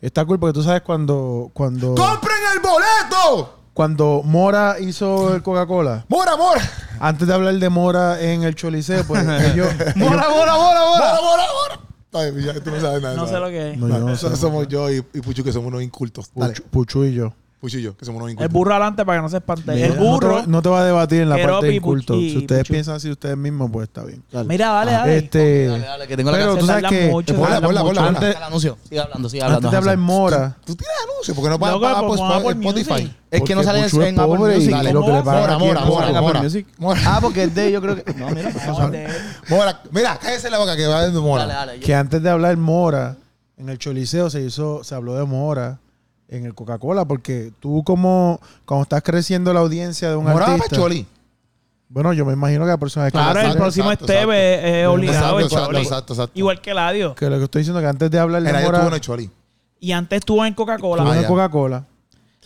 Speaker 1: está cool porque tú sabes cuando. cuando
Speaker 3: ¡Compren el boleto!
Speaker 1: Cuando Mora hizo el Coca-Cola,
Speaker 3: ¡Mora, mora!
Speaker 1: antes de hablar de Mora en el Choliseo, pues ellos.
Speaker 2: ¡Mora, mora, mora,
Speaker 3: ¡Mora, mora, mora! Ay, ya, tú no sabes nada.
Speaker 4: No sé lo que es.
Speaker 1: No, yo no
Speaker 3: Eso
Speaker 1: sé.
Speaker 3: somos yo y, y Puchu, que somos unos incultos. Dale.
Speaker 1: Puchu, Puchu y yo.
Speaker 3: Puchillo, que somos unos
Speaker 4: El
Speaker 3: incultos.
Speaker 4: burro adelante para que no se espante.
Speaker 1: Mira,
Speaker 4: el burro.
Speaker 1: No te, va- no te va a debatir en la
Speaker 4: Pero
Speaker 1: parte de
Speaker 4: Pipuchi-
Speaker 1: inculto. Si ustedes
Speaker 4: Pichu.
Speaker 1: piensan así ustedes mismos, pues está bien.
Speaker 4: Mira, dale, dale.
Speaker 1: Este,
Speaker 2: Dale, dale, que tengo la
Speaker 1: pero
Speaker 2: canción.
Speaker 1: tú sabes
Speaker 4: tardan
Speaker 1: que
Speaker 4: mucho,
Speaker 1: antes-
Speaker 3: tardan mucho.
Speaker 2: Antes,
Speaker 1: antes,
Speaker 2: el anuncio. Sigue hablando, sigue hablando.
Speaker 1: antes de
Speaker 2: Hazel.
Speaker 1: hablar en mora,
Speaker 3: Tú tiras anuncios, porque no vas
Speaker 4: Loco,
Speaker 3: para
Speaker 4: pues, pon
Speaker 3: Apple,
Speaker 4: Apple
Speaker 3: Spotify.
Speaker 4: Music.
Speaker 2: es que no
Speaker 1: porque
Speaker 2: sale
Speaker 1: Puchu es
Speaker 2: en Apple
Speaker 1: pobre y
Speaker 2: Music.
Speaker 1: lo que le
Speaker 4: ¿Cómo?
Speaker 1: pagan
Speaker 3: Mora,
Speaker 1: aquí
Speaker 3: mora,
Speaker 1: no sale
Speaker 3: mora,
Speaker 1: en Apple
Speaker 3: mora.
Speaker 1: Music.
Speaker 2: Ah, porque es de yo creo que. No, mira.
Speaker 4: No, de-
Speaker 3: Mora, mira, cállese la boca que va de Mora.
Speaker 2: Dale, dale.
Speaker 1: Que antes de hablar mora, en el Choliseo se hizo, se habló de mora en el Coca-Cola, porque tú como cuando estás creciendo la audiencia de un
Speaker 3: Mora va para
Speaker 1: artista,
Speaker 3: Choli.
Speaker 1: bueno, yo me imagino que la persona es que,
Speaker 4: Claro, el
Speaker 3: Exacto,
Speaker 4: próximo
Speaker 3: exacto,
Speaker 4: Esteve es, es obligado.
Speaker 3: Exacto, exacto,
Speaker 4: el Choli.
Speaker 3: exacto, exacto.
Speaker 4: Igual que Eladio.
Speaker 1: que lo que estoy diciendo que antes de hablar de
Speaker 3: Era yo
Speaker 1: mora,
Speaker 3: tuve
Speaker 1: tuvo
Speaker 3: una Choli.
Speaker 4: Y antes estuvo en Coca-Cola.
Speaker 3: Ah,
Speaker 1: en
Speaker 3: ya.
Speaker 1: Coca-Cola.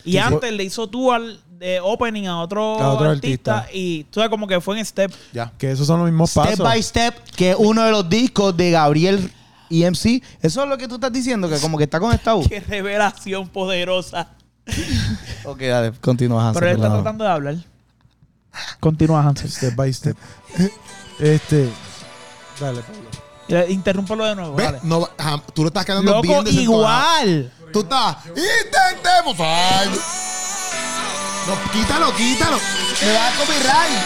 Speaker 4: y antes le hizo tú al de opening a otro,
Speaker 1: A otro
Speaker 4: artista,
Speaker 1: artista.
Speaker 4: Y tú sabes como que fue en step.
Speaker 3: Ya.
Speaker 1: Que esos son los mismos
Speaker 2: Step
Speaker 1: pasos.
Speaker 2: by Step, que es uno de los discos de Gabriel EMC. Eso es lo que tú estás diciendo, que como que está conectado.
Speaker 4: Qué revelación poderosa.
Speaker 2: ok, dale,
Speaker 1: Ah,
Speaker 2: continúa, Hazel,
Speaker 4: Pero él está
Speaker 2: perdón.
Speaker 4: tratando de hablar. Continúa, Hansel.
Speaker 1: Step by step. este. Dale, Pablo.
Speaker 4: Eh, Interrúmpelo de nuevo.
Speaker 3: Ve,
Speaker 4: dale.
Speaker 3: no, va- ajá, tú lo estás quedando bien
Speaker 4: Loco,
Speaker 3: desentonado.
Speaker 4: igual.
Speaker 3: Tú estás. Intentemos. Ay. No, quítalo, quítalo. Me da copyright.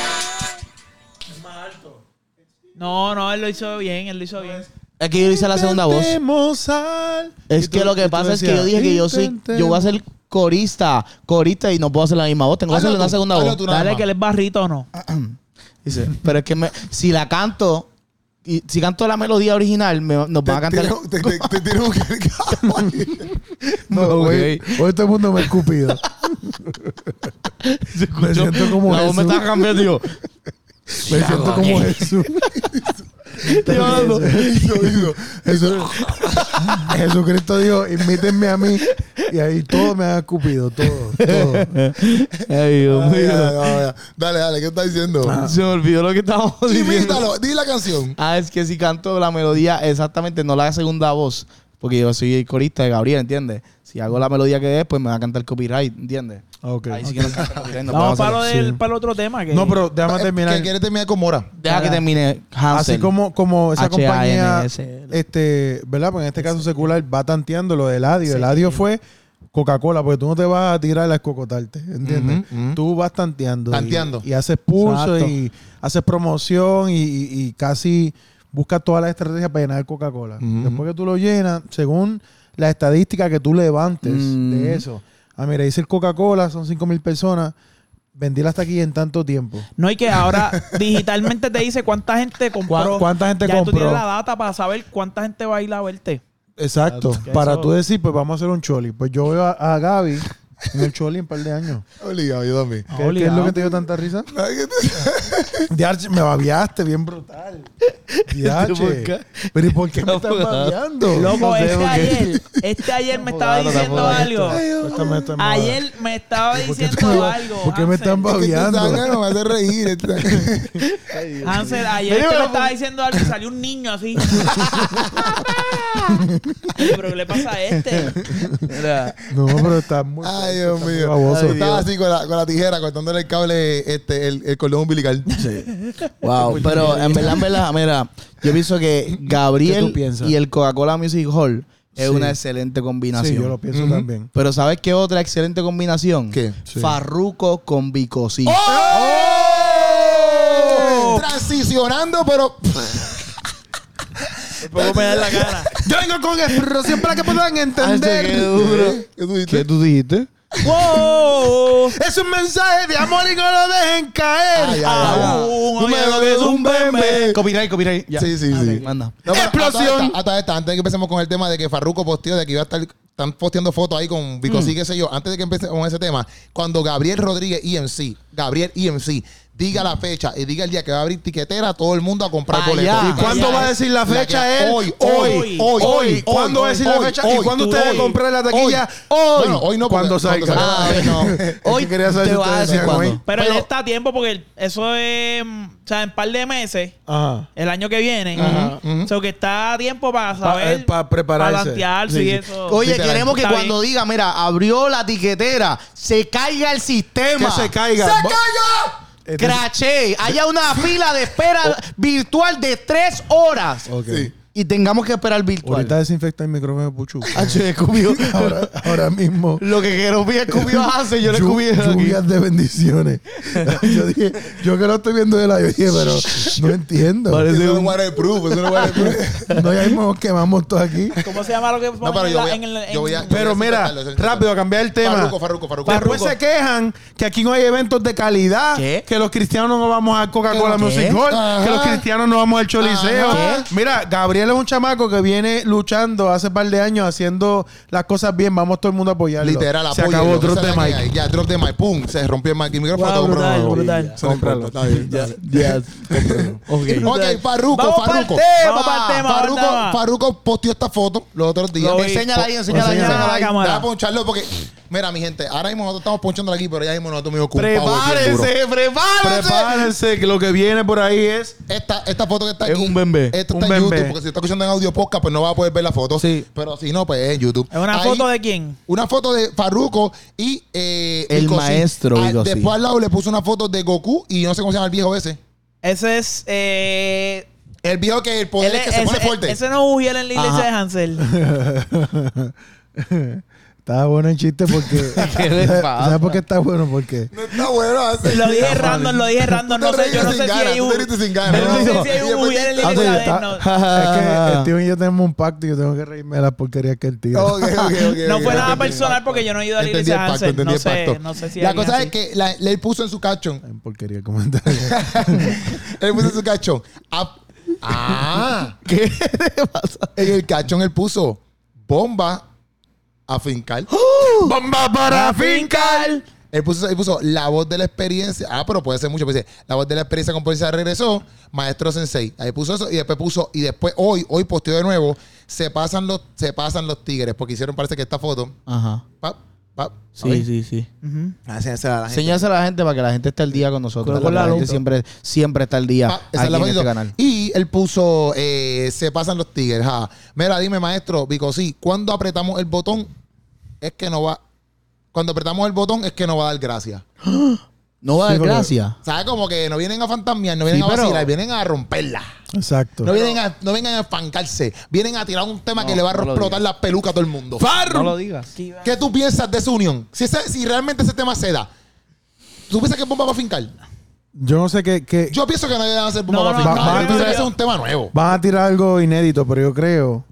Speaker 4: No, no, él lo hizo bien, él lo hizo bien.
Speaker 2: Es que yo hice la segunda voz.
Speaker 1: Intentemos al-
Speaker 2: Es
Speaker 1: Y
Speaker 2: que
Speaker 1: tú-
Speaker 2: lo que
Speaker 1: y tú
Speaker 2: pasa es que yo
Speaker 1: decías,
Speaker 2: dije que yo soy, yo voy a ser corista, corista y no puedo hacer la misma voz, tengo que
Speaker 3: Hazlo
Speaker 2: hacer una
Speaker 3: tú,
Speaker 2: segunda
Speaker 3: hazlo
Speaker 2: voz.
Speaker 3: tú nada
Speaker 4: Dale
Speaker 3: más.
Speaker 4: que él es barrito o no.
Speaker 1: Ah,
Speaker 2: Dice, pero es que me- si la canto, y, si canto la melodía original, me- nos van a
Speaker 3: Te
Speaker 2: cantar.
Speaker 3: tiro- Te te- te tiro un cargado.
Speaker 1: No, güey. Hoy todo el mundo me ha escupido. me siento como
Speaker 2: La voz
Speaker 1: Jesús.
Speaker 2: me está cambiando, yo.
Speaker 1: Me siento como Jesús.
Speaker 2: hablando.
Speaker 1: Jesús- Jesús- Jesucristo dijo, invítenme a mí. Y ahí todo me ha escupido, todo, todo.
Speaker 2: Ay, Dios
Speaker 3: Ay,
Speaker 2: mío.
Speaker 3: ay, ay, ay. Dale, dale, ¿qué estás diciendo?
Speaker 1: Ah.
Speaker 2: Se me olvidó lo que estábamos diciendo.
Speaker 3: Invítalo, di la canción.
Speaker 2: Ah, es que si canto la melodía exactamente, no la segunda voz, porque yo soy el corista de Gabriel, ¿entiendes? Si hago la melodía que es, pues me va a cantar copyright, ¿entiendes?
Speaker 1: Ok.
Speaker 2: Ahí sí que no canta copyright, no podemos
Speaker 4: Vamos para, lo
Speaker 2: hacerlo.
Speaker 1: hacerlo,
Speaker 4: del-
Speaker 1: sí.
Speaker 4: para el otro tema. Que
Speaker 1: No, pero déjame terminar.
Speaker 3: Ah, Que quieres terminar con Mora.
Speaker 2: Deja que termine Hansel.
Speaker 1: Así como, como esa compañía,
Speaker 2: H-A-N-S-L.
Speaker 1: este, ¿verdad? Porque en este caso secular va tanteando lo del adio. El adio fue Coca-Cola, porque tú no te vas a tirar a escocotarte, ¿entiendes?
Speaker 3: Ujú, ujú.
Speaker 1: Tú vas tanteando. y-
Speaker 3: Tanteando.
Speaker 1: Y, haces pulso
Speaker 4: Exacto.
Speaker 1: y haces promoción y, y- y casi buscas todas las estrategias para llenar Coca-Cola.
Speaker 3: Ujú.
Speaker 1: Después que tú lo llenas, según la estadística que tú levantes
Speaker 2: Mm.
Speaker 1: de eso. Ah, mira, hice el Coca-Cola, son 5 mil personas, vendí hasta aquí en tanto tiempo.
Speaker 4: No, y que ahora digitalmente te dice cuánta gente compró.
Speaker 1: ¿Cuá- cuánta gente
Speaker 4: ya tú
Speaker 1: compró?
Speaker 4: tienes la data para saber cuánta gente va a ir a verte.
Speaker 1: Exacto.
Speaker 4: que
Speaker 1: Para
Speaker 4: eso-
Speaker 1: tú decir, pues vamos a hacer un choli. Pues yo veo a, a Gaby en el choli en un par de años.
Speaker 3: Obligado, yo también.
Speaker 1: ¿Qué, qué es lo que te dio tanta risa?
Speaker 3: Ay, que te-
Speaker 1: Diarche, me babiaste bien brutal.
Speaker 2: ¿Por
Speaker 1: Diarche.
Speaker 2: qué?
Speaker 1: Pero ¿y por qué me estás
Speaker 2: Estamos-
Speaker 1: babiando?
Speaker 4: Loco,
Speaker 2: No sé
Speaker 4: este
Speaker 2: por qué.
Speaker 4: ayer, este ayer me estaba
Speaker 2: jugando, están
Speaker 4: diciendo
Speaker 2: jugando.
Speaker 4: algo.
Speaker 1: Préstame esta almohada.
Speaker 4: Ayer me estaba
Speaker 1: ¿Por qué
Speaker 4: diciendo
Speaker 1: me-
Speaker 4: algo.
Speaker 1: ¿Por qué me están
Speaker 3: que te saca,
Speaker 1: babiando?
Speaker 3: no me hace reír. este saca.
Speaker 4: Hansel, Hansel, ayer este me estaba diciendo algo y salió un niño así. Ay, Pero ¿qué le pasa a este?
Speaker 2: Mira,
Speaker 1: No, pero estás muy.
Speaker 3: Ay, Dios
Speaker 1: estás muy
Speaker 3: mío.
Speaker 1: baboso.
Speaker 3: Estaba así con la, con la tijera, cortándole el cable, este, el, el cordón umbilical.
Speaker 2: wow, pero en verdad, en verdad, mira, yo pienso que
Speaker 1: ¿Qué
Speaker 2: Gabriel
Speaker 1: tú piensas?
Speaker 2: y el Coca-Cola Music Hall es
Speaker 1: Sí.
Speaker 2: una excelente
Speaker 1: Sí,
Speaker 2: combinación.
Speaker 1: yo lo pienso
Speaker 3: Ujú.
Speaker 1: también.
Speaker 2: Pero ¿sabes qué otra excelente combinación?
Speaker 3: ¿Qué?
Speaker 1: Sí.
Speaker 2: Farruco con Bicosí.
Speaker 3: ¡Oh! Transicionando, pero.
Speaker 4: Poco me da la cara.
Speaker 1: Yo vengo con explosión para que puedan
Speaker 2: Hansel, qué duro.
Speaker 3: ¿Qué tú dijiste?
Speaker 2: ¿Qué tú dijiste?
Speaker 4: ¡Wow!
Speaker 1: Es un mensaje de amor y no lo dejen caer.
Speaker 3: Ay, ay, ay.
Speaker 4: Ah, Aún hay algo que es un
Speaker 2: meme. Copyright, copyright. ya.
Speaker 3: Sí, sí,
Speaker 2: Ok,
Speaker 3: sí.
Speaker 2: Manda.
Speaker 3: No, pero
Speaker 1: ¡Explosión!
Speaker 3: Hasta esta, hasta esta, antes de que empecemos con el tema de que Farruko posteó, de que iba a estar están posteando fotos ahí con
Speaker 6: Mm.
Speaker 3: Vico, sí, qué sé yo. Antes de que empecemos con ese tema, cuando Gabriel Rodríguez EMC, Gabriel EMC, diga la fecha y diga el día que va a abrir tiquetera, todo el mundo a comprar
Speaker 2: Pa'
Speaker 3: boletos.
Speaker 2: allá.
Speaker 1: ¿Y cuándo
Speaker 2: Ay,
Speaker 1: va a
Speaker 2: ay.
Speaker 1: decir la fecha
Speaker 3: que-
Speaker 1: él?
Speaker 3: hoy, hoy, hoy, hoy,
Speaker 1: ¿Cuándo va a
Speaker 3: hoy,
Speaker 1: decir
Speaker 3: hoy,
Speaker 1: la fecha?
Speaker 3: hoy,
Speaker 1: ¿Y cuándo
Speaker 3: tú,
Speaker 1: ustedes
Speaker 3: hoy,
Speaker 1: comprar la
Speaker 3: hoy.
Speaker 1: taquilla? Hoy.
Speaker 3: Bueno, hoy no,
Speaker 1: ¿Cuándo
Speaker 3: porque-
Speaker 1: salga?
Speaker 3: cuando
Speaker 2: Ah, no. Hoy
Speaker 1: quería saber
Speaker 2: te
Speaker 1: si
Speaker 2: vas a
Speaker 1: ustedes
Speaker 2: decir
Speaker 1: decían
Speaker 2: cuándo.
Speaker 1: hoy.
Speaker 4: Pero,
Speaker 3: Pero-
Speaker 4: él está a tiempo porque eso es. mm, O sea, en par de meses,
Speaker 1: Ajá.
Speaker 4: el año que viene.
Speaker 3: Ajá,
Speaker 4: O sea, que está a tiempo para
Speaker 1: eh,
Speaker 4: saber.
Speaker 1: pa' prepararse.
Speaker 4: Para plantearse
Speaker 1: Sí,
Speaker 4: y
Speaker 1: sí.
Speaker 4: eso.
Speaker 2: Oye,
Speaker 3: Literal.
Speaker 2: queremos que
Speaker 4: Está
Speaker 2: cuando diga, mira, abrió la tiquetera, se caiga el sistema.
Speaker 1: Que se caiga.
Speaker 2: ¡Se
Speaker 1: Bo-
Speaker 2: caiga!
Speaker 1: Entonces- Oh.
Speaker 2: Craché, haya una fila de espera virtual de tres horas.
Speaker 1: Ok.
Speaker 3: Sí.
Speaker 2: y tengamos que esperar virtual.
Speaker 1: Ahorita desinfecta el micrófono de Puchu.
Speaker 2: Ah, yo escupí-
Speaker 1: ahora, ahora mismo.
Speaker 2: Lo que quiero vi escupió hace, yo le
Speaker 1: Llu-
Speaker 2: escupí aquí.
Speaker 1: lluvias de bendiciones. yo dije, yo que lo estoy viendo de la yo dije, pero no entiendo.
Speaker 2: Parece
Speaker 3: Eso no es
Speaker 2: un-
Speaker 3: waterproof, eso no es waterproof.
Speaker 1: No, ya mismo nos quemamos todos aquí.
Speaker 4: ¿Cómo se llama lo que ponen
Speaker 3: pero
Speaker 4: en
Speaker 3: yo
Speaker 4: la-
Speaker 3: voy a-
Speaker 4: en el- en-
Speaker 3: yo voy a-
Speaker 6: Pero mira, rápido, a cambiar el tema.
Speaker 3: Farruco, Farruco, Farruco.
Speaker 6: Después se quejan que aquí no hay eventos de calidad,
Speaker 2: ¿Qué?
Speaker 6: que los cristianos no vamos al Coca-Cola
Speaker 2: ¿Qué?
Speaker 6: Music Hall,
Speaker 3: Ajá.
Speaker 6: que los cristianos no vamos al Choliseo.
Speaker 2: Ajá.
Speaker 6: Mira, Gabriel es un chamaco que viene luchando hace par de años haciendo las cosas bien, vamos todo el mundo a apoyarlo.
Speaker 3: Literal,
Speaker 6: Se
Speaker 3: apóyenlo,
Speaker 6: acabó
Speaker 3: esa
Speaker 6: drop
Speaker 3: es
Speaker 6: de
Speaker 3: la que
Speaker 6: mic.
Speaker 3: hay. Ya, drop de mic. Pum, se rompió el mic. El micrófono
Speaker 4: Wow,
Speaker 3: todo
Speaker 4: brutal,
Speaker 3: roto.
Speaker 4: brutal.
Speaker 3: Eso no importa, está bien, ya.
Speaker 2: Ya, ok.
Speaker 3: Ok, Farruco,
Speaker 4: Vamos pa'l
Speaker 3: Farruco.
Speaker 4: tema, vamos pa'l tema,
Speaker 3: Farruco,
Speaker 4: vamos al tema.
Speaker 3: Farruco posteó esta foto los otros días.
Speaker 4: Lo vi.
Speaker 2: Enséñala ahí, enséñala ahí,
Speaker 4: Enséñala a
Speaker 2: enséñala
Speaker 4: la
Speaker 2: ahí.
Speaker 4: cámara.
Speaker 3: Voy a poncharlo porque, mira, mi gente, ahora mismo nosotros estamos ponchándolo aquí, pero ya mismo nosotros medio ocupados. bien duro.
Speaker 6: Prepárense, prepárense. Prepárense, que lo que viene por ahí es.
Speaker 3: Esta, esta foto que está
Speaker 2: Es
Speaker 3: aquí.
Speaker 2: un bembé,
Speaker 3: Esta
Speaker 6: un
Speaker 3: está en
Speaker 6: bembé.
Speaker 3: YouTube, porque si está escuchando en audio podcast, pues no va a poder ver la foto.
Speaker 6: Sí.
Speaker 3: Pero si no, pues es en YouTube.
Speaker 4: ¿Es una
Speaker 3: Ahí-
Speaker 4: foto de quién?
Speaker 3: Una foto de Farruko y eh,
Speaker 2: El
Speaker 3: Vico C.
Speaker 2: maestro
Speaker 3: Ah,
Speaker 2: Vico C.
Speaker 3: Después al lado le puso una foto de Goku y no sé cómo se llama el viejo ese.
Speaker 4: Ese es. Eh,
Speaker 3: El viejo que el poder
Speaker 4: él
Speaker 3: es que
Speaker 4: es-
Speaker 3: se pone
Speaker 4: ese- eh,
Speaker 3: fuerte.
Speaker 4: Ese no es Ujiel en la iglesia
Speaker 2: Ajá.
Speaker 4: de Hansel.
Speaker 1: Estaba bueno el chiste porque.
Speaker 2: ¿Qué le pasa?
Speaker 1: ¿Sabes por qué está bueno? Porque.
Speaker 3: No está bueno. hace-
Speaker 4: Lo dije random, lo dije random. No
Speaker 3: Tú te
Speaker 4: sé, yo no
Speaker 3: reíste
Speaker 4: sé
Speaker 3: sin
Speaker 4: si
Speaker 3: ganas,
Speaker 4: hay
Speaker 3: tú
Speaker 4: un.
Speaker 3: te reíste sin ganas.
Speaker 4: yo no sé si hay
Speaker 3: Y
Speaker 4: un
Speaker 3: después
Speaker 4: Ujiel en la
Speaker 1: Ah, sí,
Speaker 4: iglesia de
Speaker 1: está-
Speaker 4: no-
Speaker 1: Es que Steven y yo tenemos un pacto y yo tengo que reírme de las porquerías que él
Speaker 3: te-
Speaker 1: tira.
Speaker 3: Ok, ok, ok,
Speaker 4: No
Speaker 3: ok,
Speaker 4: fue
Speaker 3: ok,
Speaker 4: nada
Speaker 3: entendí el
Speaker 4: personal
Speaker 3: pacto.
Speaker 4: porque yo no he ido a la
Speaker 3: Entendí
Speaker 4: iglesia
Speaker 3: el
Speaker 4: de
Speaker 3: pacto,
Speaker 4: Hansel.
Speaker 3: entendí
Speaker 4: No
Speaker 3: el
Speaker 4: sé,
Speaker 3: pacto.
Speaker 4: no sé si
Speaker 3: La
Speaker 4: alguien
Speaker 3: cosa
Speaker 4: así.
Speaker 3: es que la- él puso en su caption.
Speaker 1: En porquería de comentarios.
Speaker 3: Él puso en su caption. ah, Ah. ¿Qué pasa? En el caption él puso bomba a fincar.
Speaker 6: ¡Oh! ¡Bomba para fincar!
Speaker 3: Él puso, él puso la voz de la experiencia. Ah, pero puede ser mucho. pues, dice, la voz de la experiencia con policía regresó. Maestro Sensei. Ahí puso eso. Y después puso. Y después hoy, hoy posteó de nuevo. Se pasan los, se pasan los tigres. Porque hicieron, parece que esta foto.
Speaker 2: Ajá.
Speaker 3: Pap, pap.
Speaker 2: Sí, sí, sí.
Speaker 4: Ujú.
Speaker 2: Enséñasela a la gente para que la gente esté al día con nosotros.
Speaker 4: Con
Speaker 2: porque
Speaker 4: la
Speaker 2: la
Speaker 4: luz.
Speaker 2: gente siempre, siempre está al día
Speaker 3: Pa- Ah, esa es
Speaker 2: aquí
Speaker 3: la
Speaker 2: en este
Speaker 3: fotito.
Speaker 2: canal.
Speaker 3: Y él puso, eh, se pasan los tigres. ja. Mira, dime, maestro, Vico, sí, cuando apretamos el botón, es que no va. Cuando apretamos el botón, es que no va a dar gracia.
Speaker 2: No va a
Speaker 1: Sí,
Speaker 2: dar
Speaker 1: porque-
Speaker 2: gracias.
Speaker 3: ¿Sabes? Como que no vienen a fantasmear, no vienen
Speaker 2: Sí,
Speaker 3: a
Speaker 2: pero-
Speaker 3: vacilar, vienen a romperla.
Speaker 1: Exacto.
Speaker 3: No vienen, a, no vengan a fancarse, vienen a tirar un tema que le va a
Speaker 2: no lo
Speaker 3: explotar la peluca a todo el mundo.
Speaker 2: No lo digas.
Speaker 4: Aquí va.
Speaker 3: ¿Qué tú piensas de esa unión? Si, ese- si realmente ese tema se da, ¿tú piensas que bomba va a fincar?
Speaker 1: Yo no sé qué. qué-
Speaker 3: Yo pienso que no deben hacer bomba
Speaker 4: No,
Speaker 3: va a
Speaker 4: no,
Speaker 3: fincar.
Speaker 1: no,
Speaker 3: Yo
Speaker 1: no,
Speaker 3: pienso
Speaker 4: no,
Speaker 3: que ese
Speaker 4: yo-
Speaker 3: es un tema nuevo.
Speaker 1: Van a tirar algo inédito, pero yo creo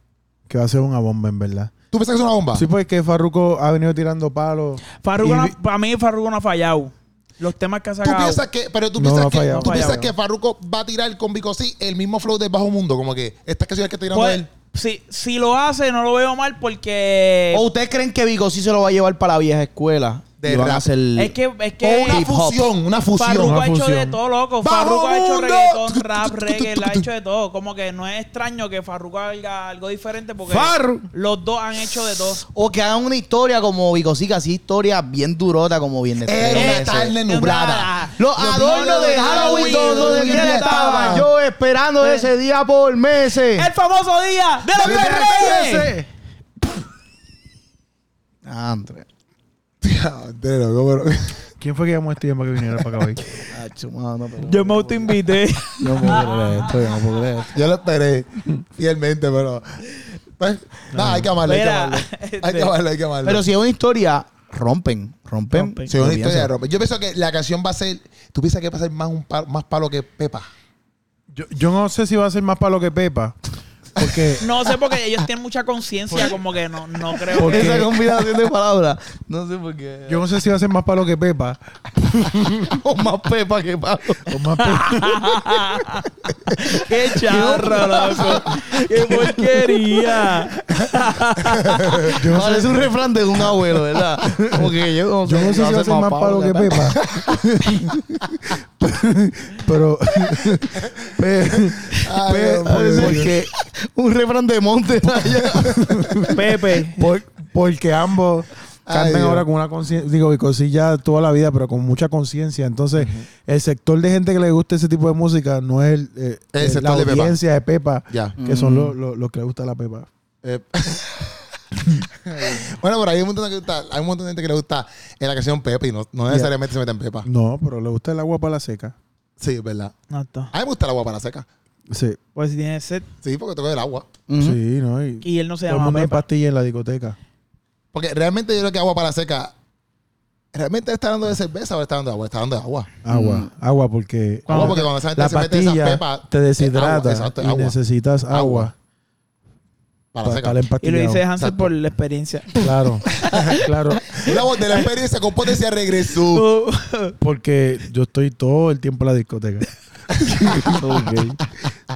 Speaker 1: que va a ser una bomba, en verdad.
Speaker 3: ¿Tú piensas que es una bomba?
Speaker 1: Sí, pues que Farruko ha venido tirando palos.
Speaker 4: Farruko
Speaker 1: Y
Speaker 4: no-
Speaker 1: vi-
Speaker 4: para mí Farruko no ha fallado. Los temas que ha
Speaker 3: ¿Tú
Speaker 4: sacado.
Speaker 3: piensas que, pero tú
Speaker 1: No,
Speaker 3: piensas
Speaker 1: no ha
Speaker 3: que,
Speaker 1: fallado.
Speaker 3: tú
Speaker 4: No ha
Speaker 3: piensas
Speaker 4: fallado.
Speaker 3: que Farruko va a tirar con Vico sí el mismo flow de Bajo Mundo? Como que estas canciones que está tirando
Speaker 4: Pues,
Speaker 3: él.
Speaker 4: si, si lo hace, no lo veo mal porque.
Speaker 2: ¿O ustedes creen que Vigo sí se lo va a llevar para la vieja escuela?
Speaker 3: De
Speaker 2: y van
Speaker 3: rap.
Speaker 2: a hacer...
Speaker 4: es que. Es
Speaker 3: O
Speaker 4: que
Speaker 3: una
Speaker 2: hip hop.
Speaker 3: fusión, una fusión.
Speaker 4: Farruko
Speaker 1: una
Speaker 4: ha hecho de
Speaker 1: fusión.
Speaker 4: todo, loco.
Speaker 3: ¡Bajo
Speaker 4: Farruko ha hecho
Speaker 3: mundo!
Speaker 4: reggaetón, rap, reggae, él ha hecho de todo. Como que no es extraño que Farruko haga algo diferente porque
Speaker 6: Farru-
Speaker 4: los dos han hecho de todo.
Speaker 2: O que hagan una historia como Vico sí, que así historia bien durota como bien de
Speaker 3: Era una
Speaker 2: Estrella, ese.
Speaker 3: tarde nublada.
Speaker 2: Eh, Los adornos de Halloween donde
Speaker 4: Halloween
Speaker 2: estaba
Speaker 4: estaba.
Speaker 2: yo esperando ese día por meses.
Speaker 4: Eh. El famoso día de los tres reyes.
Speaker 2: Andre,
Speaker 1: ¿Quién fue que llamó a Steven para que viniera para acá hoy?
Speaker 2: acho, mano, ah, pero-
Speaker 4: Yo me autoinvité.
Speaker 2: Yo no puedo creer esto, yo no puedo creer esto.
Speaker 3: Yo lo esperé fielmente, pero. Pues, nada, hay que amarle, hay que
Speaker 4: Mira,
Speaker 3: amarle. Hay que
Speaker 4: este-
Speaker 3: amarle, hay que amarle.
Speaker 2: Pero si es una historia, rompen, rompen.
Speaker 4: Rompen.
Speaker 3: Sí, es una
Speaker 2: Yo
Speaker 3: historia de
Speaker 2: pienso.
Speaker 3: ropa. Yo pienso que la canción va a ser. ¿Tú piensas que va a ser más, un palo, más palo que Pepa?
Speaker 1: Yo, yo no sé si va a ser más palo que Pepa. Porque.
Speaker 4: No sé porque ellos tienen mucha conciencia, como que no, no creo
Speaker 1: Porque-
Speaker 4: que.
Speaker 2: Esa combinación de palabras, no sé por qué.
Speaker 1: Yo no sé si va a ser más palo que Pepa.
Speaker 2: O más pepa que palo.
Speaker 1: O más pe-
Speaker 4: ¡Qué charro, loco! ¡Qué porquería!
Speaker 1: yo, no sé,
Speaker 2: Parece un refrán de un abuelo, ¿verdad? Como que yo no sé,
Speaker 1: yo no sé si va a ser más palo que Pepa. pero. pe-
Speaker 2: Eh,
Speaker 1: pe- porque,
Speaker 2: Un refrán de monte.
Speaker 4: Pepe.
Speaker 1: por- porque ambos
Speaker 3: Ay,
Speaker 1: cantan
Speaker 3: Dios.
Speaker 1: ahora con una conciencia. Digo, y sí ya toda la vida, pero con mucha conciencia. Entonces, el sector de gente que le gusta ese tipo de música no es el, eh,
Speaker 3: El
Speaker 1: es la
Speaker 3: sector de Pepa.
Speaker 1: audiencia de Pepa,
Speaker 3: Ya. Mm.
Speaker 1: que son los, los- los que le gusta la Pepa.
Speaker 3: Eh, bueno, pero hay un montón de gente que le gusta, hay un montón de gente que le gusta eh, la canción Pepa y no, no necesariamente se mete en Pepa.
Speaker 1: No, pero le gusta el agua para la seca.
Speaker 3: Sí, es verdad.
Speaker 4: No está.
Speaker 3: A mí me gusta el agua para la seca.
Speaker 1: Sí,
Speaker 4: Pues si tiene sed.
Speaker 3: Sí, porque toca el agua.
Speaker 2: Ujú.
Speaker 1: sí, ¿no? Y
Speaker 4: Y él no se
Speaker 1: todo el
Speaker 4: llama
Speaker 1: mundo en
Speaker 4: Pepa.
Speaker 1: pastilla en la discoteca.
Speaker 3: Porque realmente yo creo que agua para seca. ¿Realmente está dando de cerveza o está dando de agua? Está dando de agua.
Speaker 1: Agua, agua, porque
Speaker 3: Agua, porque cuando esa gente
Speaker 1: la
Speaker 3: se mete esas
Speaker 1: pastilla
Speaker 3: pepas.
Speaker 1: te
Speaker 3: es
Speaker 1: deshidrata
Speaker 3: agua, exacto, es
Speaker 1: y
Speaker 3: agua.
Speaker 1: necesitas agua,
Speaker 3: Agua. para
Speaker 1: para
Speaker 3: seca.
Speaker 1: estar
Speaker 4: Y lo
Speaker 1: empastillado.
Speaker 4: dice Hansel
Speaker 3: Exacto.
Speaker 4: por la experiencia.
Speaker 1: Claro, claro,
Speaker 3: Una voz de la experiencia con potencia regresó.
Speaker 4: Uh,
Speaker 1: porque yo estoy todo el tiempo en la discoteca. Ok.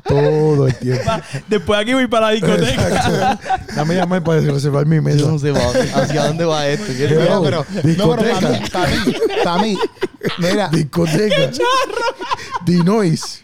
Speaker 1: Todo el tiempo.
Speaker 4: pa- Después aquí voy para la discoteca.
Speaker 1: Dame llamar para reservar mi
Speaker 2: Yo
Speaker 1: mesa.
Speaker 2: no sé va- hacia dónde va esto. Yo
Speaker 3: Mira,
Speaker 1: Pero,
Speaker 3: pero, no, pero para mí, para mí, para mí, mira,
Speaker 1: Discoteca. Dinois.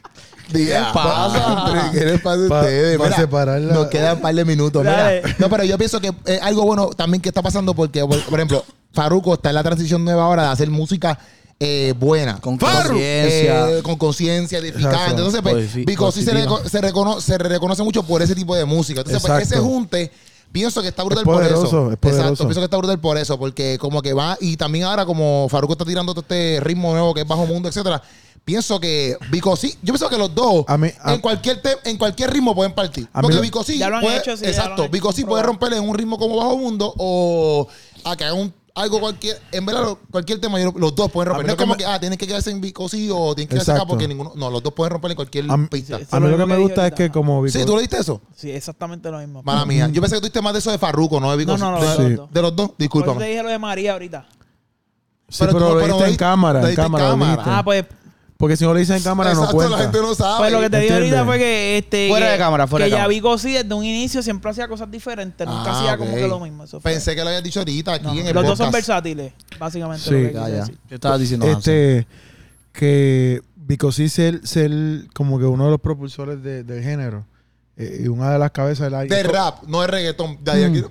Speaker 3: diga,
Speaker 2: pasa?
Speaker 3: entre- ¿Qué les pasa a
Speaker 1: Pa-
Speaker 3: ustedes?
Speaker 1: pa
Speaker 3: Mira,
Speaker 1: separarla.
Speaker 3: Nos quedan un par de minutos. Mira.
Speaker 4: Dale.
Speaker 3: No, pero yo pienso que es algo bueno también que está pasando porque, por, por ejemplo, Farruko está en la transición nueva ahora de hacer música eh, buena.
Speaker 2: Con
Speaker 3: Farru-
Speaker 2: conciencia.
Speaker 3: eh, con conciencia, edificante.
Speaker 1: Exacto.
Speaker 3: Entonces, pues,
Speaker 2: Poesi-
Speaker 3: Vico sí se,
Speaker 2: positiva.
Speaker 3: reco- se, recono- se reconoce mucho por ese tipo de música. Entonces, pues,
Speaker 1: Exacto.
Speaker 3: ese junte. Pienso que está brutal
Speaker 1: Es poderoso,
Speaker 3: por eso.
Speaker 1: es poderoso.
Speaker 3: Exacto, pienso que está brutal por eso, porque como que va, y también ahora como Farruko está tirando todo este ritmo nuevo que es bajo mundo, etcétera, pienso que Vico sí, yo pienso que los dos
Speaker 1: A mí- a-
Speaker 3: en cualquier te- en cualquier ritmo pueden partir.
Speaker 1: A mí
Speaker 3: Porque
Speaker 1: lo-
Speaker 3: Vico sí,
Speaker 4: Ya lo han
Speaker 3: puede-
Speaker 4: hecho, sí, ya lo han
Speaker 3: exacto,
Speaker 4: hecho,
Speaker 3: Vico sí puede
Speaker 4: probado.
Speaker 3: romper en un ritmo como bajo mundo o a que haga un algo cualquier, en verdad lo- cualquier tema yo- los dos pueden
Speaker 1: A
Speaker 3: romper. No
Speaker 1: mí lo
Speaker 3: es
Speaker 1: que
Speaker 3: como
Speaker 1: me-
Speaker 3: que ah, tienen que quedarse en Vico sí o tienen que quedarse acá
Speaker 1: Exacto.
Speaker 3: porque ninguno, no, los dos pueden romper en cualquier
Speaker 1: A mí-
Speaker 3: pista.
Speaker 4: Sí,
Speaker 3: Sí,
Speaker 4: sí.
Speaker 1: A mí lo que me
Speaker 4: dije
Speaker 1: gusta es que
Speaker 4: ahorita.
Speaker 1: como Vico-
Speaker 3: tú lo diste eso.
Speaker 4: Sí, exactamente lo mismo.
Speaker 3: Mala mía. Yo pensé que tuviste más de eso de Farruko, no de Vico
Speaker 4: No, no, no,
Speaker 3: sí.
Speaker 4: los
Speaker 3: de,
Speaker 4: dos,
Speaker 3: de
Speaker 4: dos.
Speaker 3: los, dos,
Speaker 4: Por eso
Speaker 3: discúlpame.
Speaker 4: te dije lo de María ahorita.
Speaker 1: Sí,
Speaker 3: Pero tú-
Speaker 1: pero lo
Speaker 3: pero lo
Speaker 1: diste en
Speaker 3: diste- lo
Speaker 1: cámara, en
Speaker 3: diste en
Speaker 1: cámara. lo
Speaker 3: cámara.
Speaker 1: diste.
Speaker 4: Ah, pues,
Speaker 1: Porque si no lo dices en cámara
Speaker 3: Exacto,
Speaker 1: no cuenta.
Speaker 3: la gente no sabe.
Speaker 4: pues lo que te dije
Speaker 1: entiende.
Speaker 4: ahorita fue que este
Speaker 2: Fuera
Speaker 4: que-
Speaker 2: de cámara, fuera de
Speaker 4: que ya
Speaker 2: cámara.
Speaker 4: Vico sí desde un inicio siempre hacía cosas diferentes, nunca
Speaker 3: Ah,
Speaker 4: hacía como
Speaker 3: ok.
Speaker 4: que lo mismo. Eso fue.
Speaker 3: Pensé que lo habías dicho ahorita aquí
Speaker 4: No, no,
Speaker 3: en
Speaker 4: Los
Speaker 3: el
Speaker 4: dos son
Speaker 3: podcast.
Speaker 4: versátiles, básicamente.
Speaker 1: Sí,
Speaker 4: lo que
Speaker 1: ya,
Speaker 4: quise
Speaker 2: Ya, ya.
Speaker 4: decir.
Speaker 2: ¿Qué estabas diciendo? Hansel?
Speaker 1: este que Vico sí ser, ser como que uno de los propulsores de- del género eh, y una de las cabezas del
Speaker 3: De rap, no de reggaetón. De ahí aquí-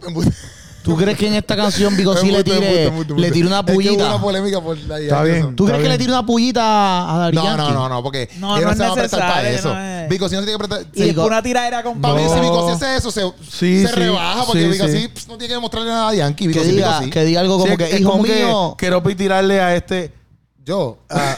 Speaker 2: ¿Tú crees que en esta canción Vico Mm. sí le
Speaker 3: Embute, embute,
Speaker 2: tire,
Speaker 3: embute,
Speaker 2: le
Speaker 3: embute.
Speaker 2: tire una
Speaker 3: Es que hubo
Speaker 2: pullita?
Speaker 3: una polémica por la
Speaker 1: Está bien. Está
Speaker 2: ¿Tú crees que
Speaker 1: bien.
Speaker 2: le tire una pullita a Dari
Speaker 3: No, no,
Speaker 2: Yankee?
Speaker 3: no, no, porque
Speaker 4: No,
Speaker 3: él
Speaker 4: no
Speaker 3: no,
Speaker 4: es
Speaker 3: se va a prestar para
Speaker 4: necesario,
Speaker 3: eso.
Speaker 4: no es.
Speaker 3: Vico, si no se tiene que prestar.
Speaker 4: Y
Speaker 3: Sí,
Speaker 4: después una tiradera con
Speaker 3: para mí,
Speaker 4: Pablo.
Speaker 3: si
Speaker 1: No.
Speaker 3: Vico sí hace eso, se,
Speaker 1: Sí,
Speaker 3: se
Speaker 1: sí,
Speaker 3: rebaja, porque
Speaker 1: sí,
Speaker 3: Vico
Speaker 1: sí.
Speaker 3: sí pff, no tiene que demostrarle nada a Yankee. Vico
Speaker 2: Que
Speaker 3: sí, Vico
Speaker 2: diga,
Speaker 3: sí.
Speaker 2: que diga algo como que, hijo mío...
Speaker 7: Quiero tirarle a este.
Speaker 3: Yo. ah,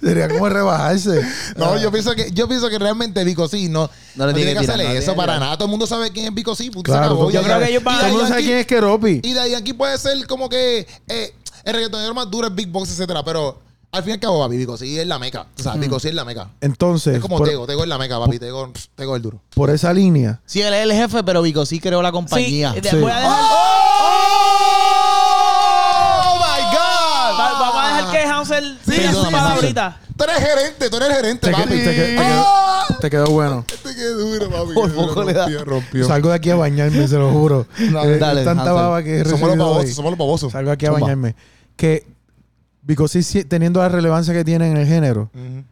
Speaker 1: Sería como rebajarse.
Speaker 3: no, yo pienso que, yo pienso que realmente Vico sí no,
Speaker 2: ah. No
Speaker 3: no,
Speaker 2: le
Speaker 3: tiene que
Speaker 2: tiene que tirar,
Speaker 3: hacerle
Speaker 2: no le
Speaker 3: eso
Speaker 2: tiene que
Speaker 3: para
Speaker 2: tirar.
Speaker 3: nada. Todo el mundo sabe quién es Vico sí, punto,
Speaker 1: Claro,
Speaker 3: se acabó.
Speaker 1: todo
Speaker 3: Ya
Speaker 4: el mundo
Speaker 3: sabe.
Speaker 4: sabe. Yo creo que
Speaker 3: Y Daddy
Speaker 1: Todo
Speaker 4: ellos van-
Speaker 1: el mundo sabe
Speaker 3: Yankee-
Speaker 1: quién es Keropi.
Speaker 3: Y de aquí puede ser como que eh, el reggaetonero más duro es Big Box, etcétera, pero al fin y al cabo, papi, Vico sí es la meca. O sea, Vico sí es la meca.
Speaker 1: Entonces,
Speaker 3: Es como
Speaker 1: por,
Speaker 3: Tego, Tego es la meca, papi, Tego, pff, Tego es el duro.
Speaker 1: por esa línea,
Speaker 2: Sí, él es el jefe, pero Vico sí creó la
Speaker 4: Sí,
Speaker 2: compañía.
Speaker 4: te
Speaker 1: Sí.
Speaker 4: Eh, voy a dejar-
Speaker 3: Ah. ¡Oh my God!
Speaker 4: va- Vamos a dejar que Hansel diga su
Speaker 2: perdóname, Hansel.
Speaker 4: palabrita.
Speaker 3: Tú eres gerente, tú eres gerente,
Speaker 1: Te que-
Speaker 3: papi.
Speaker 1: te que- te que-
Speaker 3: ¡Ah!
Speaker 1: te quedó bueno.
Speaker 3: Este que duro, papi.
Speaker 2: Por
Speaker 3: qué duro,
Speaker 2: poco le da.
Speaker 3: rompió, rompió.
Speaker 1: Salgo de aquí a bañarme, se lo juro. Eh,
Speaker 2: dale,
Speaker 1: tanta
Speaker 2: Hansel.
Speaker 1: baba que he
Speaker 3: Somos los
Speaker 1: recibido hoy.
Speaker 3: babosos, somos los babosos.
Speaker 1: Salgo aquí a
Speaker 2: Zumba.
Speaker 1: bañarme. Que Vico sí, sí, teniendo la relevancia que tiene en el género,
Speaker 3: Ujú.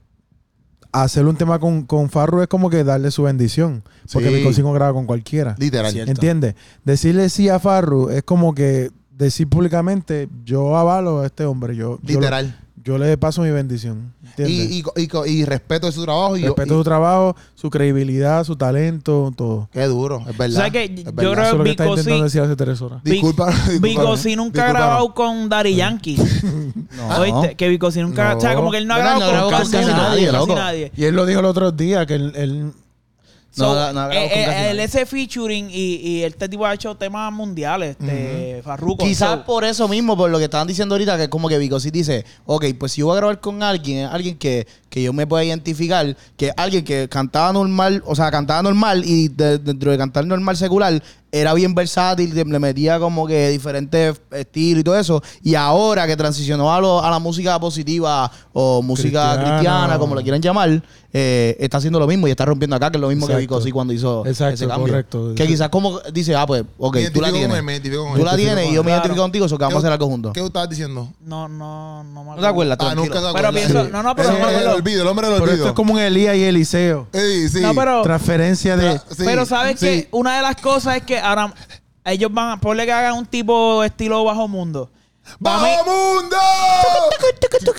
Speaker 1: hacer un tema con, con Farru es como que darle su bendición. Porque
Speaker 3: Sí.
Speaker 1: Vico sí no graba con cualquiera.
Speaker 3: Literal.
Speaker 2: Cierto.
Speaker 1: ¿Entiendes? Decirle sí a Farru es como que decir públicamente, yo avalo a este hombre, yo, yo, lo-
Speaker 3: Literal.
Speaker 1: yo le paso mi bendición. ¿Entiendes?
Speaker 3: Y, y, y, y respeto de su trabajo. Y,
Speaker 1: Respeto
Speaker 3: y-
Speaker 1: su trabajo, su credibilidad, su talento, todo.
Speaker 3: Qué duro, es verdad.
Speaker 4: O sea que
Speaker 3: es
Speaker 4: yo
Speaker 3: verdad.
Speaker 4: creo-
Speaker 1: Eso es lo que está
Speaker 4: Vico sí-
Speaker 1: intentando decir hace tres horas.
Speaker 4: Vic-
Speaker 3: Disculpa, disculpa,
Speaker 4: Vico
Speaker 3: ¿eh?
Speaker 4: sí nunca ha
Speaker 3: Disculpa.
Speaker 4: grabado con Daddy Yankee.
Speaker 2: Ah, No.
Speaker 4: ¿Oíste? Que Vico sí nunca. O sea, como que él no ha
Speaker 2: Mira,
Speaker 4: grabado
Speaker 2: no grabó
Speaker 4: con casi nadie. Casi
Speaker 2: loco.
Speaker 4: nadie.
Speaker 1: Y él lo dijo el otro día, que él, él-
Speaker 2: No,
Speaker 4: So,
Speaker 2: no, no,
Speaker 4: eh,
Speaker 2: con
Speaker 4: eh,
Speaker 2: casi
Speaker 4: él
Speaker 2: nadie.
Speaker 4: ese featuring y, y este tipo ha hecho temas mundiales, este, Farruko.
Speaker 2: Quizás
Speaker 4: So,
Speaker 2: por eso mismo, por lo que estaban diciendo ahorita, que es como que Vico sí dice, ok, pues si yo voy a grabar con alguien, es alguien que, que yo me pueda identificar, que alguien que cantaba normal, o sea, cantaba normal y de- dentro de cantar normal secular, era bien versátil, le le metía como que diferentes estilos y todo eso, y ahora que transicionó a, lo- a la música positiva o música
Speaker 1: Cristiana.
Speaker 2: cristiana, como la quieran llamar, eh, está haciendo lo mismo y está rompiendo acá, que es lo mismo que
Speaker 1: Exacto.
Speaker 2: Vico sí cuando hizo
Speaker 1: Exacto,
Speaker 2: ese cambio.
Speaker 1: correcto.
Speaker 2: Que quizás como dice, ah, pues, ok,
Speaker 3: Me
Speaker 2: tú
Speaker 3: identifico
Speaker 2: la
Speaker 3: con
Speaker 2: tienes.
Speaker 3: él, me identifico con
Speaker 2: Tú
Speaker 3: él.
Speaker 2: la tienes y yo me
Speaker 4: Claro.
Speaker 2: identifico contigo, eso que vamos a hacer algo juntos.
Speaker 3: ¿Qué tú estabas diciendo?
Speaker 4: no, no, no me
Speaker 2: ¿No te acuerdas?
Speaker 3: Ah,
Speaker 2: Tranquilo.
Speaker 3: nunca se
Speaker 4: Pero
Speaker 3: acuerda.
Speaker 4: pienso, no, no, pero,
Speaker 3: Eh,
Speaker 4: no,
Speaker 3: el
Speaker 4: pero-
Speaker 3: olvido, el hombre del
Speaker 1: Pero
Speaker 3: olvido.
Speaker 1: esto es como un Elías y Eliseo.
Speaker 3: Ey, sí.
Speaker 4: no, pero,
Speaker 1: Transferencia de...
Speaker 3: Tra- sí,
Speaker 4: pero sabes
Speaker 3: sí.
Speaker 4: que una de las cosas es que ahora ellos van a ponle que hagan un tipo estilo bajo mundo. Pa' mí-
Speaker 3: ¡Bajo mundo!
Speaker 1: Ta, ta, ti, ta,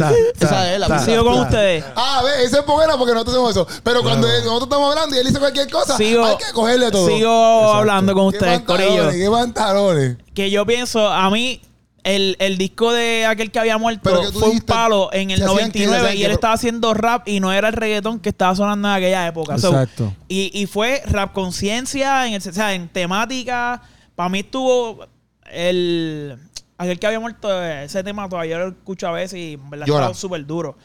Speaker 1: ta,
Speaker 2: Esa
Speaker 1: ta,
Speaker 2: es la
Speaker 1: ta,
Speaker 2: música.
Speaker 4: sigo con
Speaker 1: ta.
Speaker 4: ustedes.
Speaker 3: Ah, ve, ese es buena porque nosotros hacemos eso. Pero cuando él- nosotros estamos hablando y él dice cualquier cosa,
Speaker 4: Sigo,
Speaker 3: hay que cogerle todo.
Speaker 4: sigo hablando con
Speaker 3: ¿Qué
Speaker 4: ustedes,
Speaker 3: pantalones,
Speaker 4: Corillo.
Speaker 3: ¿Qué pantalones?
Speaker 4: que yo pienso, a mí, el, el disco de aquel que había muerto
Speaker 3: Pero que tú
Speaker 4: fue un
Speaker 3: dijiste,
Speaker 4: palo en el
Speaker 3: se hacían
Speaker 4: 99
Speaker 3: quién, se hacían
Speaker 4: y él
Speaker 3: qué,
Speaker 4: estaba haciendo rap y no era el reggaetón que estaba sonando en aquella época. So,
Speaker 1: Exacto.
Speaker 4: y, y fue rap conciencia, en el, o sea, en temática. Para mí estuvo el... Aquel que había muerto, ese tema todavía lo escucho a veces y en verdad
Speaker 3: Llora.
Speaker 4: estaba súper duro.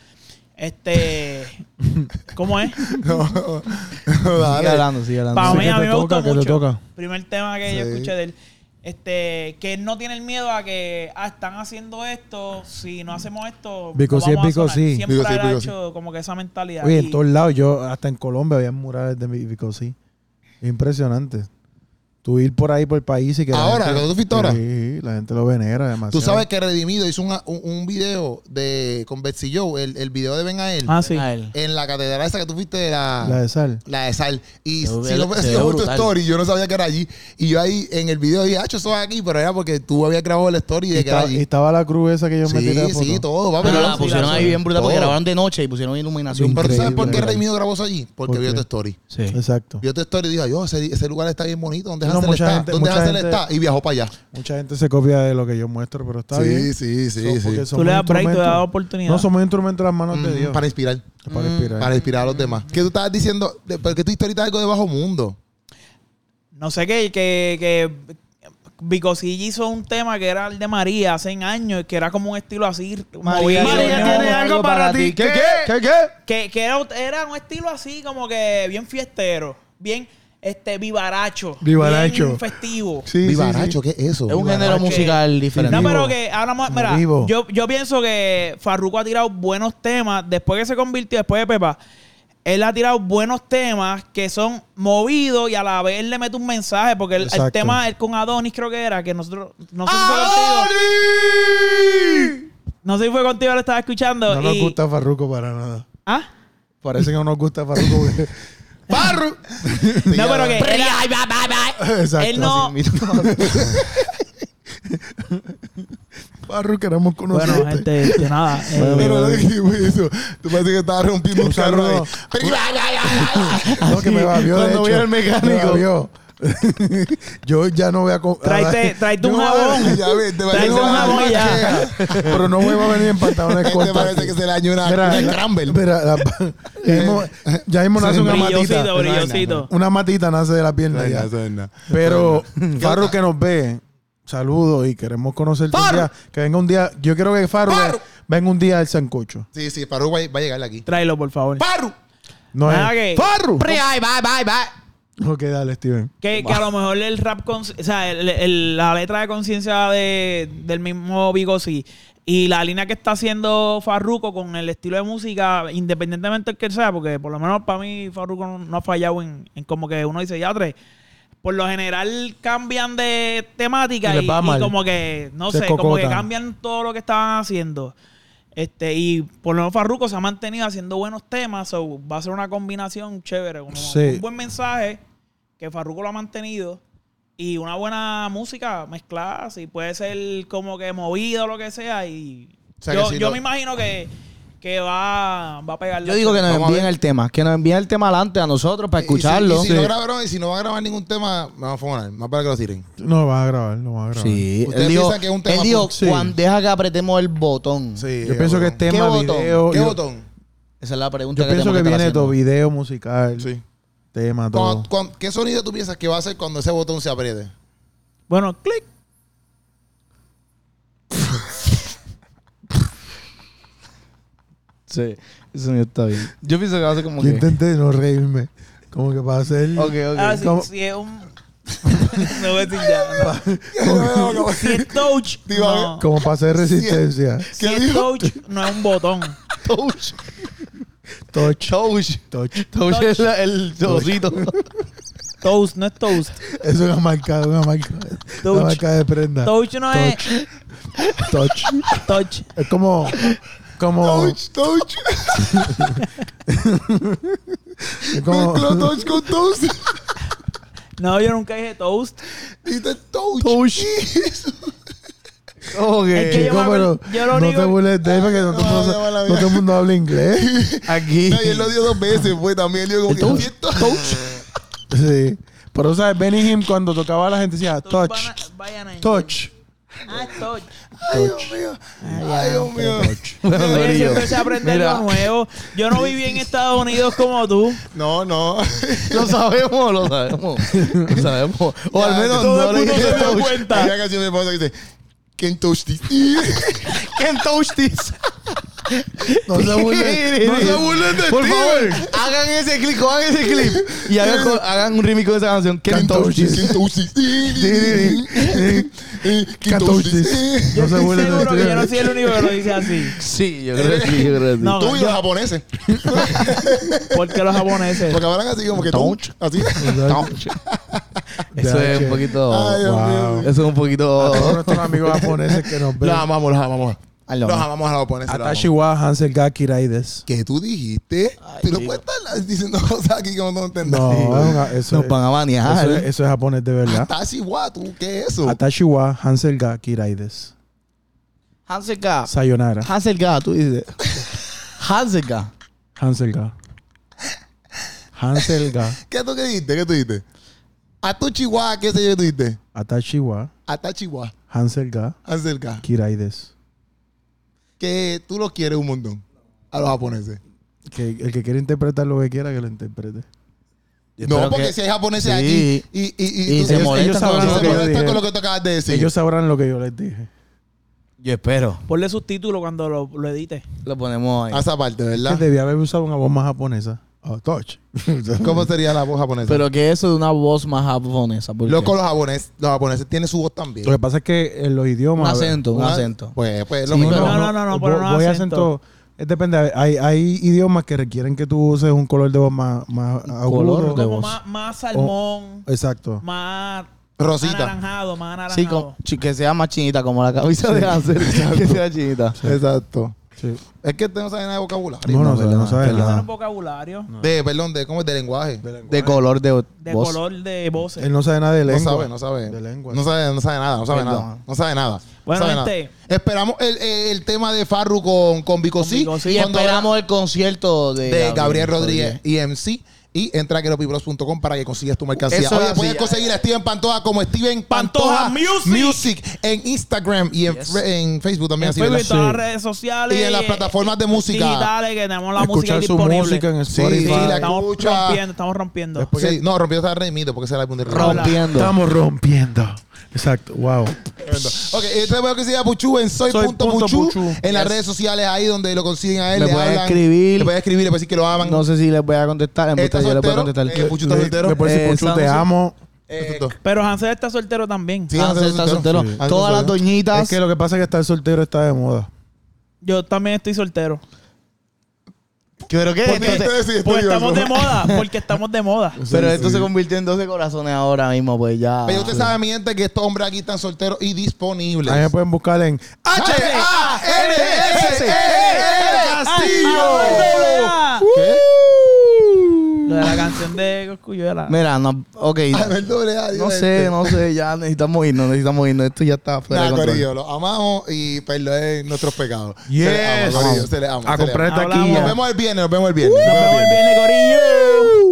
Speaker 4: Este... ¿Cómo es?
Speaker 2: Sigue hablando, sigue hablando.
Speaker 4: Para
Speaker 1: Sí,
Speaker 4: mí,
Speaker 1: que
Speaker 4: a
Speaker 1: te
Speaker 4: mí me
Speaker 1: toca,
Speaker 4: gustó
Speaker 1: que te
Speaker 4: mucho.
Speaker 1: toca.
Speaker 4: Primer tema que yo
Speaker 3: Sí.
Speaker 4: escuché de él. Este, que él no tiene el miedo a que ah, están haciendo esto, si no hacemos esto,
Speaker 1: Because
Speaker 4: no
Speaker 1: sí es
Speaker 4: vamos a
Speaker 1: because
Speaker 4: sonar.
Speaker 1: sí.
Speaker 4: Siempre
Speaker 3: Because sí,
Speaker 4: ha
Speaker 3: because
Speaker 4: hecho como que esa mentalidad.
Speaker 1: Oye, en
Speaker 4: Y
Speaker 1: todos lados, yo hasta en Colombia había murales de Vico, sí. Impresionante. Tú ir por ahí por el país y que. la
Speaker 3: Ahora,
Speaker 1: gente-
Speaker 3: que tú fuiste ahora.
Speaker 1: Sí, la gente lo venera demasiado.
Speaker 3: Tú sabes que Redimido hizo una- un, un video de, con Betsy Joe, el, el video de Ben a él,
Speaker 4: Ah, sí.
Speaker 2: A él.
Speaker 3: en la catedral esa que tú fuiste de la,
Speaker 1: La de sal.
Speaker 3: la de sal. Y
Speaker 2: Se
Speaker 3: si no
Speaker 2: ve- se
Speaker 3: si
Speaker 2: ve
Speaker 3: no fue tu
Speaker 2: brutal.
Speaker 3: story, yo no sabía que era allí. Y yo ahí en el video dije, ah, yo soy aquí, pero era porque tú habías grabado el story
Speaker 1: Y,
Speaker 3: de que era
Speaker 1: estaba, y
Speaker 3: allí.
Speaker 1: estaba la cruz esa que yo me tiré.
Speaker 3: Sí, sí, todo, va,
Speaker 2: Ah,
Speaker 3: pero
Speaker 2: la pusieron ahí bien brutal porque grabaron de noche y pusieron iluminación.
Speaker 3: Pero ¿sabes por qué
Speaker 1: Increíble.
Speaker 3: Redimido grabó eso allí? Porque
Speaker 1: ¿Por
Speaker 3: vio
Speaker 1: qué?
Speaker 3: tu story.
Speaker 2: Sí.
Speaker 1: Exacto.
Speaker 3: Vio tu story y dijo, yo, ese, ese lugar está bien bonito, ¿dónde
Speaker 1: No,
Speaker 3: Hansel
Speaker 1: mucha
Speaker 3: está?
Speaker 1: gente-
Speaker 3: ¿Dónde
Speaker 1: mucha
Speaker 3: Hansel
Speaker 1: gente-
Speaker 3: está? Y viajó para allá.
Speaker 1: Mucha gente se copia de lo que yo muestro, pero está bien.
Speaker 3: sí, Mm,
Speaker 1: Son- porque
Speaker 4: Tú
Speaker 1: somos
Speaker 4: le das break, tú le das
Speaker 1: instrumentos.
Speaker 4: oportunidad.
Speaker 1: No, somos instrumentos en las manos de Dios.
Speaker 3: Para inspirar.
Speaker 1: Para inspirar.
Speaker 3: Para inspirar a los demás. ¿Qué tú estabas diciendo? De- Porque tu historia está algo de bajo mundo.
Speaker 4: No sé qué, que, que Bicosillo hizo un tema que era el de María hace años, que era como un estilo así. movido,
Speaker 8: María
Speaker 4: ¿no?
Speaker 8: tiene algo para ti. ¿Qué? ¿Qué? ¿Qué?
Speaker 4: Que, que era, era un estilo así como que bien fiestero, bien este vivaracho,
Speaker 1: Vivaracho.
Speaker 4: bien festivo.
Speaker 1: Sí,
Speaker 3: Vivaracho, ¿qué es eso?
Speaker 2: Es un género
Speaker 4: que-
Speaker 2: musical diferente.
Speaker 4: No,
Speaker 1: Vivo.
Speaker 4: pero que ahora más, mira,
Speaker 1: Vivo.
Speaker 4: yo, yo pienso que Farruko ha tirado buenos temas después que se convirtió, después de Pepa. Él ha tirado buenos temas que son movidos y a la vez él le mete un mensaje porque el, el
Speaker 1: Exacto.
Speaker 4: tema él con Adonis creo que era que nosotros no sé si fue contigo,
Speaker 8: ¡Adonis!
Speaker 4: no sé si fue contigo lo estaba escuchando
Speaker 1: No nos
Speaker 4: y-
Speaker 1: gusta Farruco para nada.
Speaker 4: ¿Ah?
Speaker 1: Parece que no nos gusta Farruco.
Speaker 3: ¡Parru!
Speaker 4: No, pero que era-
Speaker 1: Exacto.
Speaker 4: él no
Speaker 1: Farruco queremos conocer.
Speaker 4: Bueno, gente, este, nada. eh,
Speaker 3: Pero no dijimos eso. Tú parece que estabas rompiendo un carro ahí.
Speaker 1: No, que me babió. de
Speaker 8: Cuando
Speaker 1: hecho.
Speaker 8: voy al mecánico.
Speaker 1: Me babió. yo ya no voy a. com-
Speaker 4: Tráete- tráete un
Speaker 1: Yo voy a-
Speaker 4: jabón.
Speaker 3: Ya ves, te
Speaker 4: Trae
Speaker 3: parece
Speaker 4: con
Speaker 3: una
Speaker 4: jabón ya.
Speaker 1: Pero no voy a venir en pantalones
Speaker 3: Este
Speaker 1: cortos.
Speaker 3: parece que se le dañó una,
Speaker 1: Mira,
Speaker 3: una Scramble.
Speaker 1: mira, la- ya mismo- ya mismo nace una matita.
Speaker 4: Brillosito, brillosito.
Speaker 1: Una matita nace de la pierna. ya. Pero, Farro que nos ve, saludo y queremos conocerte un día. Que venga un día. Yo quiero que Farro
Speaker 3: Farru.
Speaker 1: venga un día al Sancocho.
Speaker 3: Sí, sí, Parru va, va a llegar aquí.
Speaker 4: Tráelo, por favor.
Speaker 3: ¡Parru!
Speaker 1: No
Speaker 4: Nada
Speaker 1: es.
Speaker 4: que-
Speaker 1: ¡Farru!
Speaker 2: Bye, bye, bye, bye.
Speaker 1: Ok, dale, Steven.
Speaker 4: Que, que a lo mejor el rap, con, o sea, el- el- la letra de conciencia de, del mismo Bigosí y la línea que está haciendo Farruko con el estilo de música, independientemente del que sea, porque por lo menos para mí Farruko no, no ha fallado en, en como que uno dice, ya tres. Por lo general cambian de temática
Speaker 8: Y
Speaker 4: y,
Speaker 8: les va
Speaker 4: y
Speaker 8: mal.
Speaker 4: como que, no
Speaker 1: Se
Speaker 4: sé, como que
Speaker 1: cocotan.
Speaker 4: cambian todo lo que estaban haciendo. Este, y por lo menos Farruko se ha mantenido haciendo buenos temas, so va a ser una combinación chévere, como
Speaker 1: Sí.
Speaker 4: un buen mensaje que Farruko lo ha mantenido y una buena música mezclada, así puede ser como que movida o lo que sea y
Speaker 3: O sea, que
Speaker 4: yo,
Speaker 3: si
Speaker 4: yo
Speaker 3: lo-
Speaker 4: me imagino que, que va, va a pegar.
Speaker 2: Yo digo que nos
Speaker 3: Vamos a
Speaker 2: envíen
Speaker 3: ver.
Speaker 2: el tema. Que nos envíen el tema adelante a nosotros para escucharlo.
Speaker 3: Y si, y si
Speaker 2: Sí.
Speaker 3: no grabaron, y si no van a grabar ningún tema, me van a fonar. Más para que lo tiren.
Speaker 1: No, vas a grabar, no vas a grabar.
Speaker 2: Sí,
Speaker 3: Ustedes
Speaker 2: él dijo,
Speaker 3: piensan que es un tema
Speaker 2: él dijo
Speaker 3: punk.
Speaker 1: Sí.
Speaker 2: Juan, deja que apretemos el botón.
Speaker 3: Sí,
Speaker 1: Yo pienso que es
Speaker 2: ¿Qué
Speaker 1: tema,
Speaker 2: botón?
Speaker 1: video.
Speaker 3: ¿Qué
Speaker 1: yo-
Speaker 3: botón?
Speaker 2: Esa es la pregunta
Speaker 1: Yo
Speaker 2: que
Speaker 1: pienso
Speaker 2: tenemos
Speaker 1: que
Speaker 2: estar
Speaker 1: viene
Speaker 2: haciendo.
Speaker 1: todo video musical,
Speaker 3: Sí.
Speaker 1: tema, todo.
Speaker 3: Cuando- cuando- ¿Qué sonido tú piensas que va a hacer cuando ese botón se apriete?
Speaker 4: Bueno, clic.
Speaker 2: Sí, eso no está bien. Yo pienso que va a ser como
Speaker 1: Yo
Speaker 2: que...
Speaker 1: intenté no reírme. Como que para hacer.
Speaker 2: Ok, ok.
Speaker 4: Ah, sí,
Speaker 1: ¿Cómo?
Speaker 4: sí, es un... no voy a decir ya. no. Si es touch,
Speaker 3: Digo, a ver,
Speaker 4: no.
Speaker 1: Como para hacer resistencia.
Speaker 4: Si es touch, no es un botón.
Speaker 2: Touch.
Speaker 1: Touch.
Speaker 2: Touch.
Speaker 1: Touch.
Speaker 2: Touch es la- el trocito.
Speaker 4: Toast, no es toast.
Speaker 1: Es una marca, una marca.
Speaker 4: Touch.
Speaker 1: Una marca de prenda.
Speaker 4: Touch no es
Speaker 1: Touch.
Speaker 4: touch.
Speaker 1: Es como. Como.
Speaker 3: Touch, touch.
Speaker 1: es como
Speaker 3: Mezcló touch con touch.
Speaker 4: No, yo nunca dije toast.
Speaker 3: Dijiste touch.
Speaker 2: Como
Speaker 4: Es que
Speaker 2: que...
Speaker 1: Chico,
Speaker 4: yo me
Speaker 1: pero
Speaker 4: acuerdo- yo lo
Speaker 1: no
Speaker 4: único-
Speaker 1: te burles de él porque no, todo el mundo
Speaker 3: No,
Speaker 1: sa-
Speaker 3: no, no, no,
Speaker 1: no todo el mundo habla inglés.
Speaker 2: Aquí.
Speaker 3: No, y él lo dio dos veces, fue también. Él dio como que
Speaker 2: touch?
Speaker 3: touch.
Speaker 1: Sí. Pero, ¿sabes? Benny Him cuando tocaba a la gente decía touch,
Speaker 4: Vayan ahí.
Speaker 1: touch.
Speaker 4: Ah, es touch.
Speaker 3: Ay, Dios mío. Ay, Dios mío.
Speaker 4: Oye,
Speaker 2: Corillo.
Speaker 4: siempre se aprende
Speaker 1: Mira.
Speaker 4: algo nuevo. Yo no viví en Estados Unidos como tú.
Speaker 3: No, no.
Speaker 2: Lo sabemos, lo sabemos. Lo sabemos. O al menos
Speaker 4: todo
Speaker 2: no
Speaker 4: el
Speaker 2: le
Speaker 4: mundo
Speaker 2: dije
Speaker 4: se dio
Speaker 2: touch.
Speaker 4: cuenta.
Speaker 3: Hay una canción de mi esposa que dice, Can't touch this.
Speaker 2: Can't touch this. No se burlen.
Speaker 3: No se burlen de
Speaker 2: Por
Speaker 3: ti,
Speaker 2: favor,
Speaker 3: güey.
Speaker 2: hagan ese clip, hagan ese clip. Y hagan, co- hagan un remix de esa canción. Can't touch this.
Speaker 3: Can't touch this. Can't touch this.
Speaker 4: Yo estoy
Speaker 1: burlen de
Speaker 4: seguro que
Speaker 1: ustedes.
Speaker 4: yo no soy el único que lo dice así.
Speaker 2: Sí, yo creo que sí, yo creo que sí.
Speaker 4: No,
Speaker 3: Tú y los japoneses.
Speaker 4: Porque los japoneses.
Speaker 3: Porque hablan así como que touch. Así.
Speaker 2: Touch. Eso es un poquito.
Speaker 3: Ay, Dios mío.
Speaker 2: Eso es un poquito.
Speaker 1: Nuestros amigos japoneses que nos
Speaker 3: Los
Speaker 1: ven.
Speaker 3: amamos, los amamos.
Speaker 2: Ay,
Speaker 3: Los
Speaker 2: no.
Speaker 3: amamos a los japoneses. los amamos.
Speaker 1: Atashi wa Hansel ga Kiraides.
Speaker 3: ¿Qué tú dijiste? Pero
Speaker 2: chico.
Speaker 3: puedes estar diciendo cosas aquí que no entendés.
Speaker 1: No, ¿eh? es una- eso,
Speaker 2: Nos van a
Speaker 1: es, eso, es,
Speaker 2: banear.
Speaker 1: eso es japonés de verdad.
Speaker 3: Tashi, guau, ¿tú qué es eso?
Speaker 1: Atashi wa Hansel ga Kiraides.
Speaker 2: Hansel K.
Speaker 1: Sayonara.
Speaker 2: Hansel K, tú dices. Hansel K.
Speaker 1: Hansel ga. Hansel ga.
Speaker 3: ¿Qué tú que dijiste? ¿Qué tú dijiste? A tu chihuahua, ¿qué sé yo que tú dijiste?
Speaker 1: Atashi wa
Speaker 3: A ta chihuahua,
Speaker 1: Hansel ga
Speaker 3: acerca.
Speaker 1: Kiraides.
Speaker 3: Que tú los quieres un montón. A los japoneses.
Speaker 1: Que el que quiere interpretar lo que quiera, que lo interprete.
Speaker 3: No,
Speaker 2: espero
Speaker 3: porque
Speaker 2: que-
Speaker 3: si hay japoneses
Speaker 2: Sí.
Speaker 3: aquí y, y, y,
Speaker 2: Y
Speaker 3: tú-
Speaker 2: se
Speaker 3: ellos-
Speaker 2: molestan
Speaker 1: ellos
Speaker 2: con
Speaker 1: sabrán
Speaker 3: ellos
Speaker 1: lo
Speaker 3: se
Speaker 1: que yo
Speaker 2: nosotros.
Speaker 3: molestan
Speaker 1: dije.
Speaker 3: con lo que tú acabas de decir.
Speaker 1: Ellos sabrán lo que yo les dije.
Speaker 2: Yo espero.
Speaker 4: Ponle subtítulo cuando lo, lo edites.
Speaker 2: Lo ponemos
Speaker 3: A
Speaker 2: ahí.
Speaker 3: esa parte,
Speaker 1: Que
Speaker 3: ¿verdad?
Speaker 1: debía haber usado una voz más japonesa. Oh, touch.
Speaker 3: ¿Cómo sería la voz japonesa?
Speaker 2: Pero que eso de una voz más japonesa. porque-
Speaker 3: Loco, los japoneses, los japoneses tienen su voz también.
Speaker 1: Lo que pasa es que en los
Speaker 2: Un
Speaker 1: idiomas.
Speaker 2: acento, un
Speaker 3: Una-
Speaker 2: acento.
Speaker 3: Pues, pues, lo
Speaker 2: Sí,
Speaker 3: mismo.
Speaker 2: pero-
Speaker 4: No, no, no, no, pero
Speaker 1: voy,
Speaker 4: no
Speaker 1: voy
Speaker 4: acento.
Speaker 1: acento. Es Eh, depende, hay, hay idiomas que requieren que tú uses un color de voz más, más agudo.
Speaker 2: color de-
Speaker 4: Como
Speaker 2: voz.
Speaker 4: más, más salmón,
Speaker 1: Exacto.
Speaker 4: más
Speaker 3: Rosita.
Speaker 4: anaranjado, más anaranjado.
Speaker 2: Sí, como- chi- que sea más chinita, como la camisa de Hansel. que sea chinita.
Speaker 3: Exacto.
Speaker 1: Sí.
Speaker 3: Es que usted no sabe nada de vocabulario.
Speaker 1: No, no,
Speaker 2: perdona,
Speaker 1: no, no sabes
Speaker 2: perdona.
Speaker 4: Eso no
Speaker 1: nada.
Speaker 4: es vocabulario.
Speaker 3: De, perdón, de, ¿cómo es? De lenguaje.
Speaker 2: De color de,
Speaker 4: De
Speaker 2: voz.
Speaker 4: color de voces.
Speaker 1: Él no sabe nada de
Speaker 3: No
Speaker 1: lengua.
Speaker 3: sabe, no sabe.
Speaker 1: De lengua.
Speaker 3: No sabe, no sabe nada, no sabe
Speaker 2: Perdón.
Speaker 3: nada. No sabe nada.
Speaker 4: Bueno,
Speaker 3: no sabe nada.
Speaker 4: gente.
Speaker 3: Esperamos el, el- el tema de Farru con, con Vico
Speaker 4: Con
Speaker 3: C.
Speaker 4: Vico C.
Speaker 2: Y
Speaker 3: cuando
Speaker 2: esperamos el concierto de,
Speaker 3: habla de Gabriel Rodríguez y MC. Y entra a queropibros.com para que consigas tu mercancía.
Speaker 2: Eso es
Speaker 3: Oye,
Speaker 2: así.
Speaker 3: puedes conseguir a Steven Pantoja como Steven Pantoja,
Speaker 4: Pantoja Music.
Speaker 3: en Instagram y en,
Speaker 2: Yes.
Speaker 3: fre- en Facebook también.
Speaker 4: En
Speaker 3: así,
Speaker 4: Facebook y
Speaker 3: ¿verdad?
Speaker 4: todas las redes sociales.
Speaker 3: Y en las
Speaker 4: eh,
Speaker 3: plataformas de música.
Speaker 4: Digitales que tenemos la música
Speaker 1: Escuchar
Speaker 4: ahí
Speaker 1: su
Speaker 4: disponible.
Speaker 1: música en
Speaker 3: Sí,
Speaker 1: Spotify.
Speaker 3: sí, la
Speaker 4: estamos
Speaker 3: escucha.
Speaker 4: rompiendo, estamos rompiendo.
Speaker 3: Sí, no, rompió esa remito porque ese era el punto de
Speaker 2: Rompiendo.
Speaker 1: Estamos rompiendo. Exacto. Wow.
Speaker 3: Tremendo. Ok, este veo que sigue a Puchu en
Speaker 1: Soy punto
Speaker 3: soy.puchu.
Speaker 1: Puchu.
Speaker 3: En las redes sociales ahí donde lo consiguen a él.
Speaker 2: Le
Speaker 3: le
Speaker 2: pueden
Speaker 3: hablan,
Speaker 2: escribir.
Speaker 3: Le pueden escribir, le pueden decir que lo aman.
Speaker 2: No sé si les voy a contestar. En
Speaker 3: ¿Está
Speaker 2: verdad, yo les voy a
Speaker 3: soltero?
Speaker 2: contestar.
Speaker 3: Eh, Puchu está soltero.
Speaker 1: Le puedo decir,
Speaker 2: Eh,
Speaker 1: Puchu, te
Speaker 2: Samsung.
Speaker 1: amo.
Speaker 3: Eh,
Speaker 4: Pero Hansel está soltero también.
Speaker 3: Sí,
Speaker 2: Hansel está soltero.
Speaker 3: Sí. Hansel
Speaker 2: Todas las
Speaker 3: soltero.
Speaker 2: doñitas.
Speaker 1: Es que lo que pasa es que estar soltero está de moda.
Speaker 4: Yo también estoy soltero.
Speaker 2: Pero que
Speaker 3: ¿Por qué
Speaker 2: entonces-
Speaker 3: ustedes sí están
Speaker 4: Pues estamos de
Speaker 3: orgullosos?
Speaker 4: moda, porque estamos de moda.
Speaker 2: pero esto se convirtió en 12 corazones ahora mismo, pues ya.
Speaker 3: Pero usted sabe, mi gente, que estos hombres aquí están solteros y disponibles.
Speaker 1: A mí me pueden buscar en
Speaker 3: H-A-N-S-E-E-E
Speaker 4: eh,
Speaker 3: Castillo.
Speaker 4: Ah, Lo de la canción de Coscuyuela.
Speaker 2: Mira, no, ok.
Speaker 3: El doble A,
Speaker 2: eh, No
Speaker 3: Dios,
Speaker 2: sé,
Speaker 3: este.
Speaker 2: no sé, ya necesitamos irnos, necesitamos irnos. Esto ya está fuera
Speaker 3: Nada,
Speaker 2: de control.
Speaker 3: Corillo, los amamos y perdonen nuestros pecados. Se les ama,
Speaker 1: Yes.
Speaker 3: Corillo, se les ama.
Speaker 1: a
Speaker 3: se les
Speaker 1: comprar
Speaker 3: ama.
Speaker 4: Hablamos.
Speaker 1: taquilla.
Speaker 3: Nos vemos el viernes, nos vemos el viernes.
Speaker 4: Nos
Speaker 3: Nos vemos el
Speaker 4: vemos el
Speaker 3: viernes.
Speaker 4: viernes, Corillo.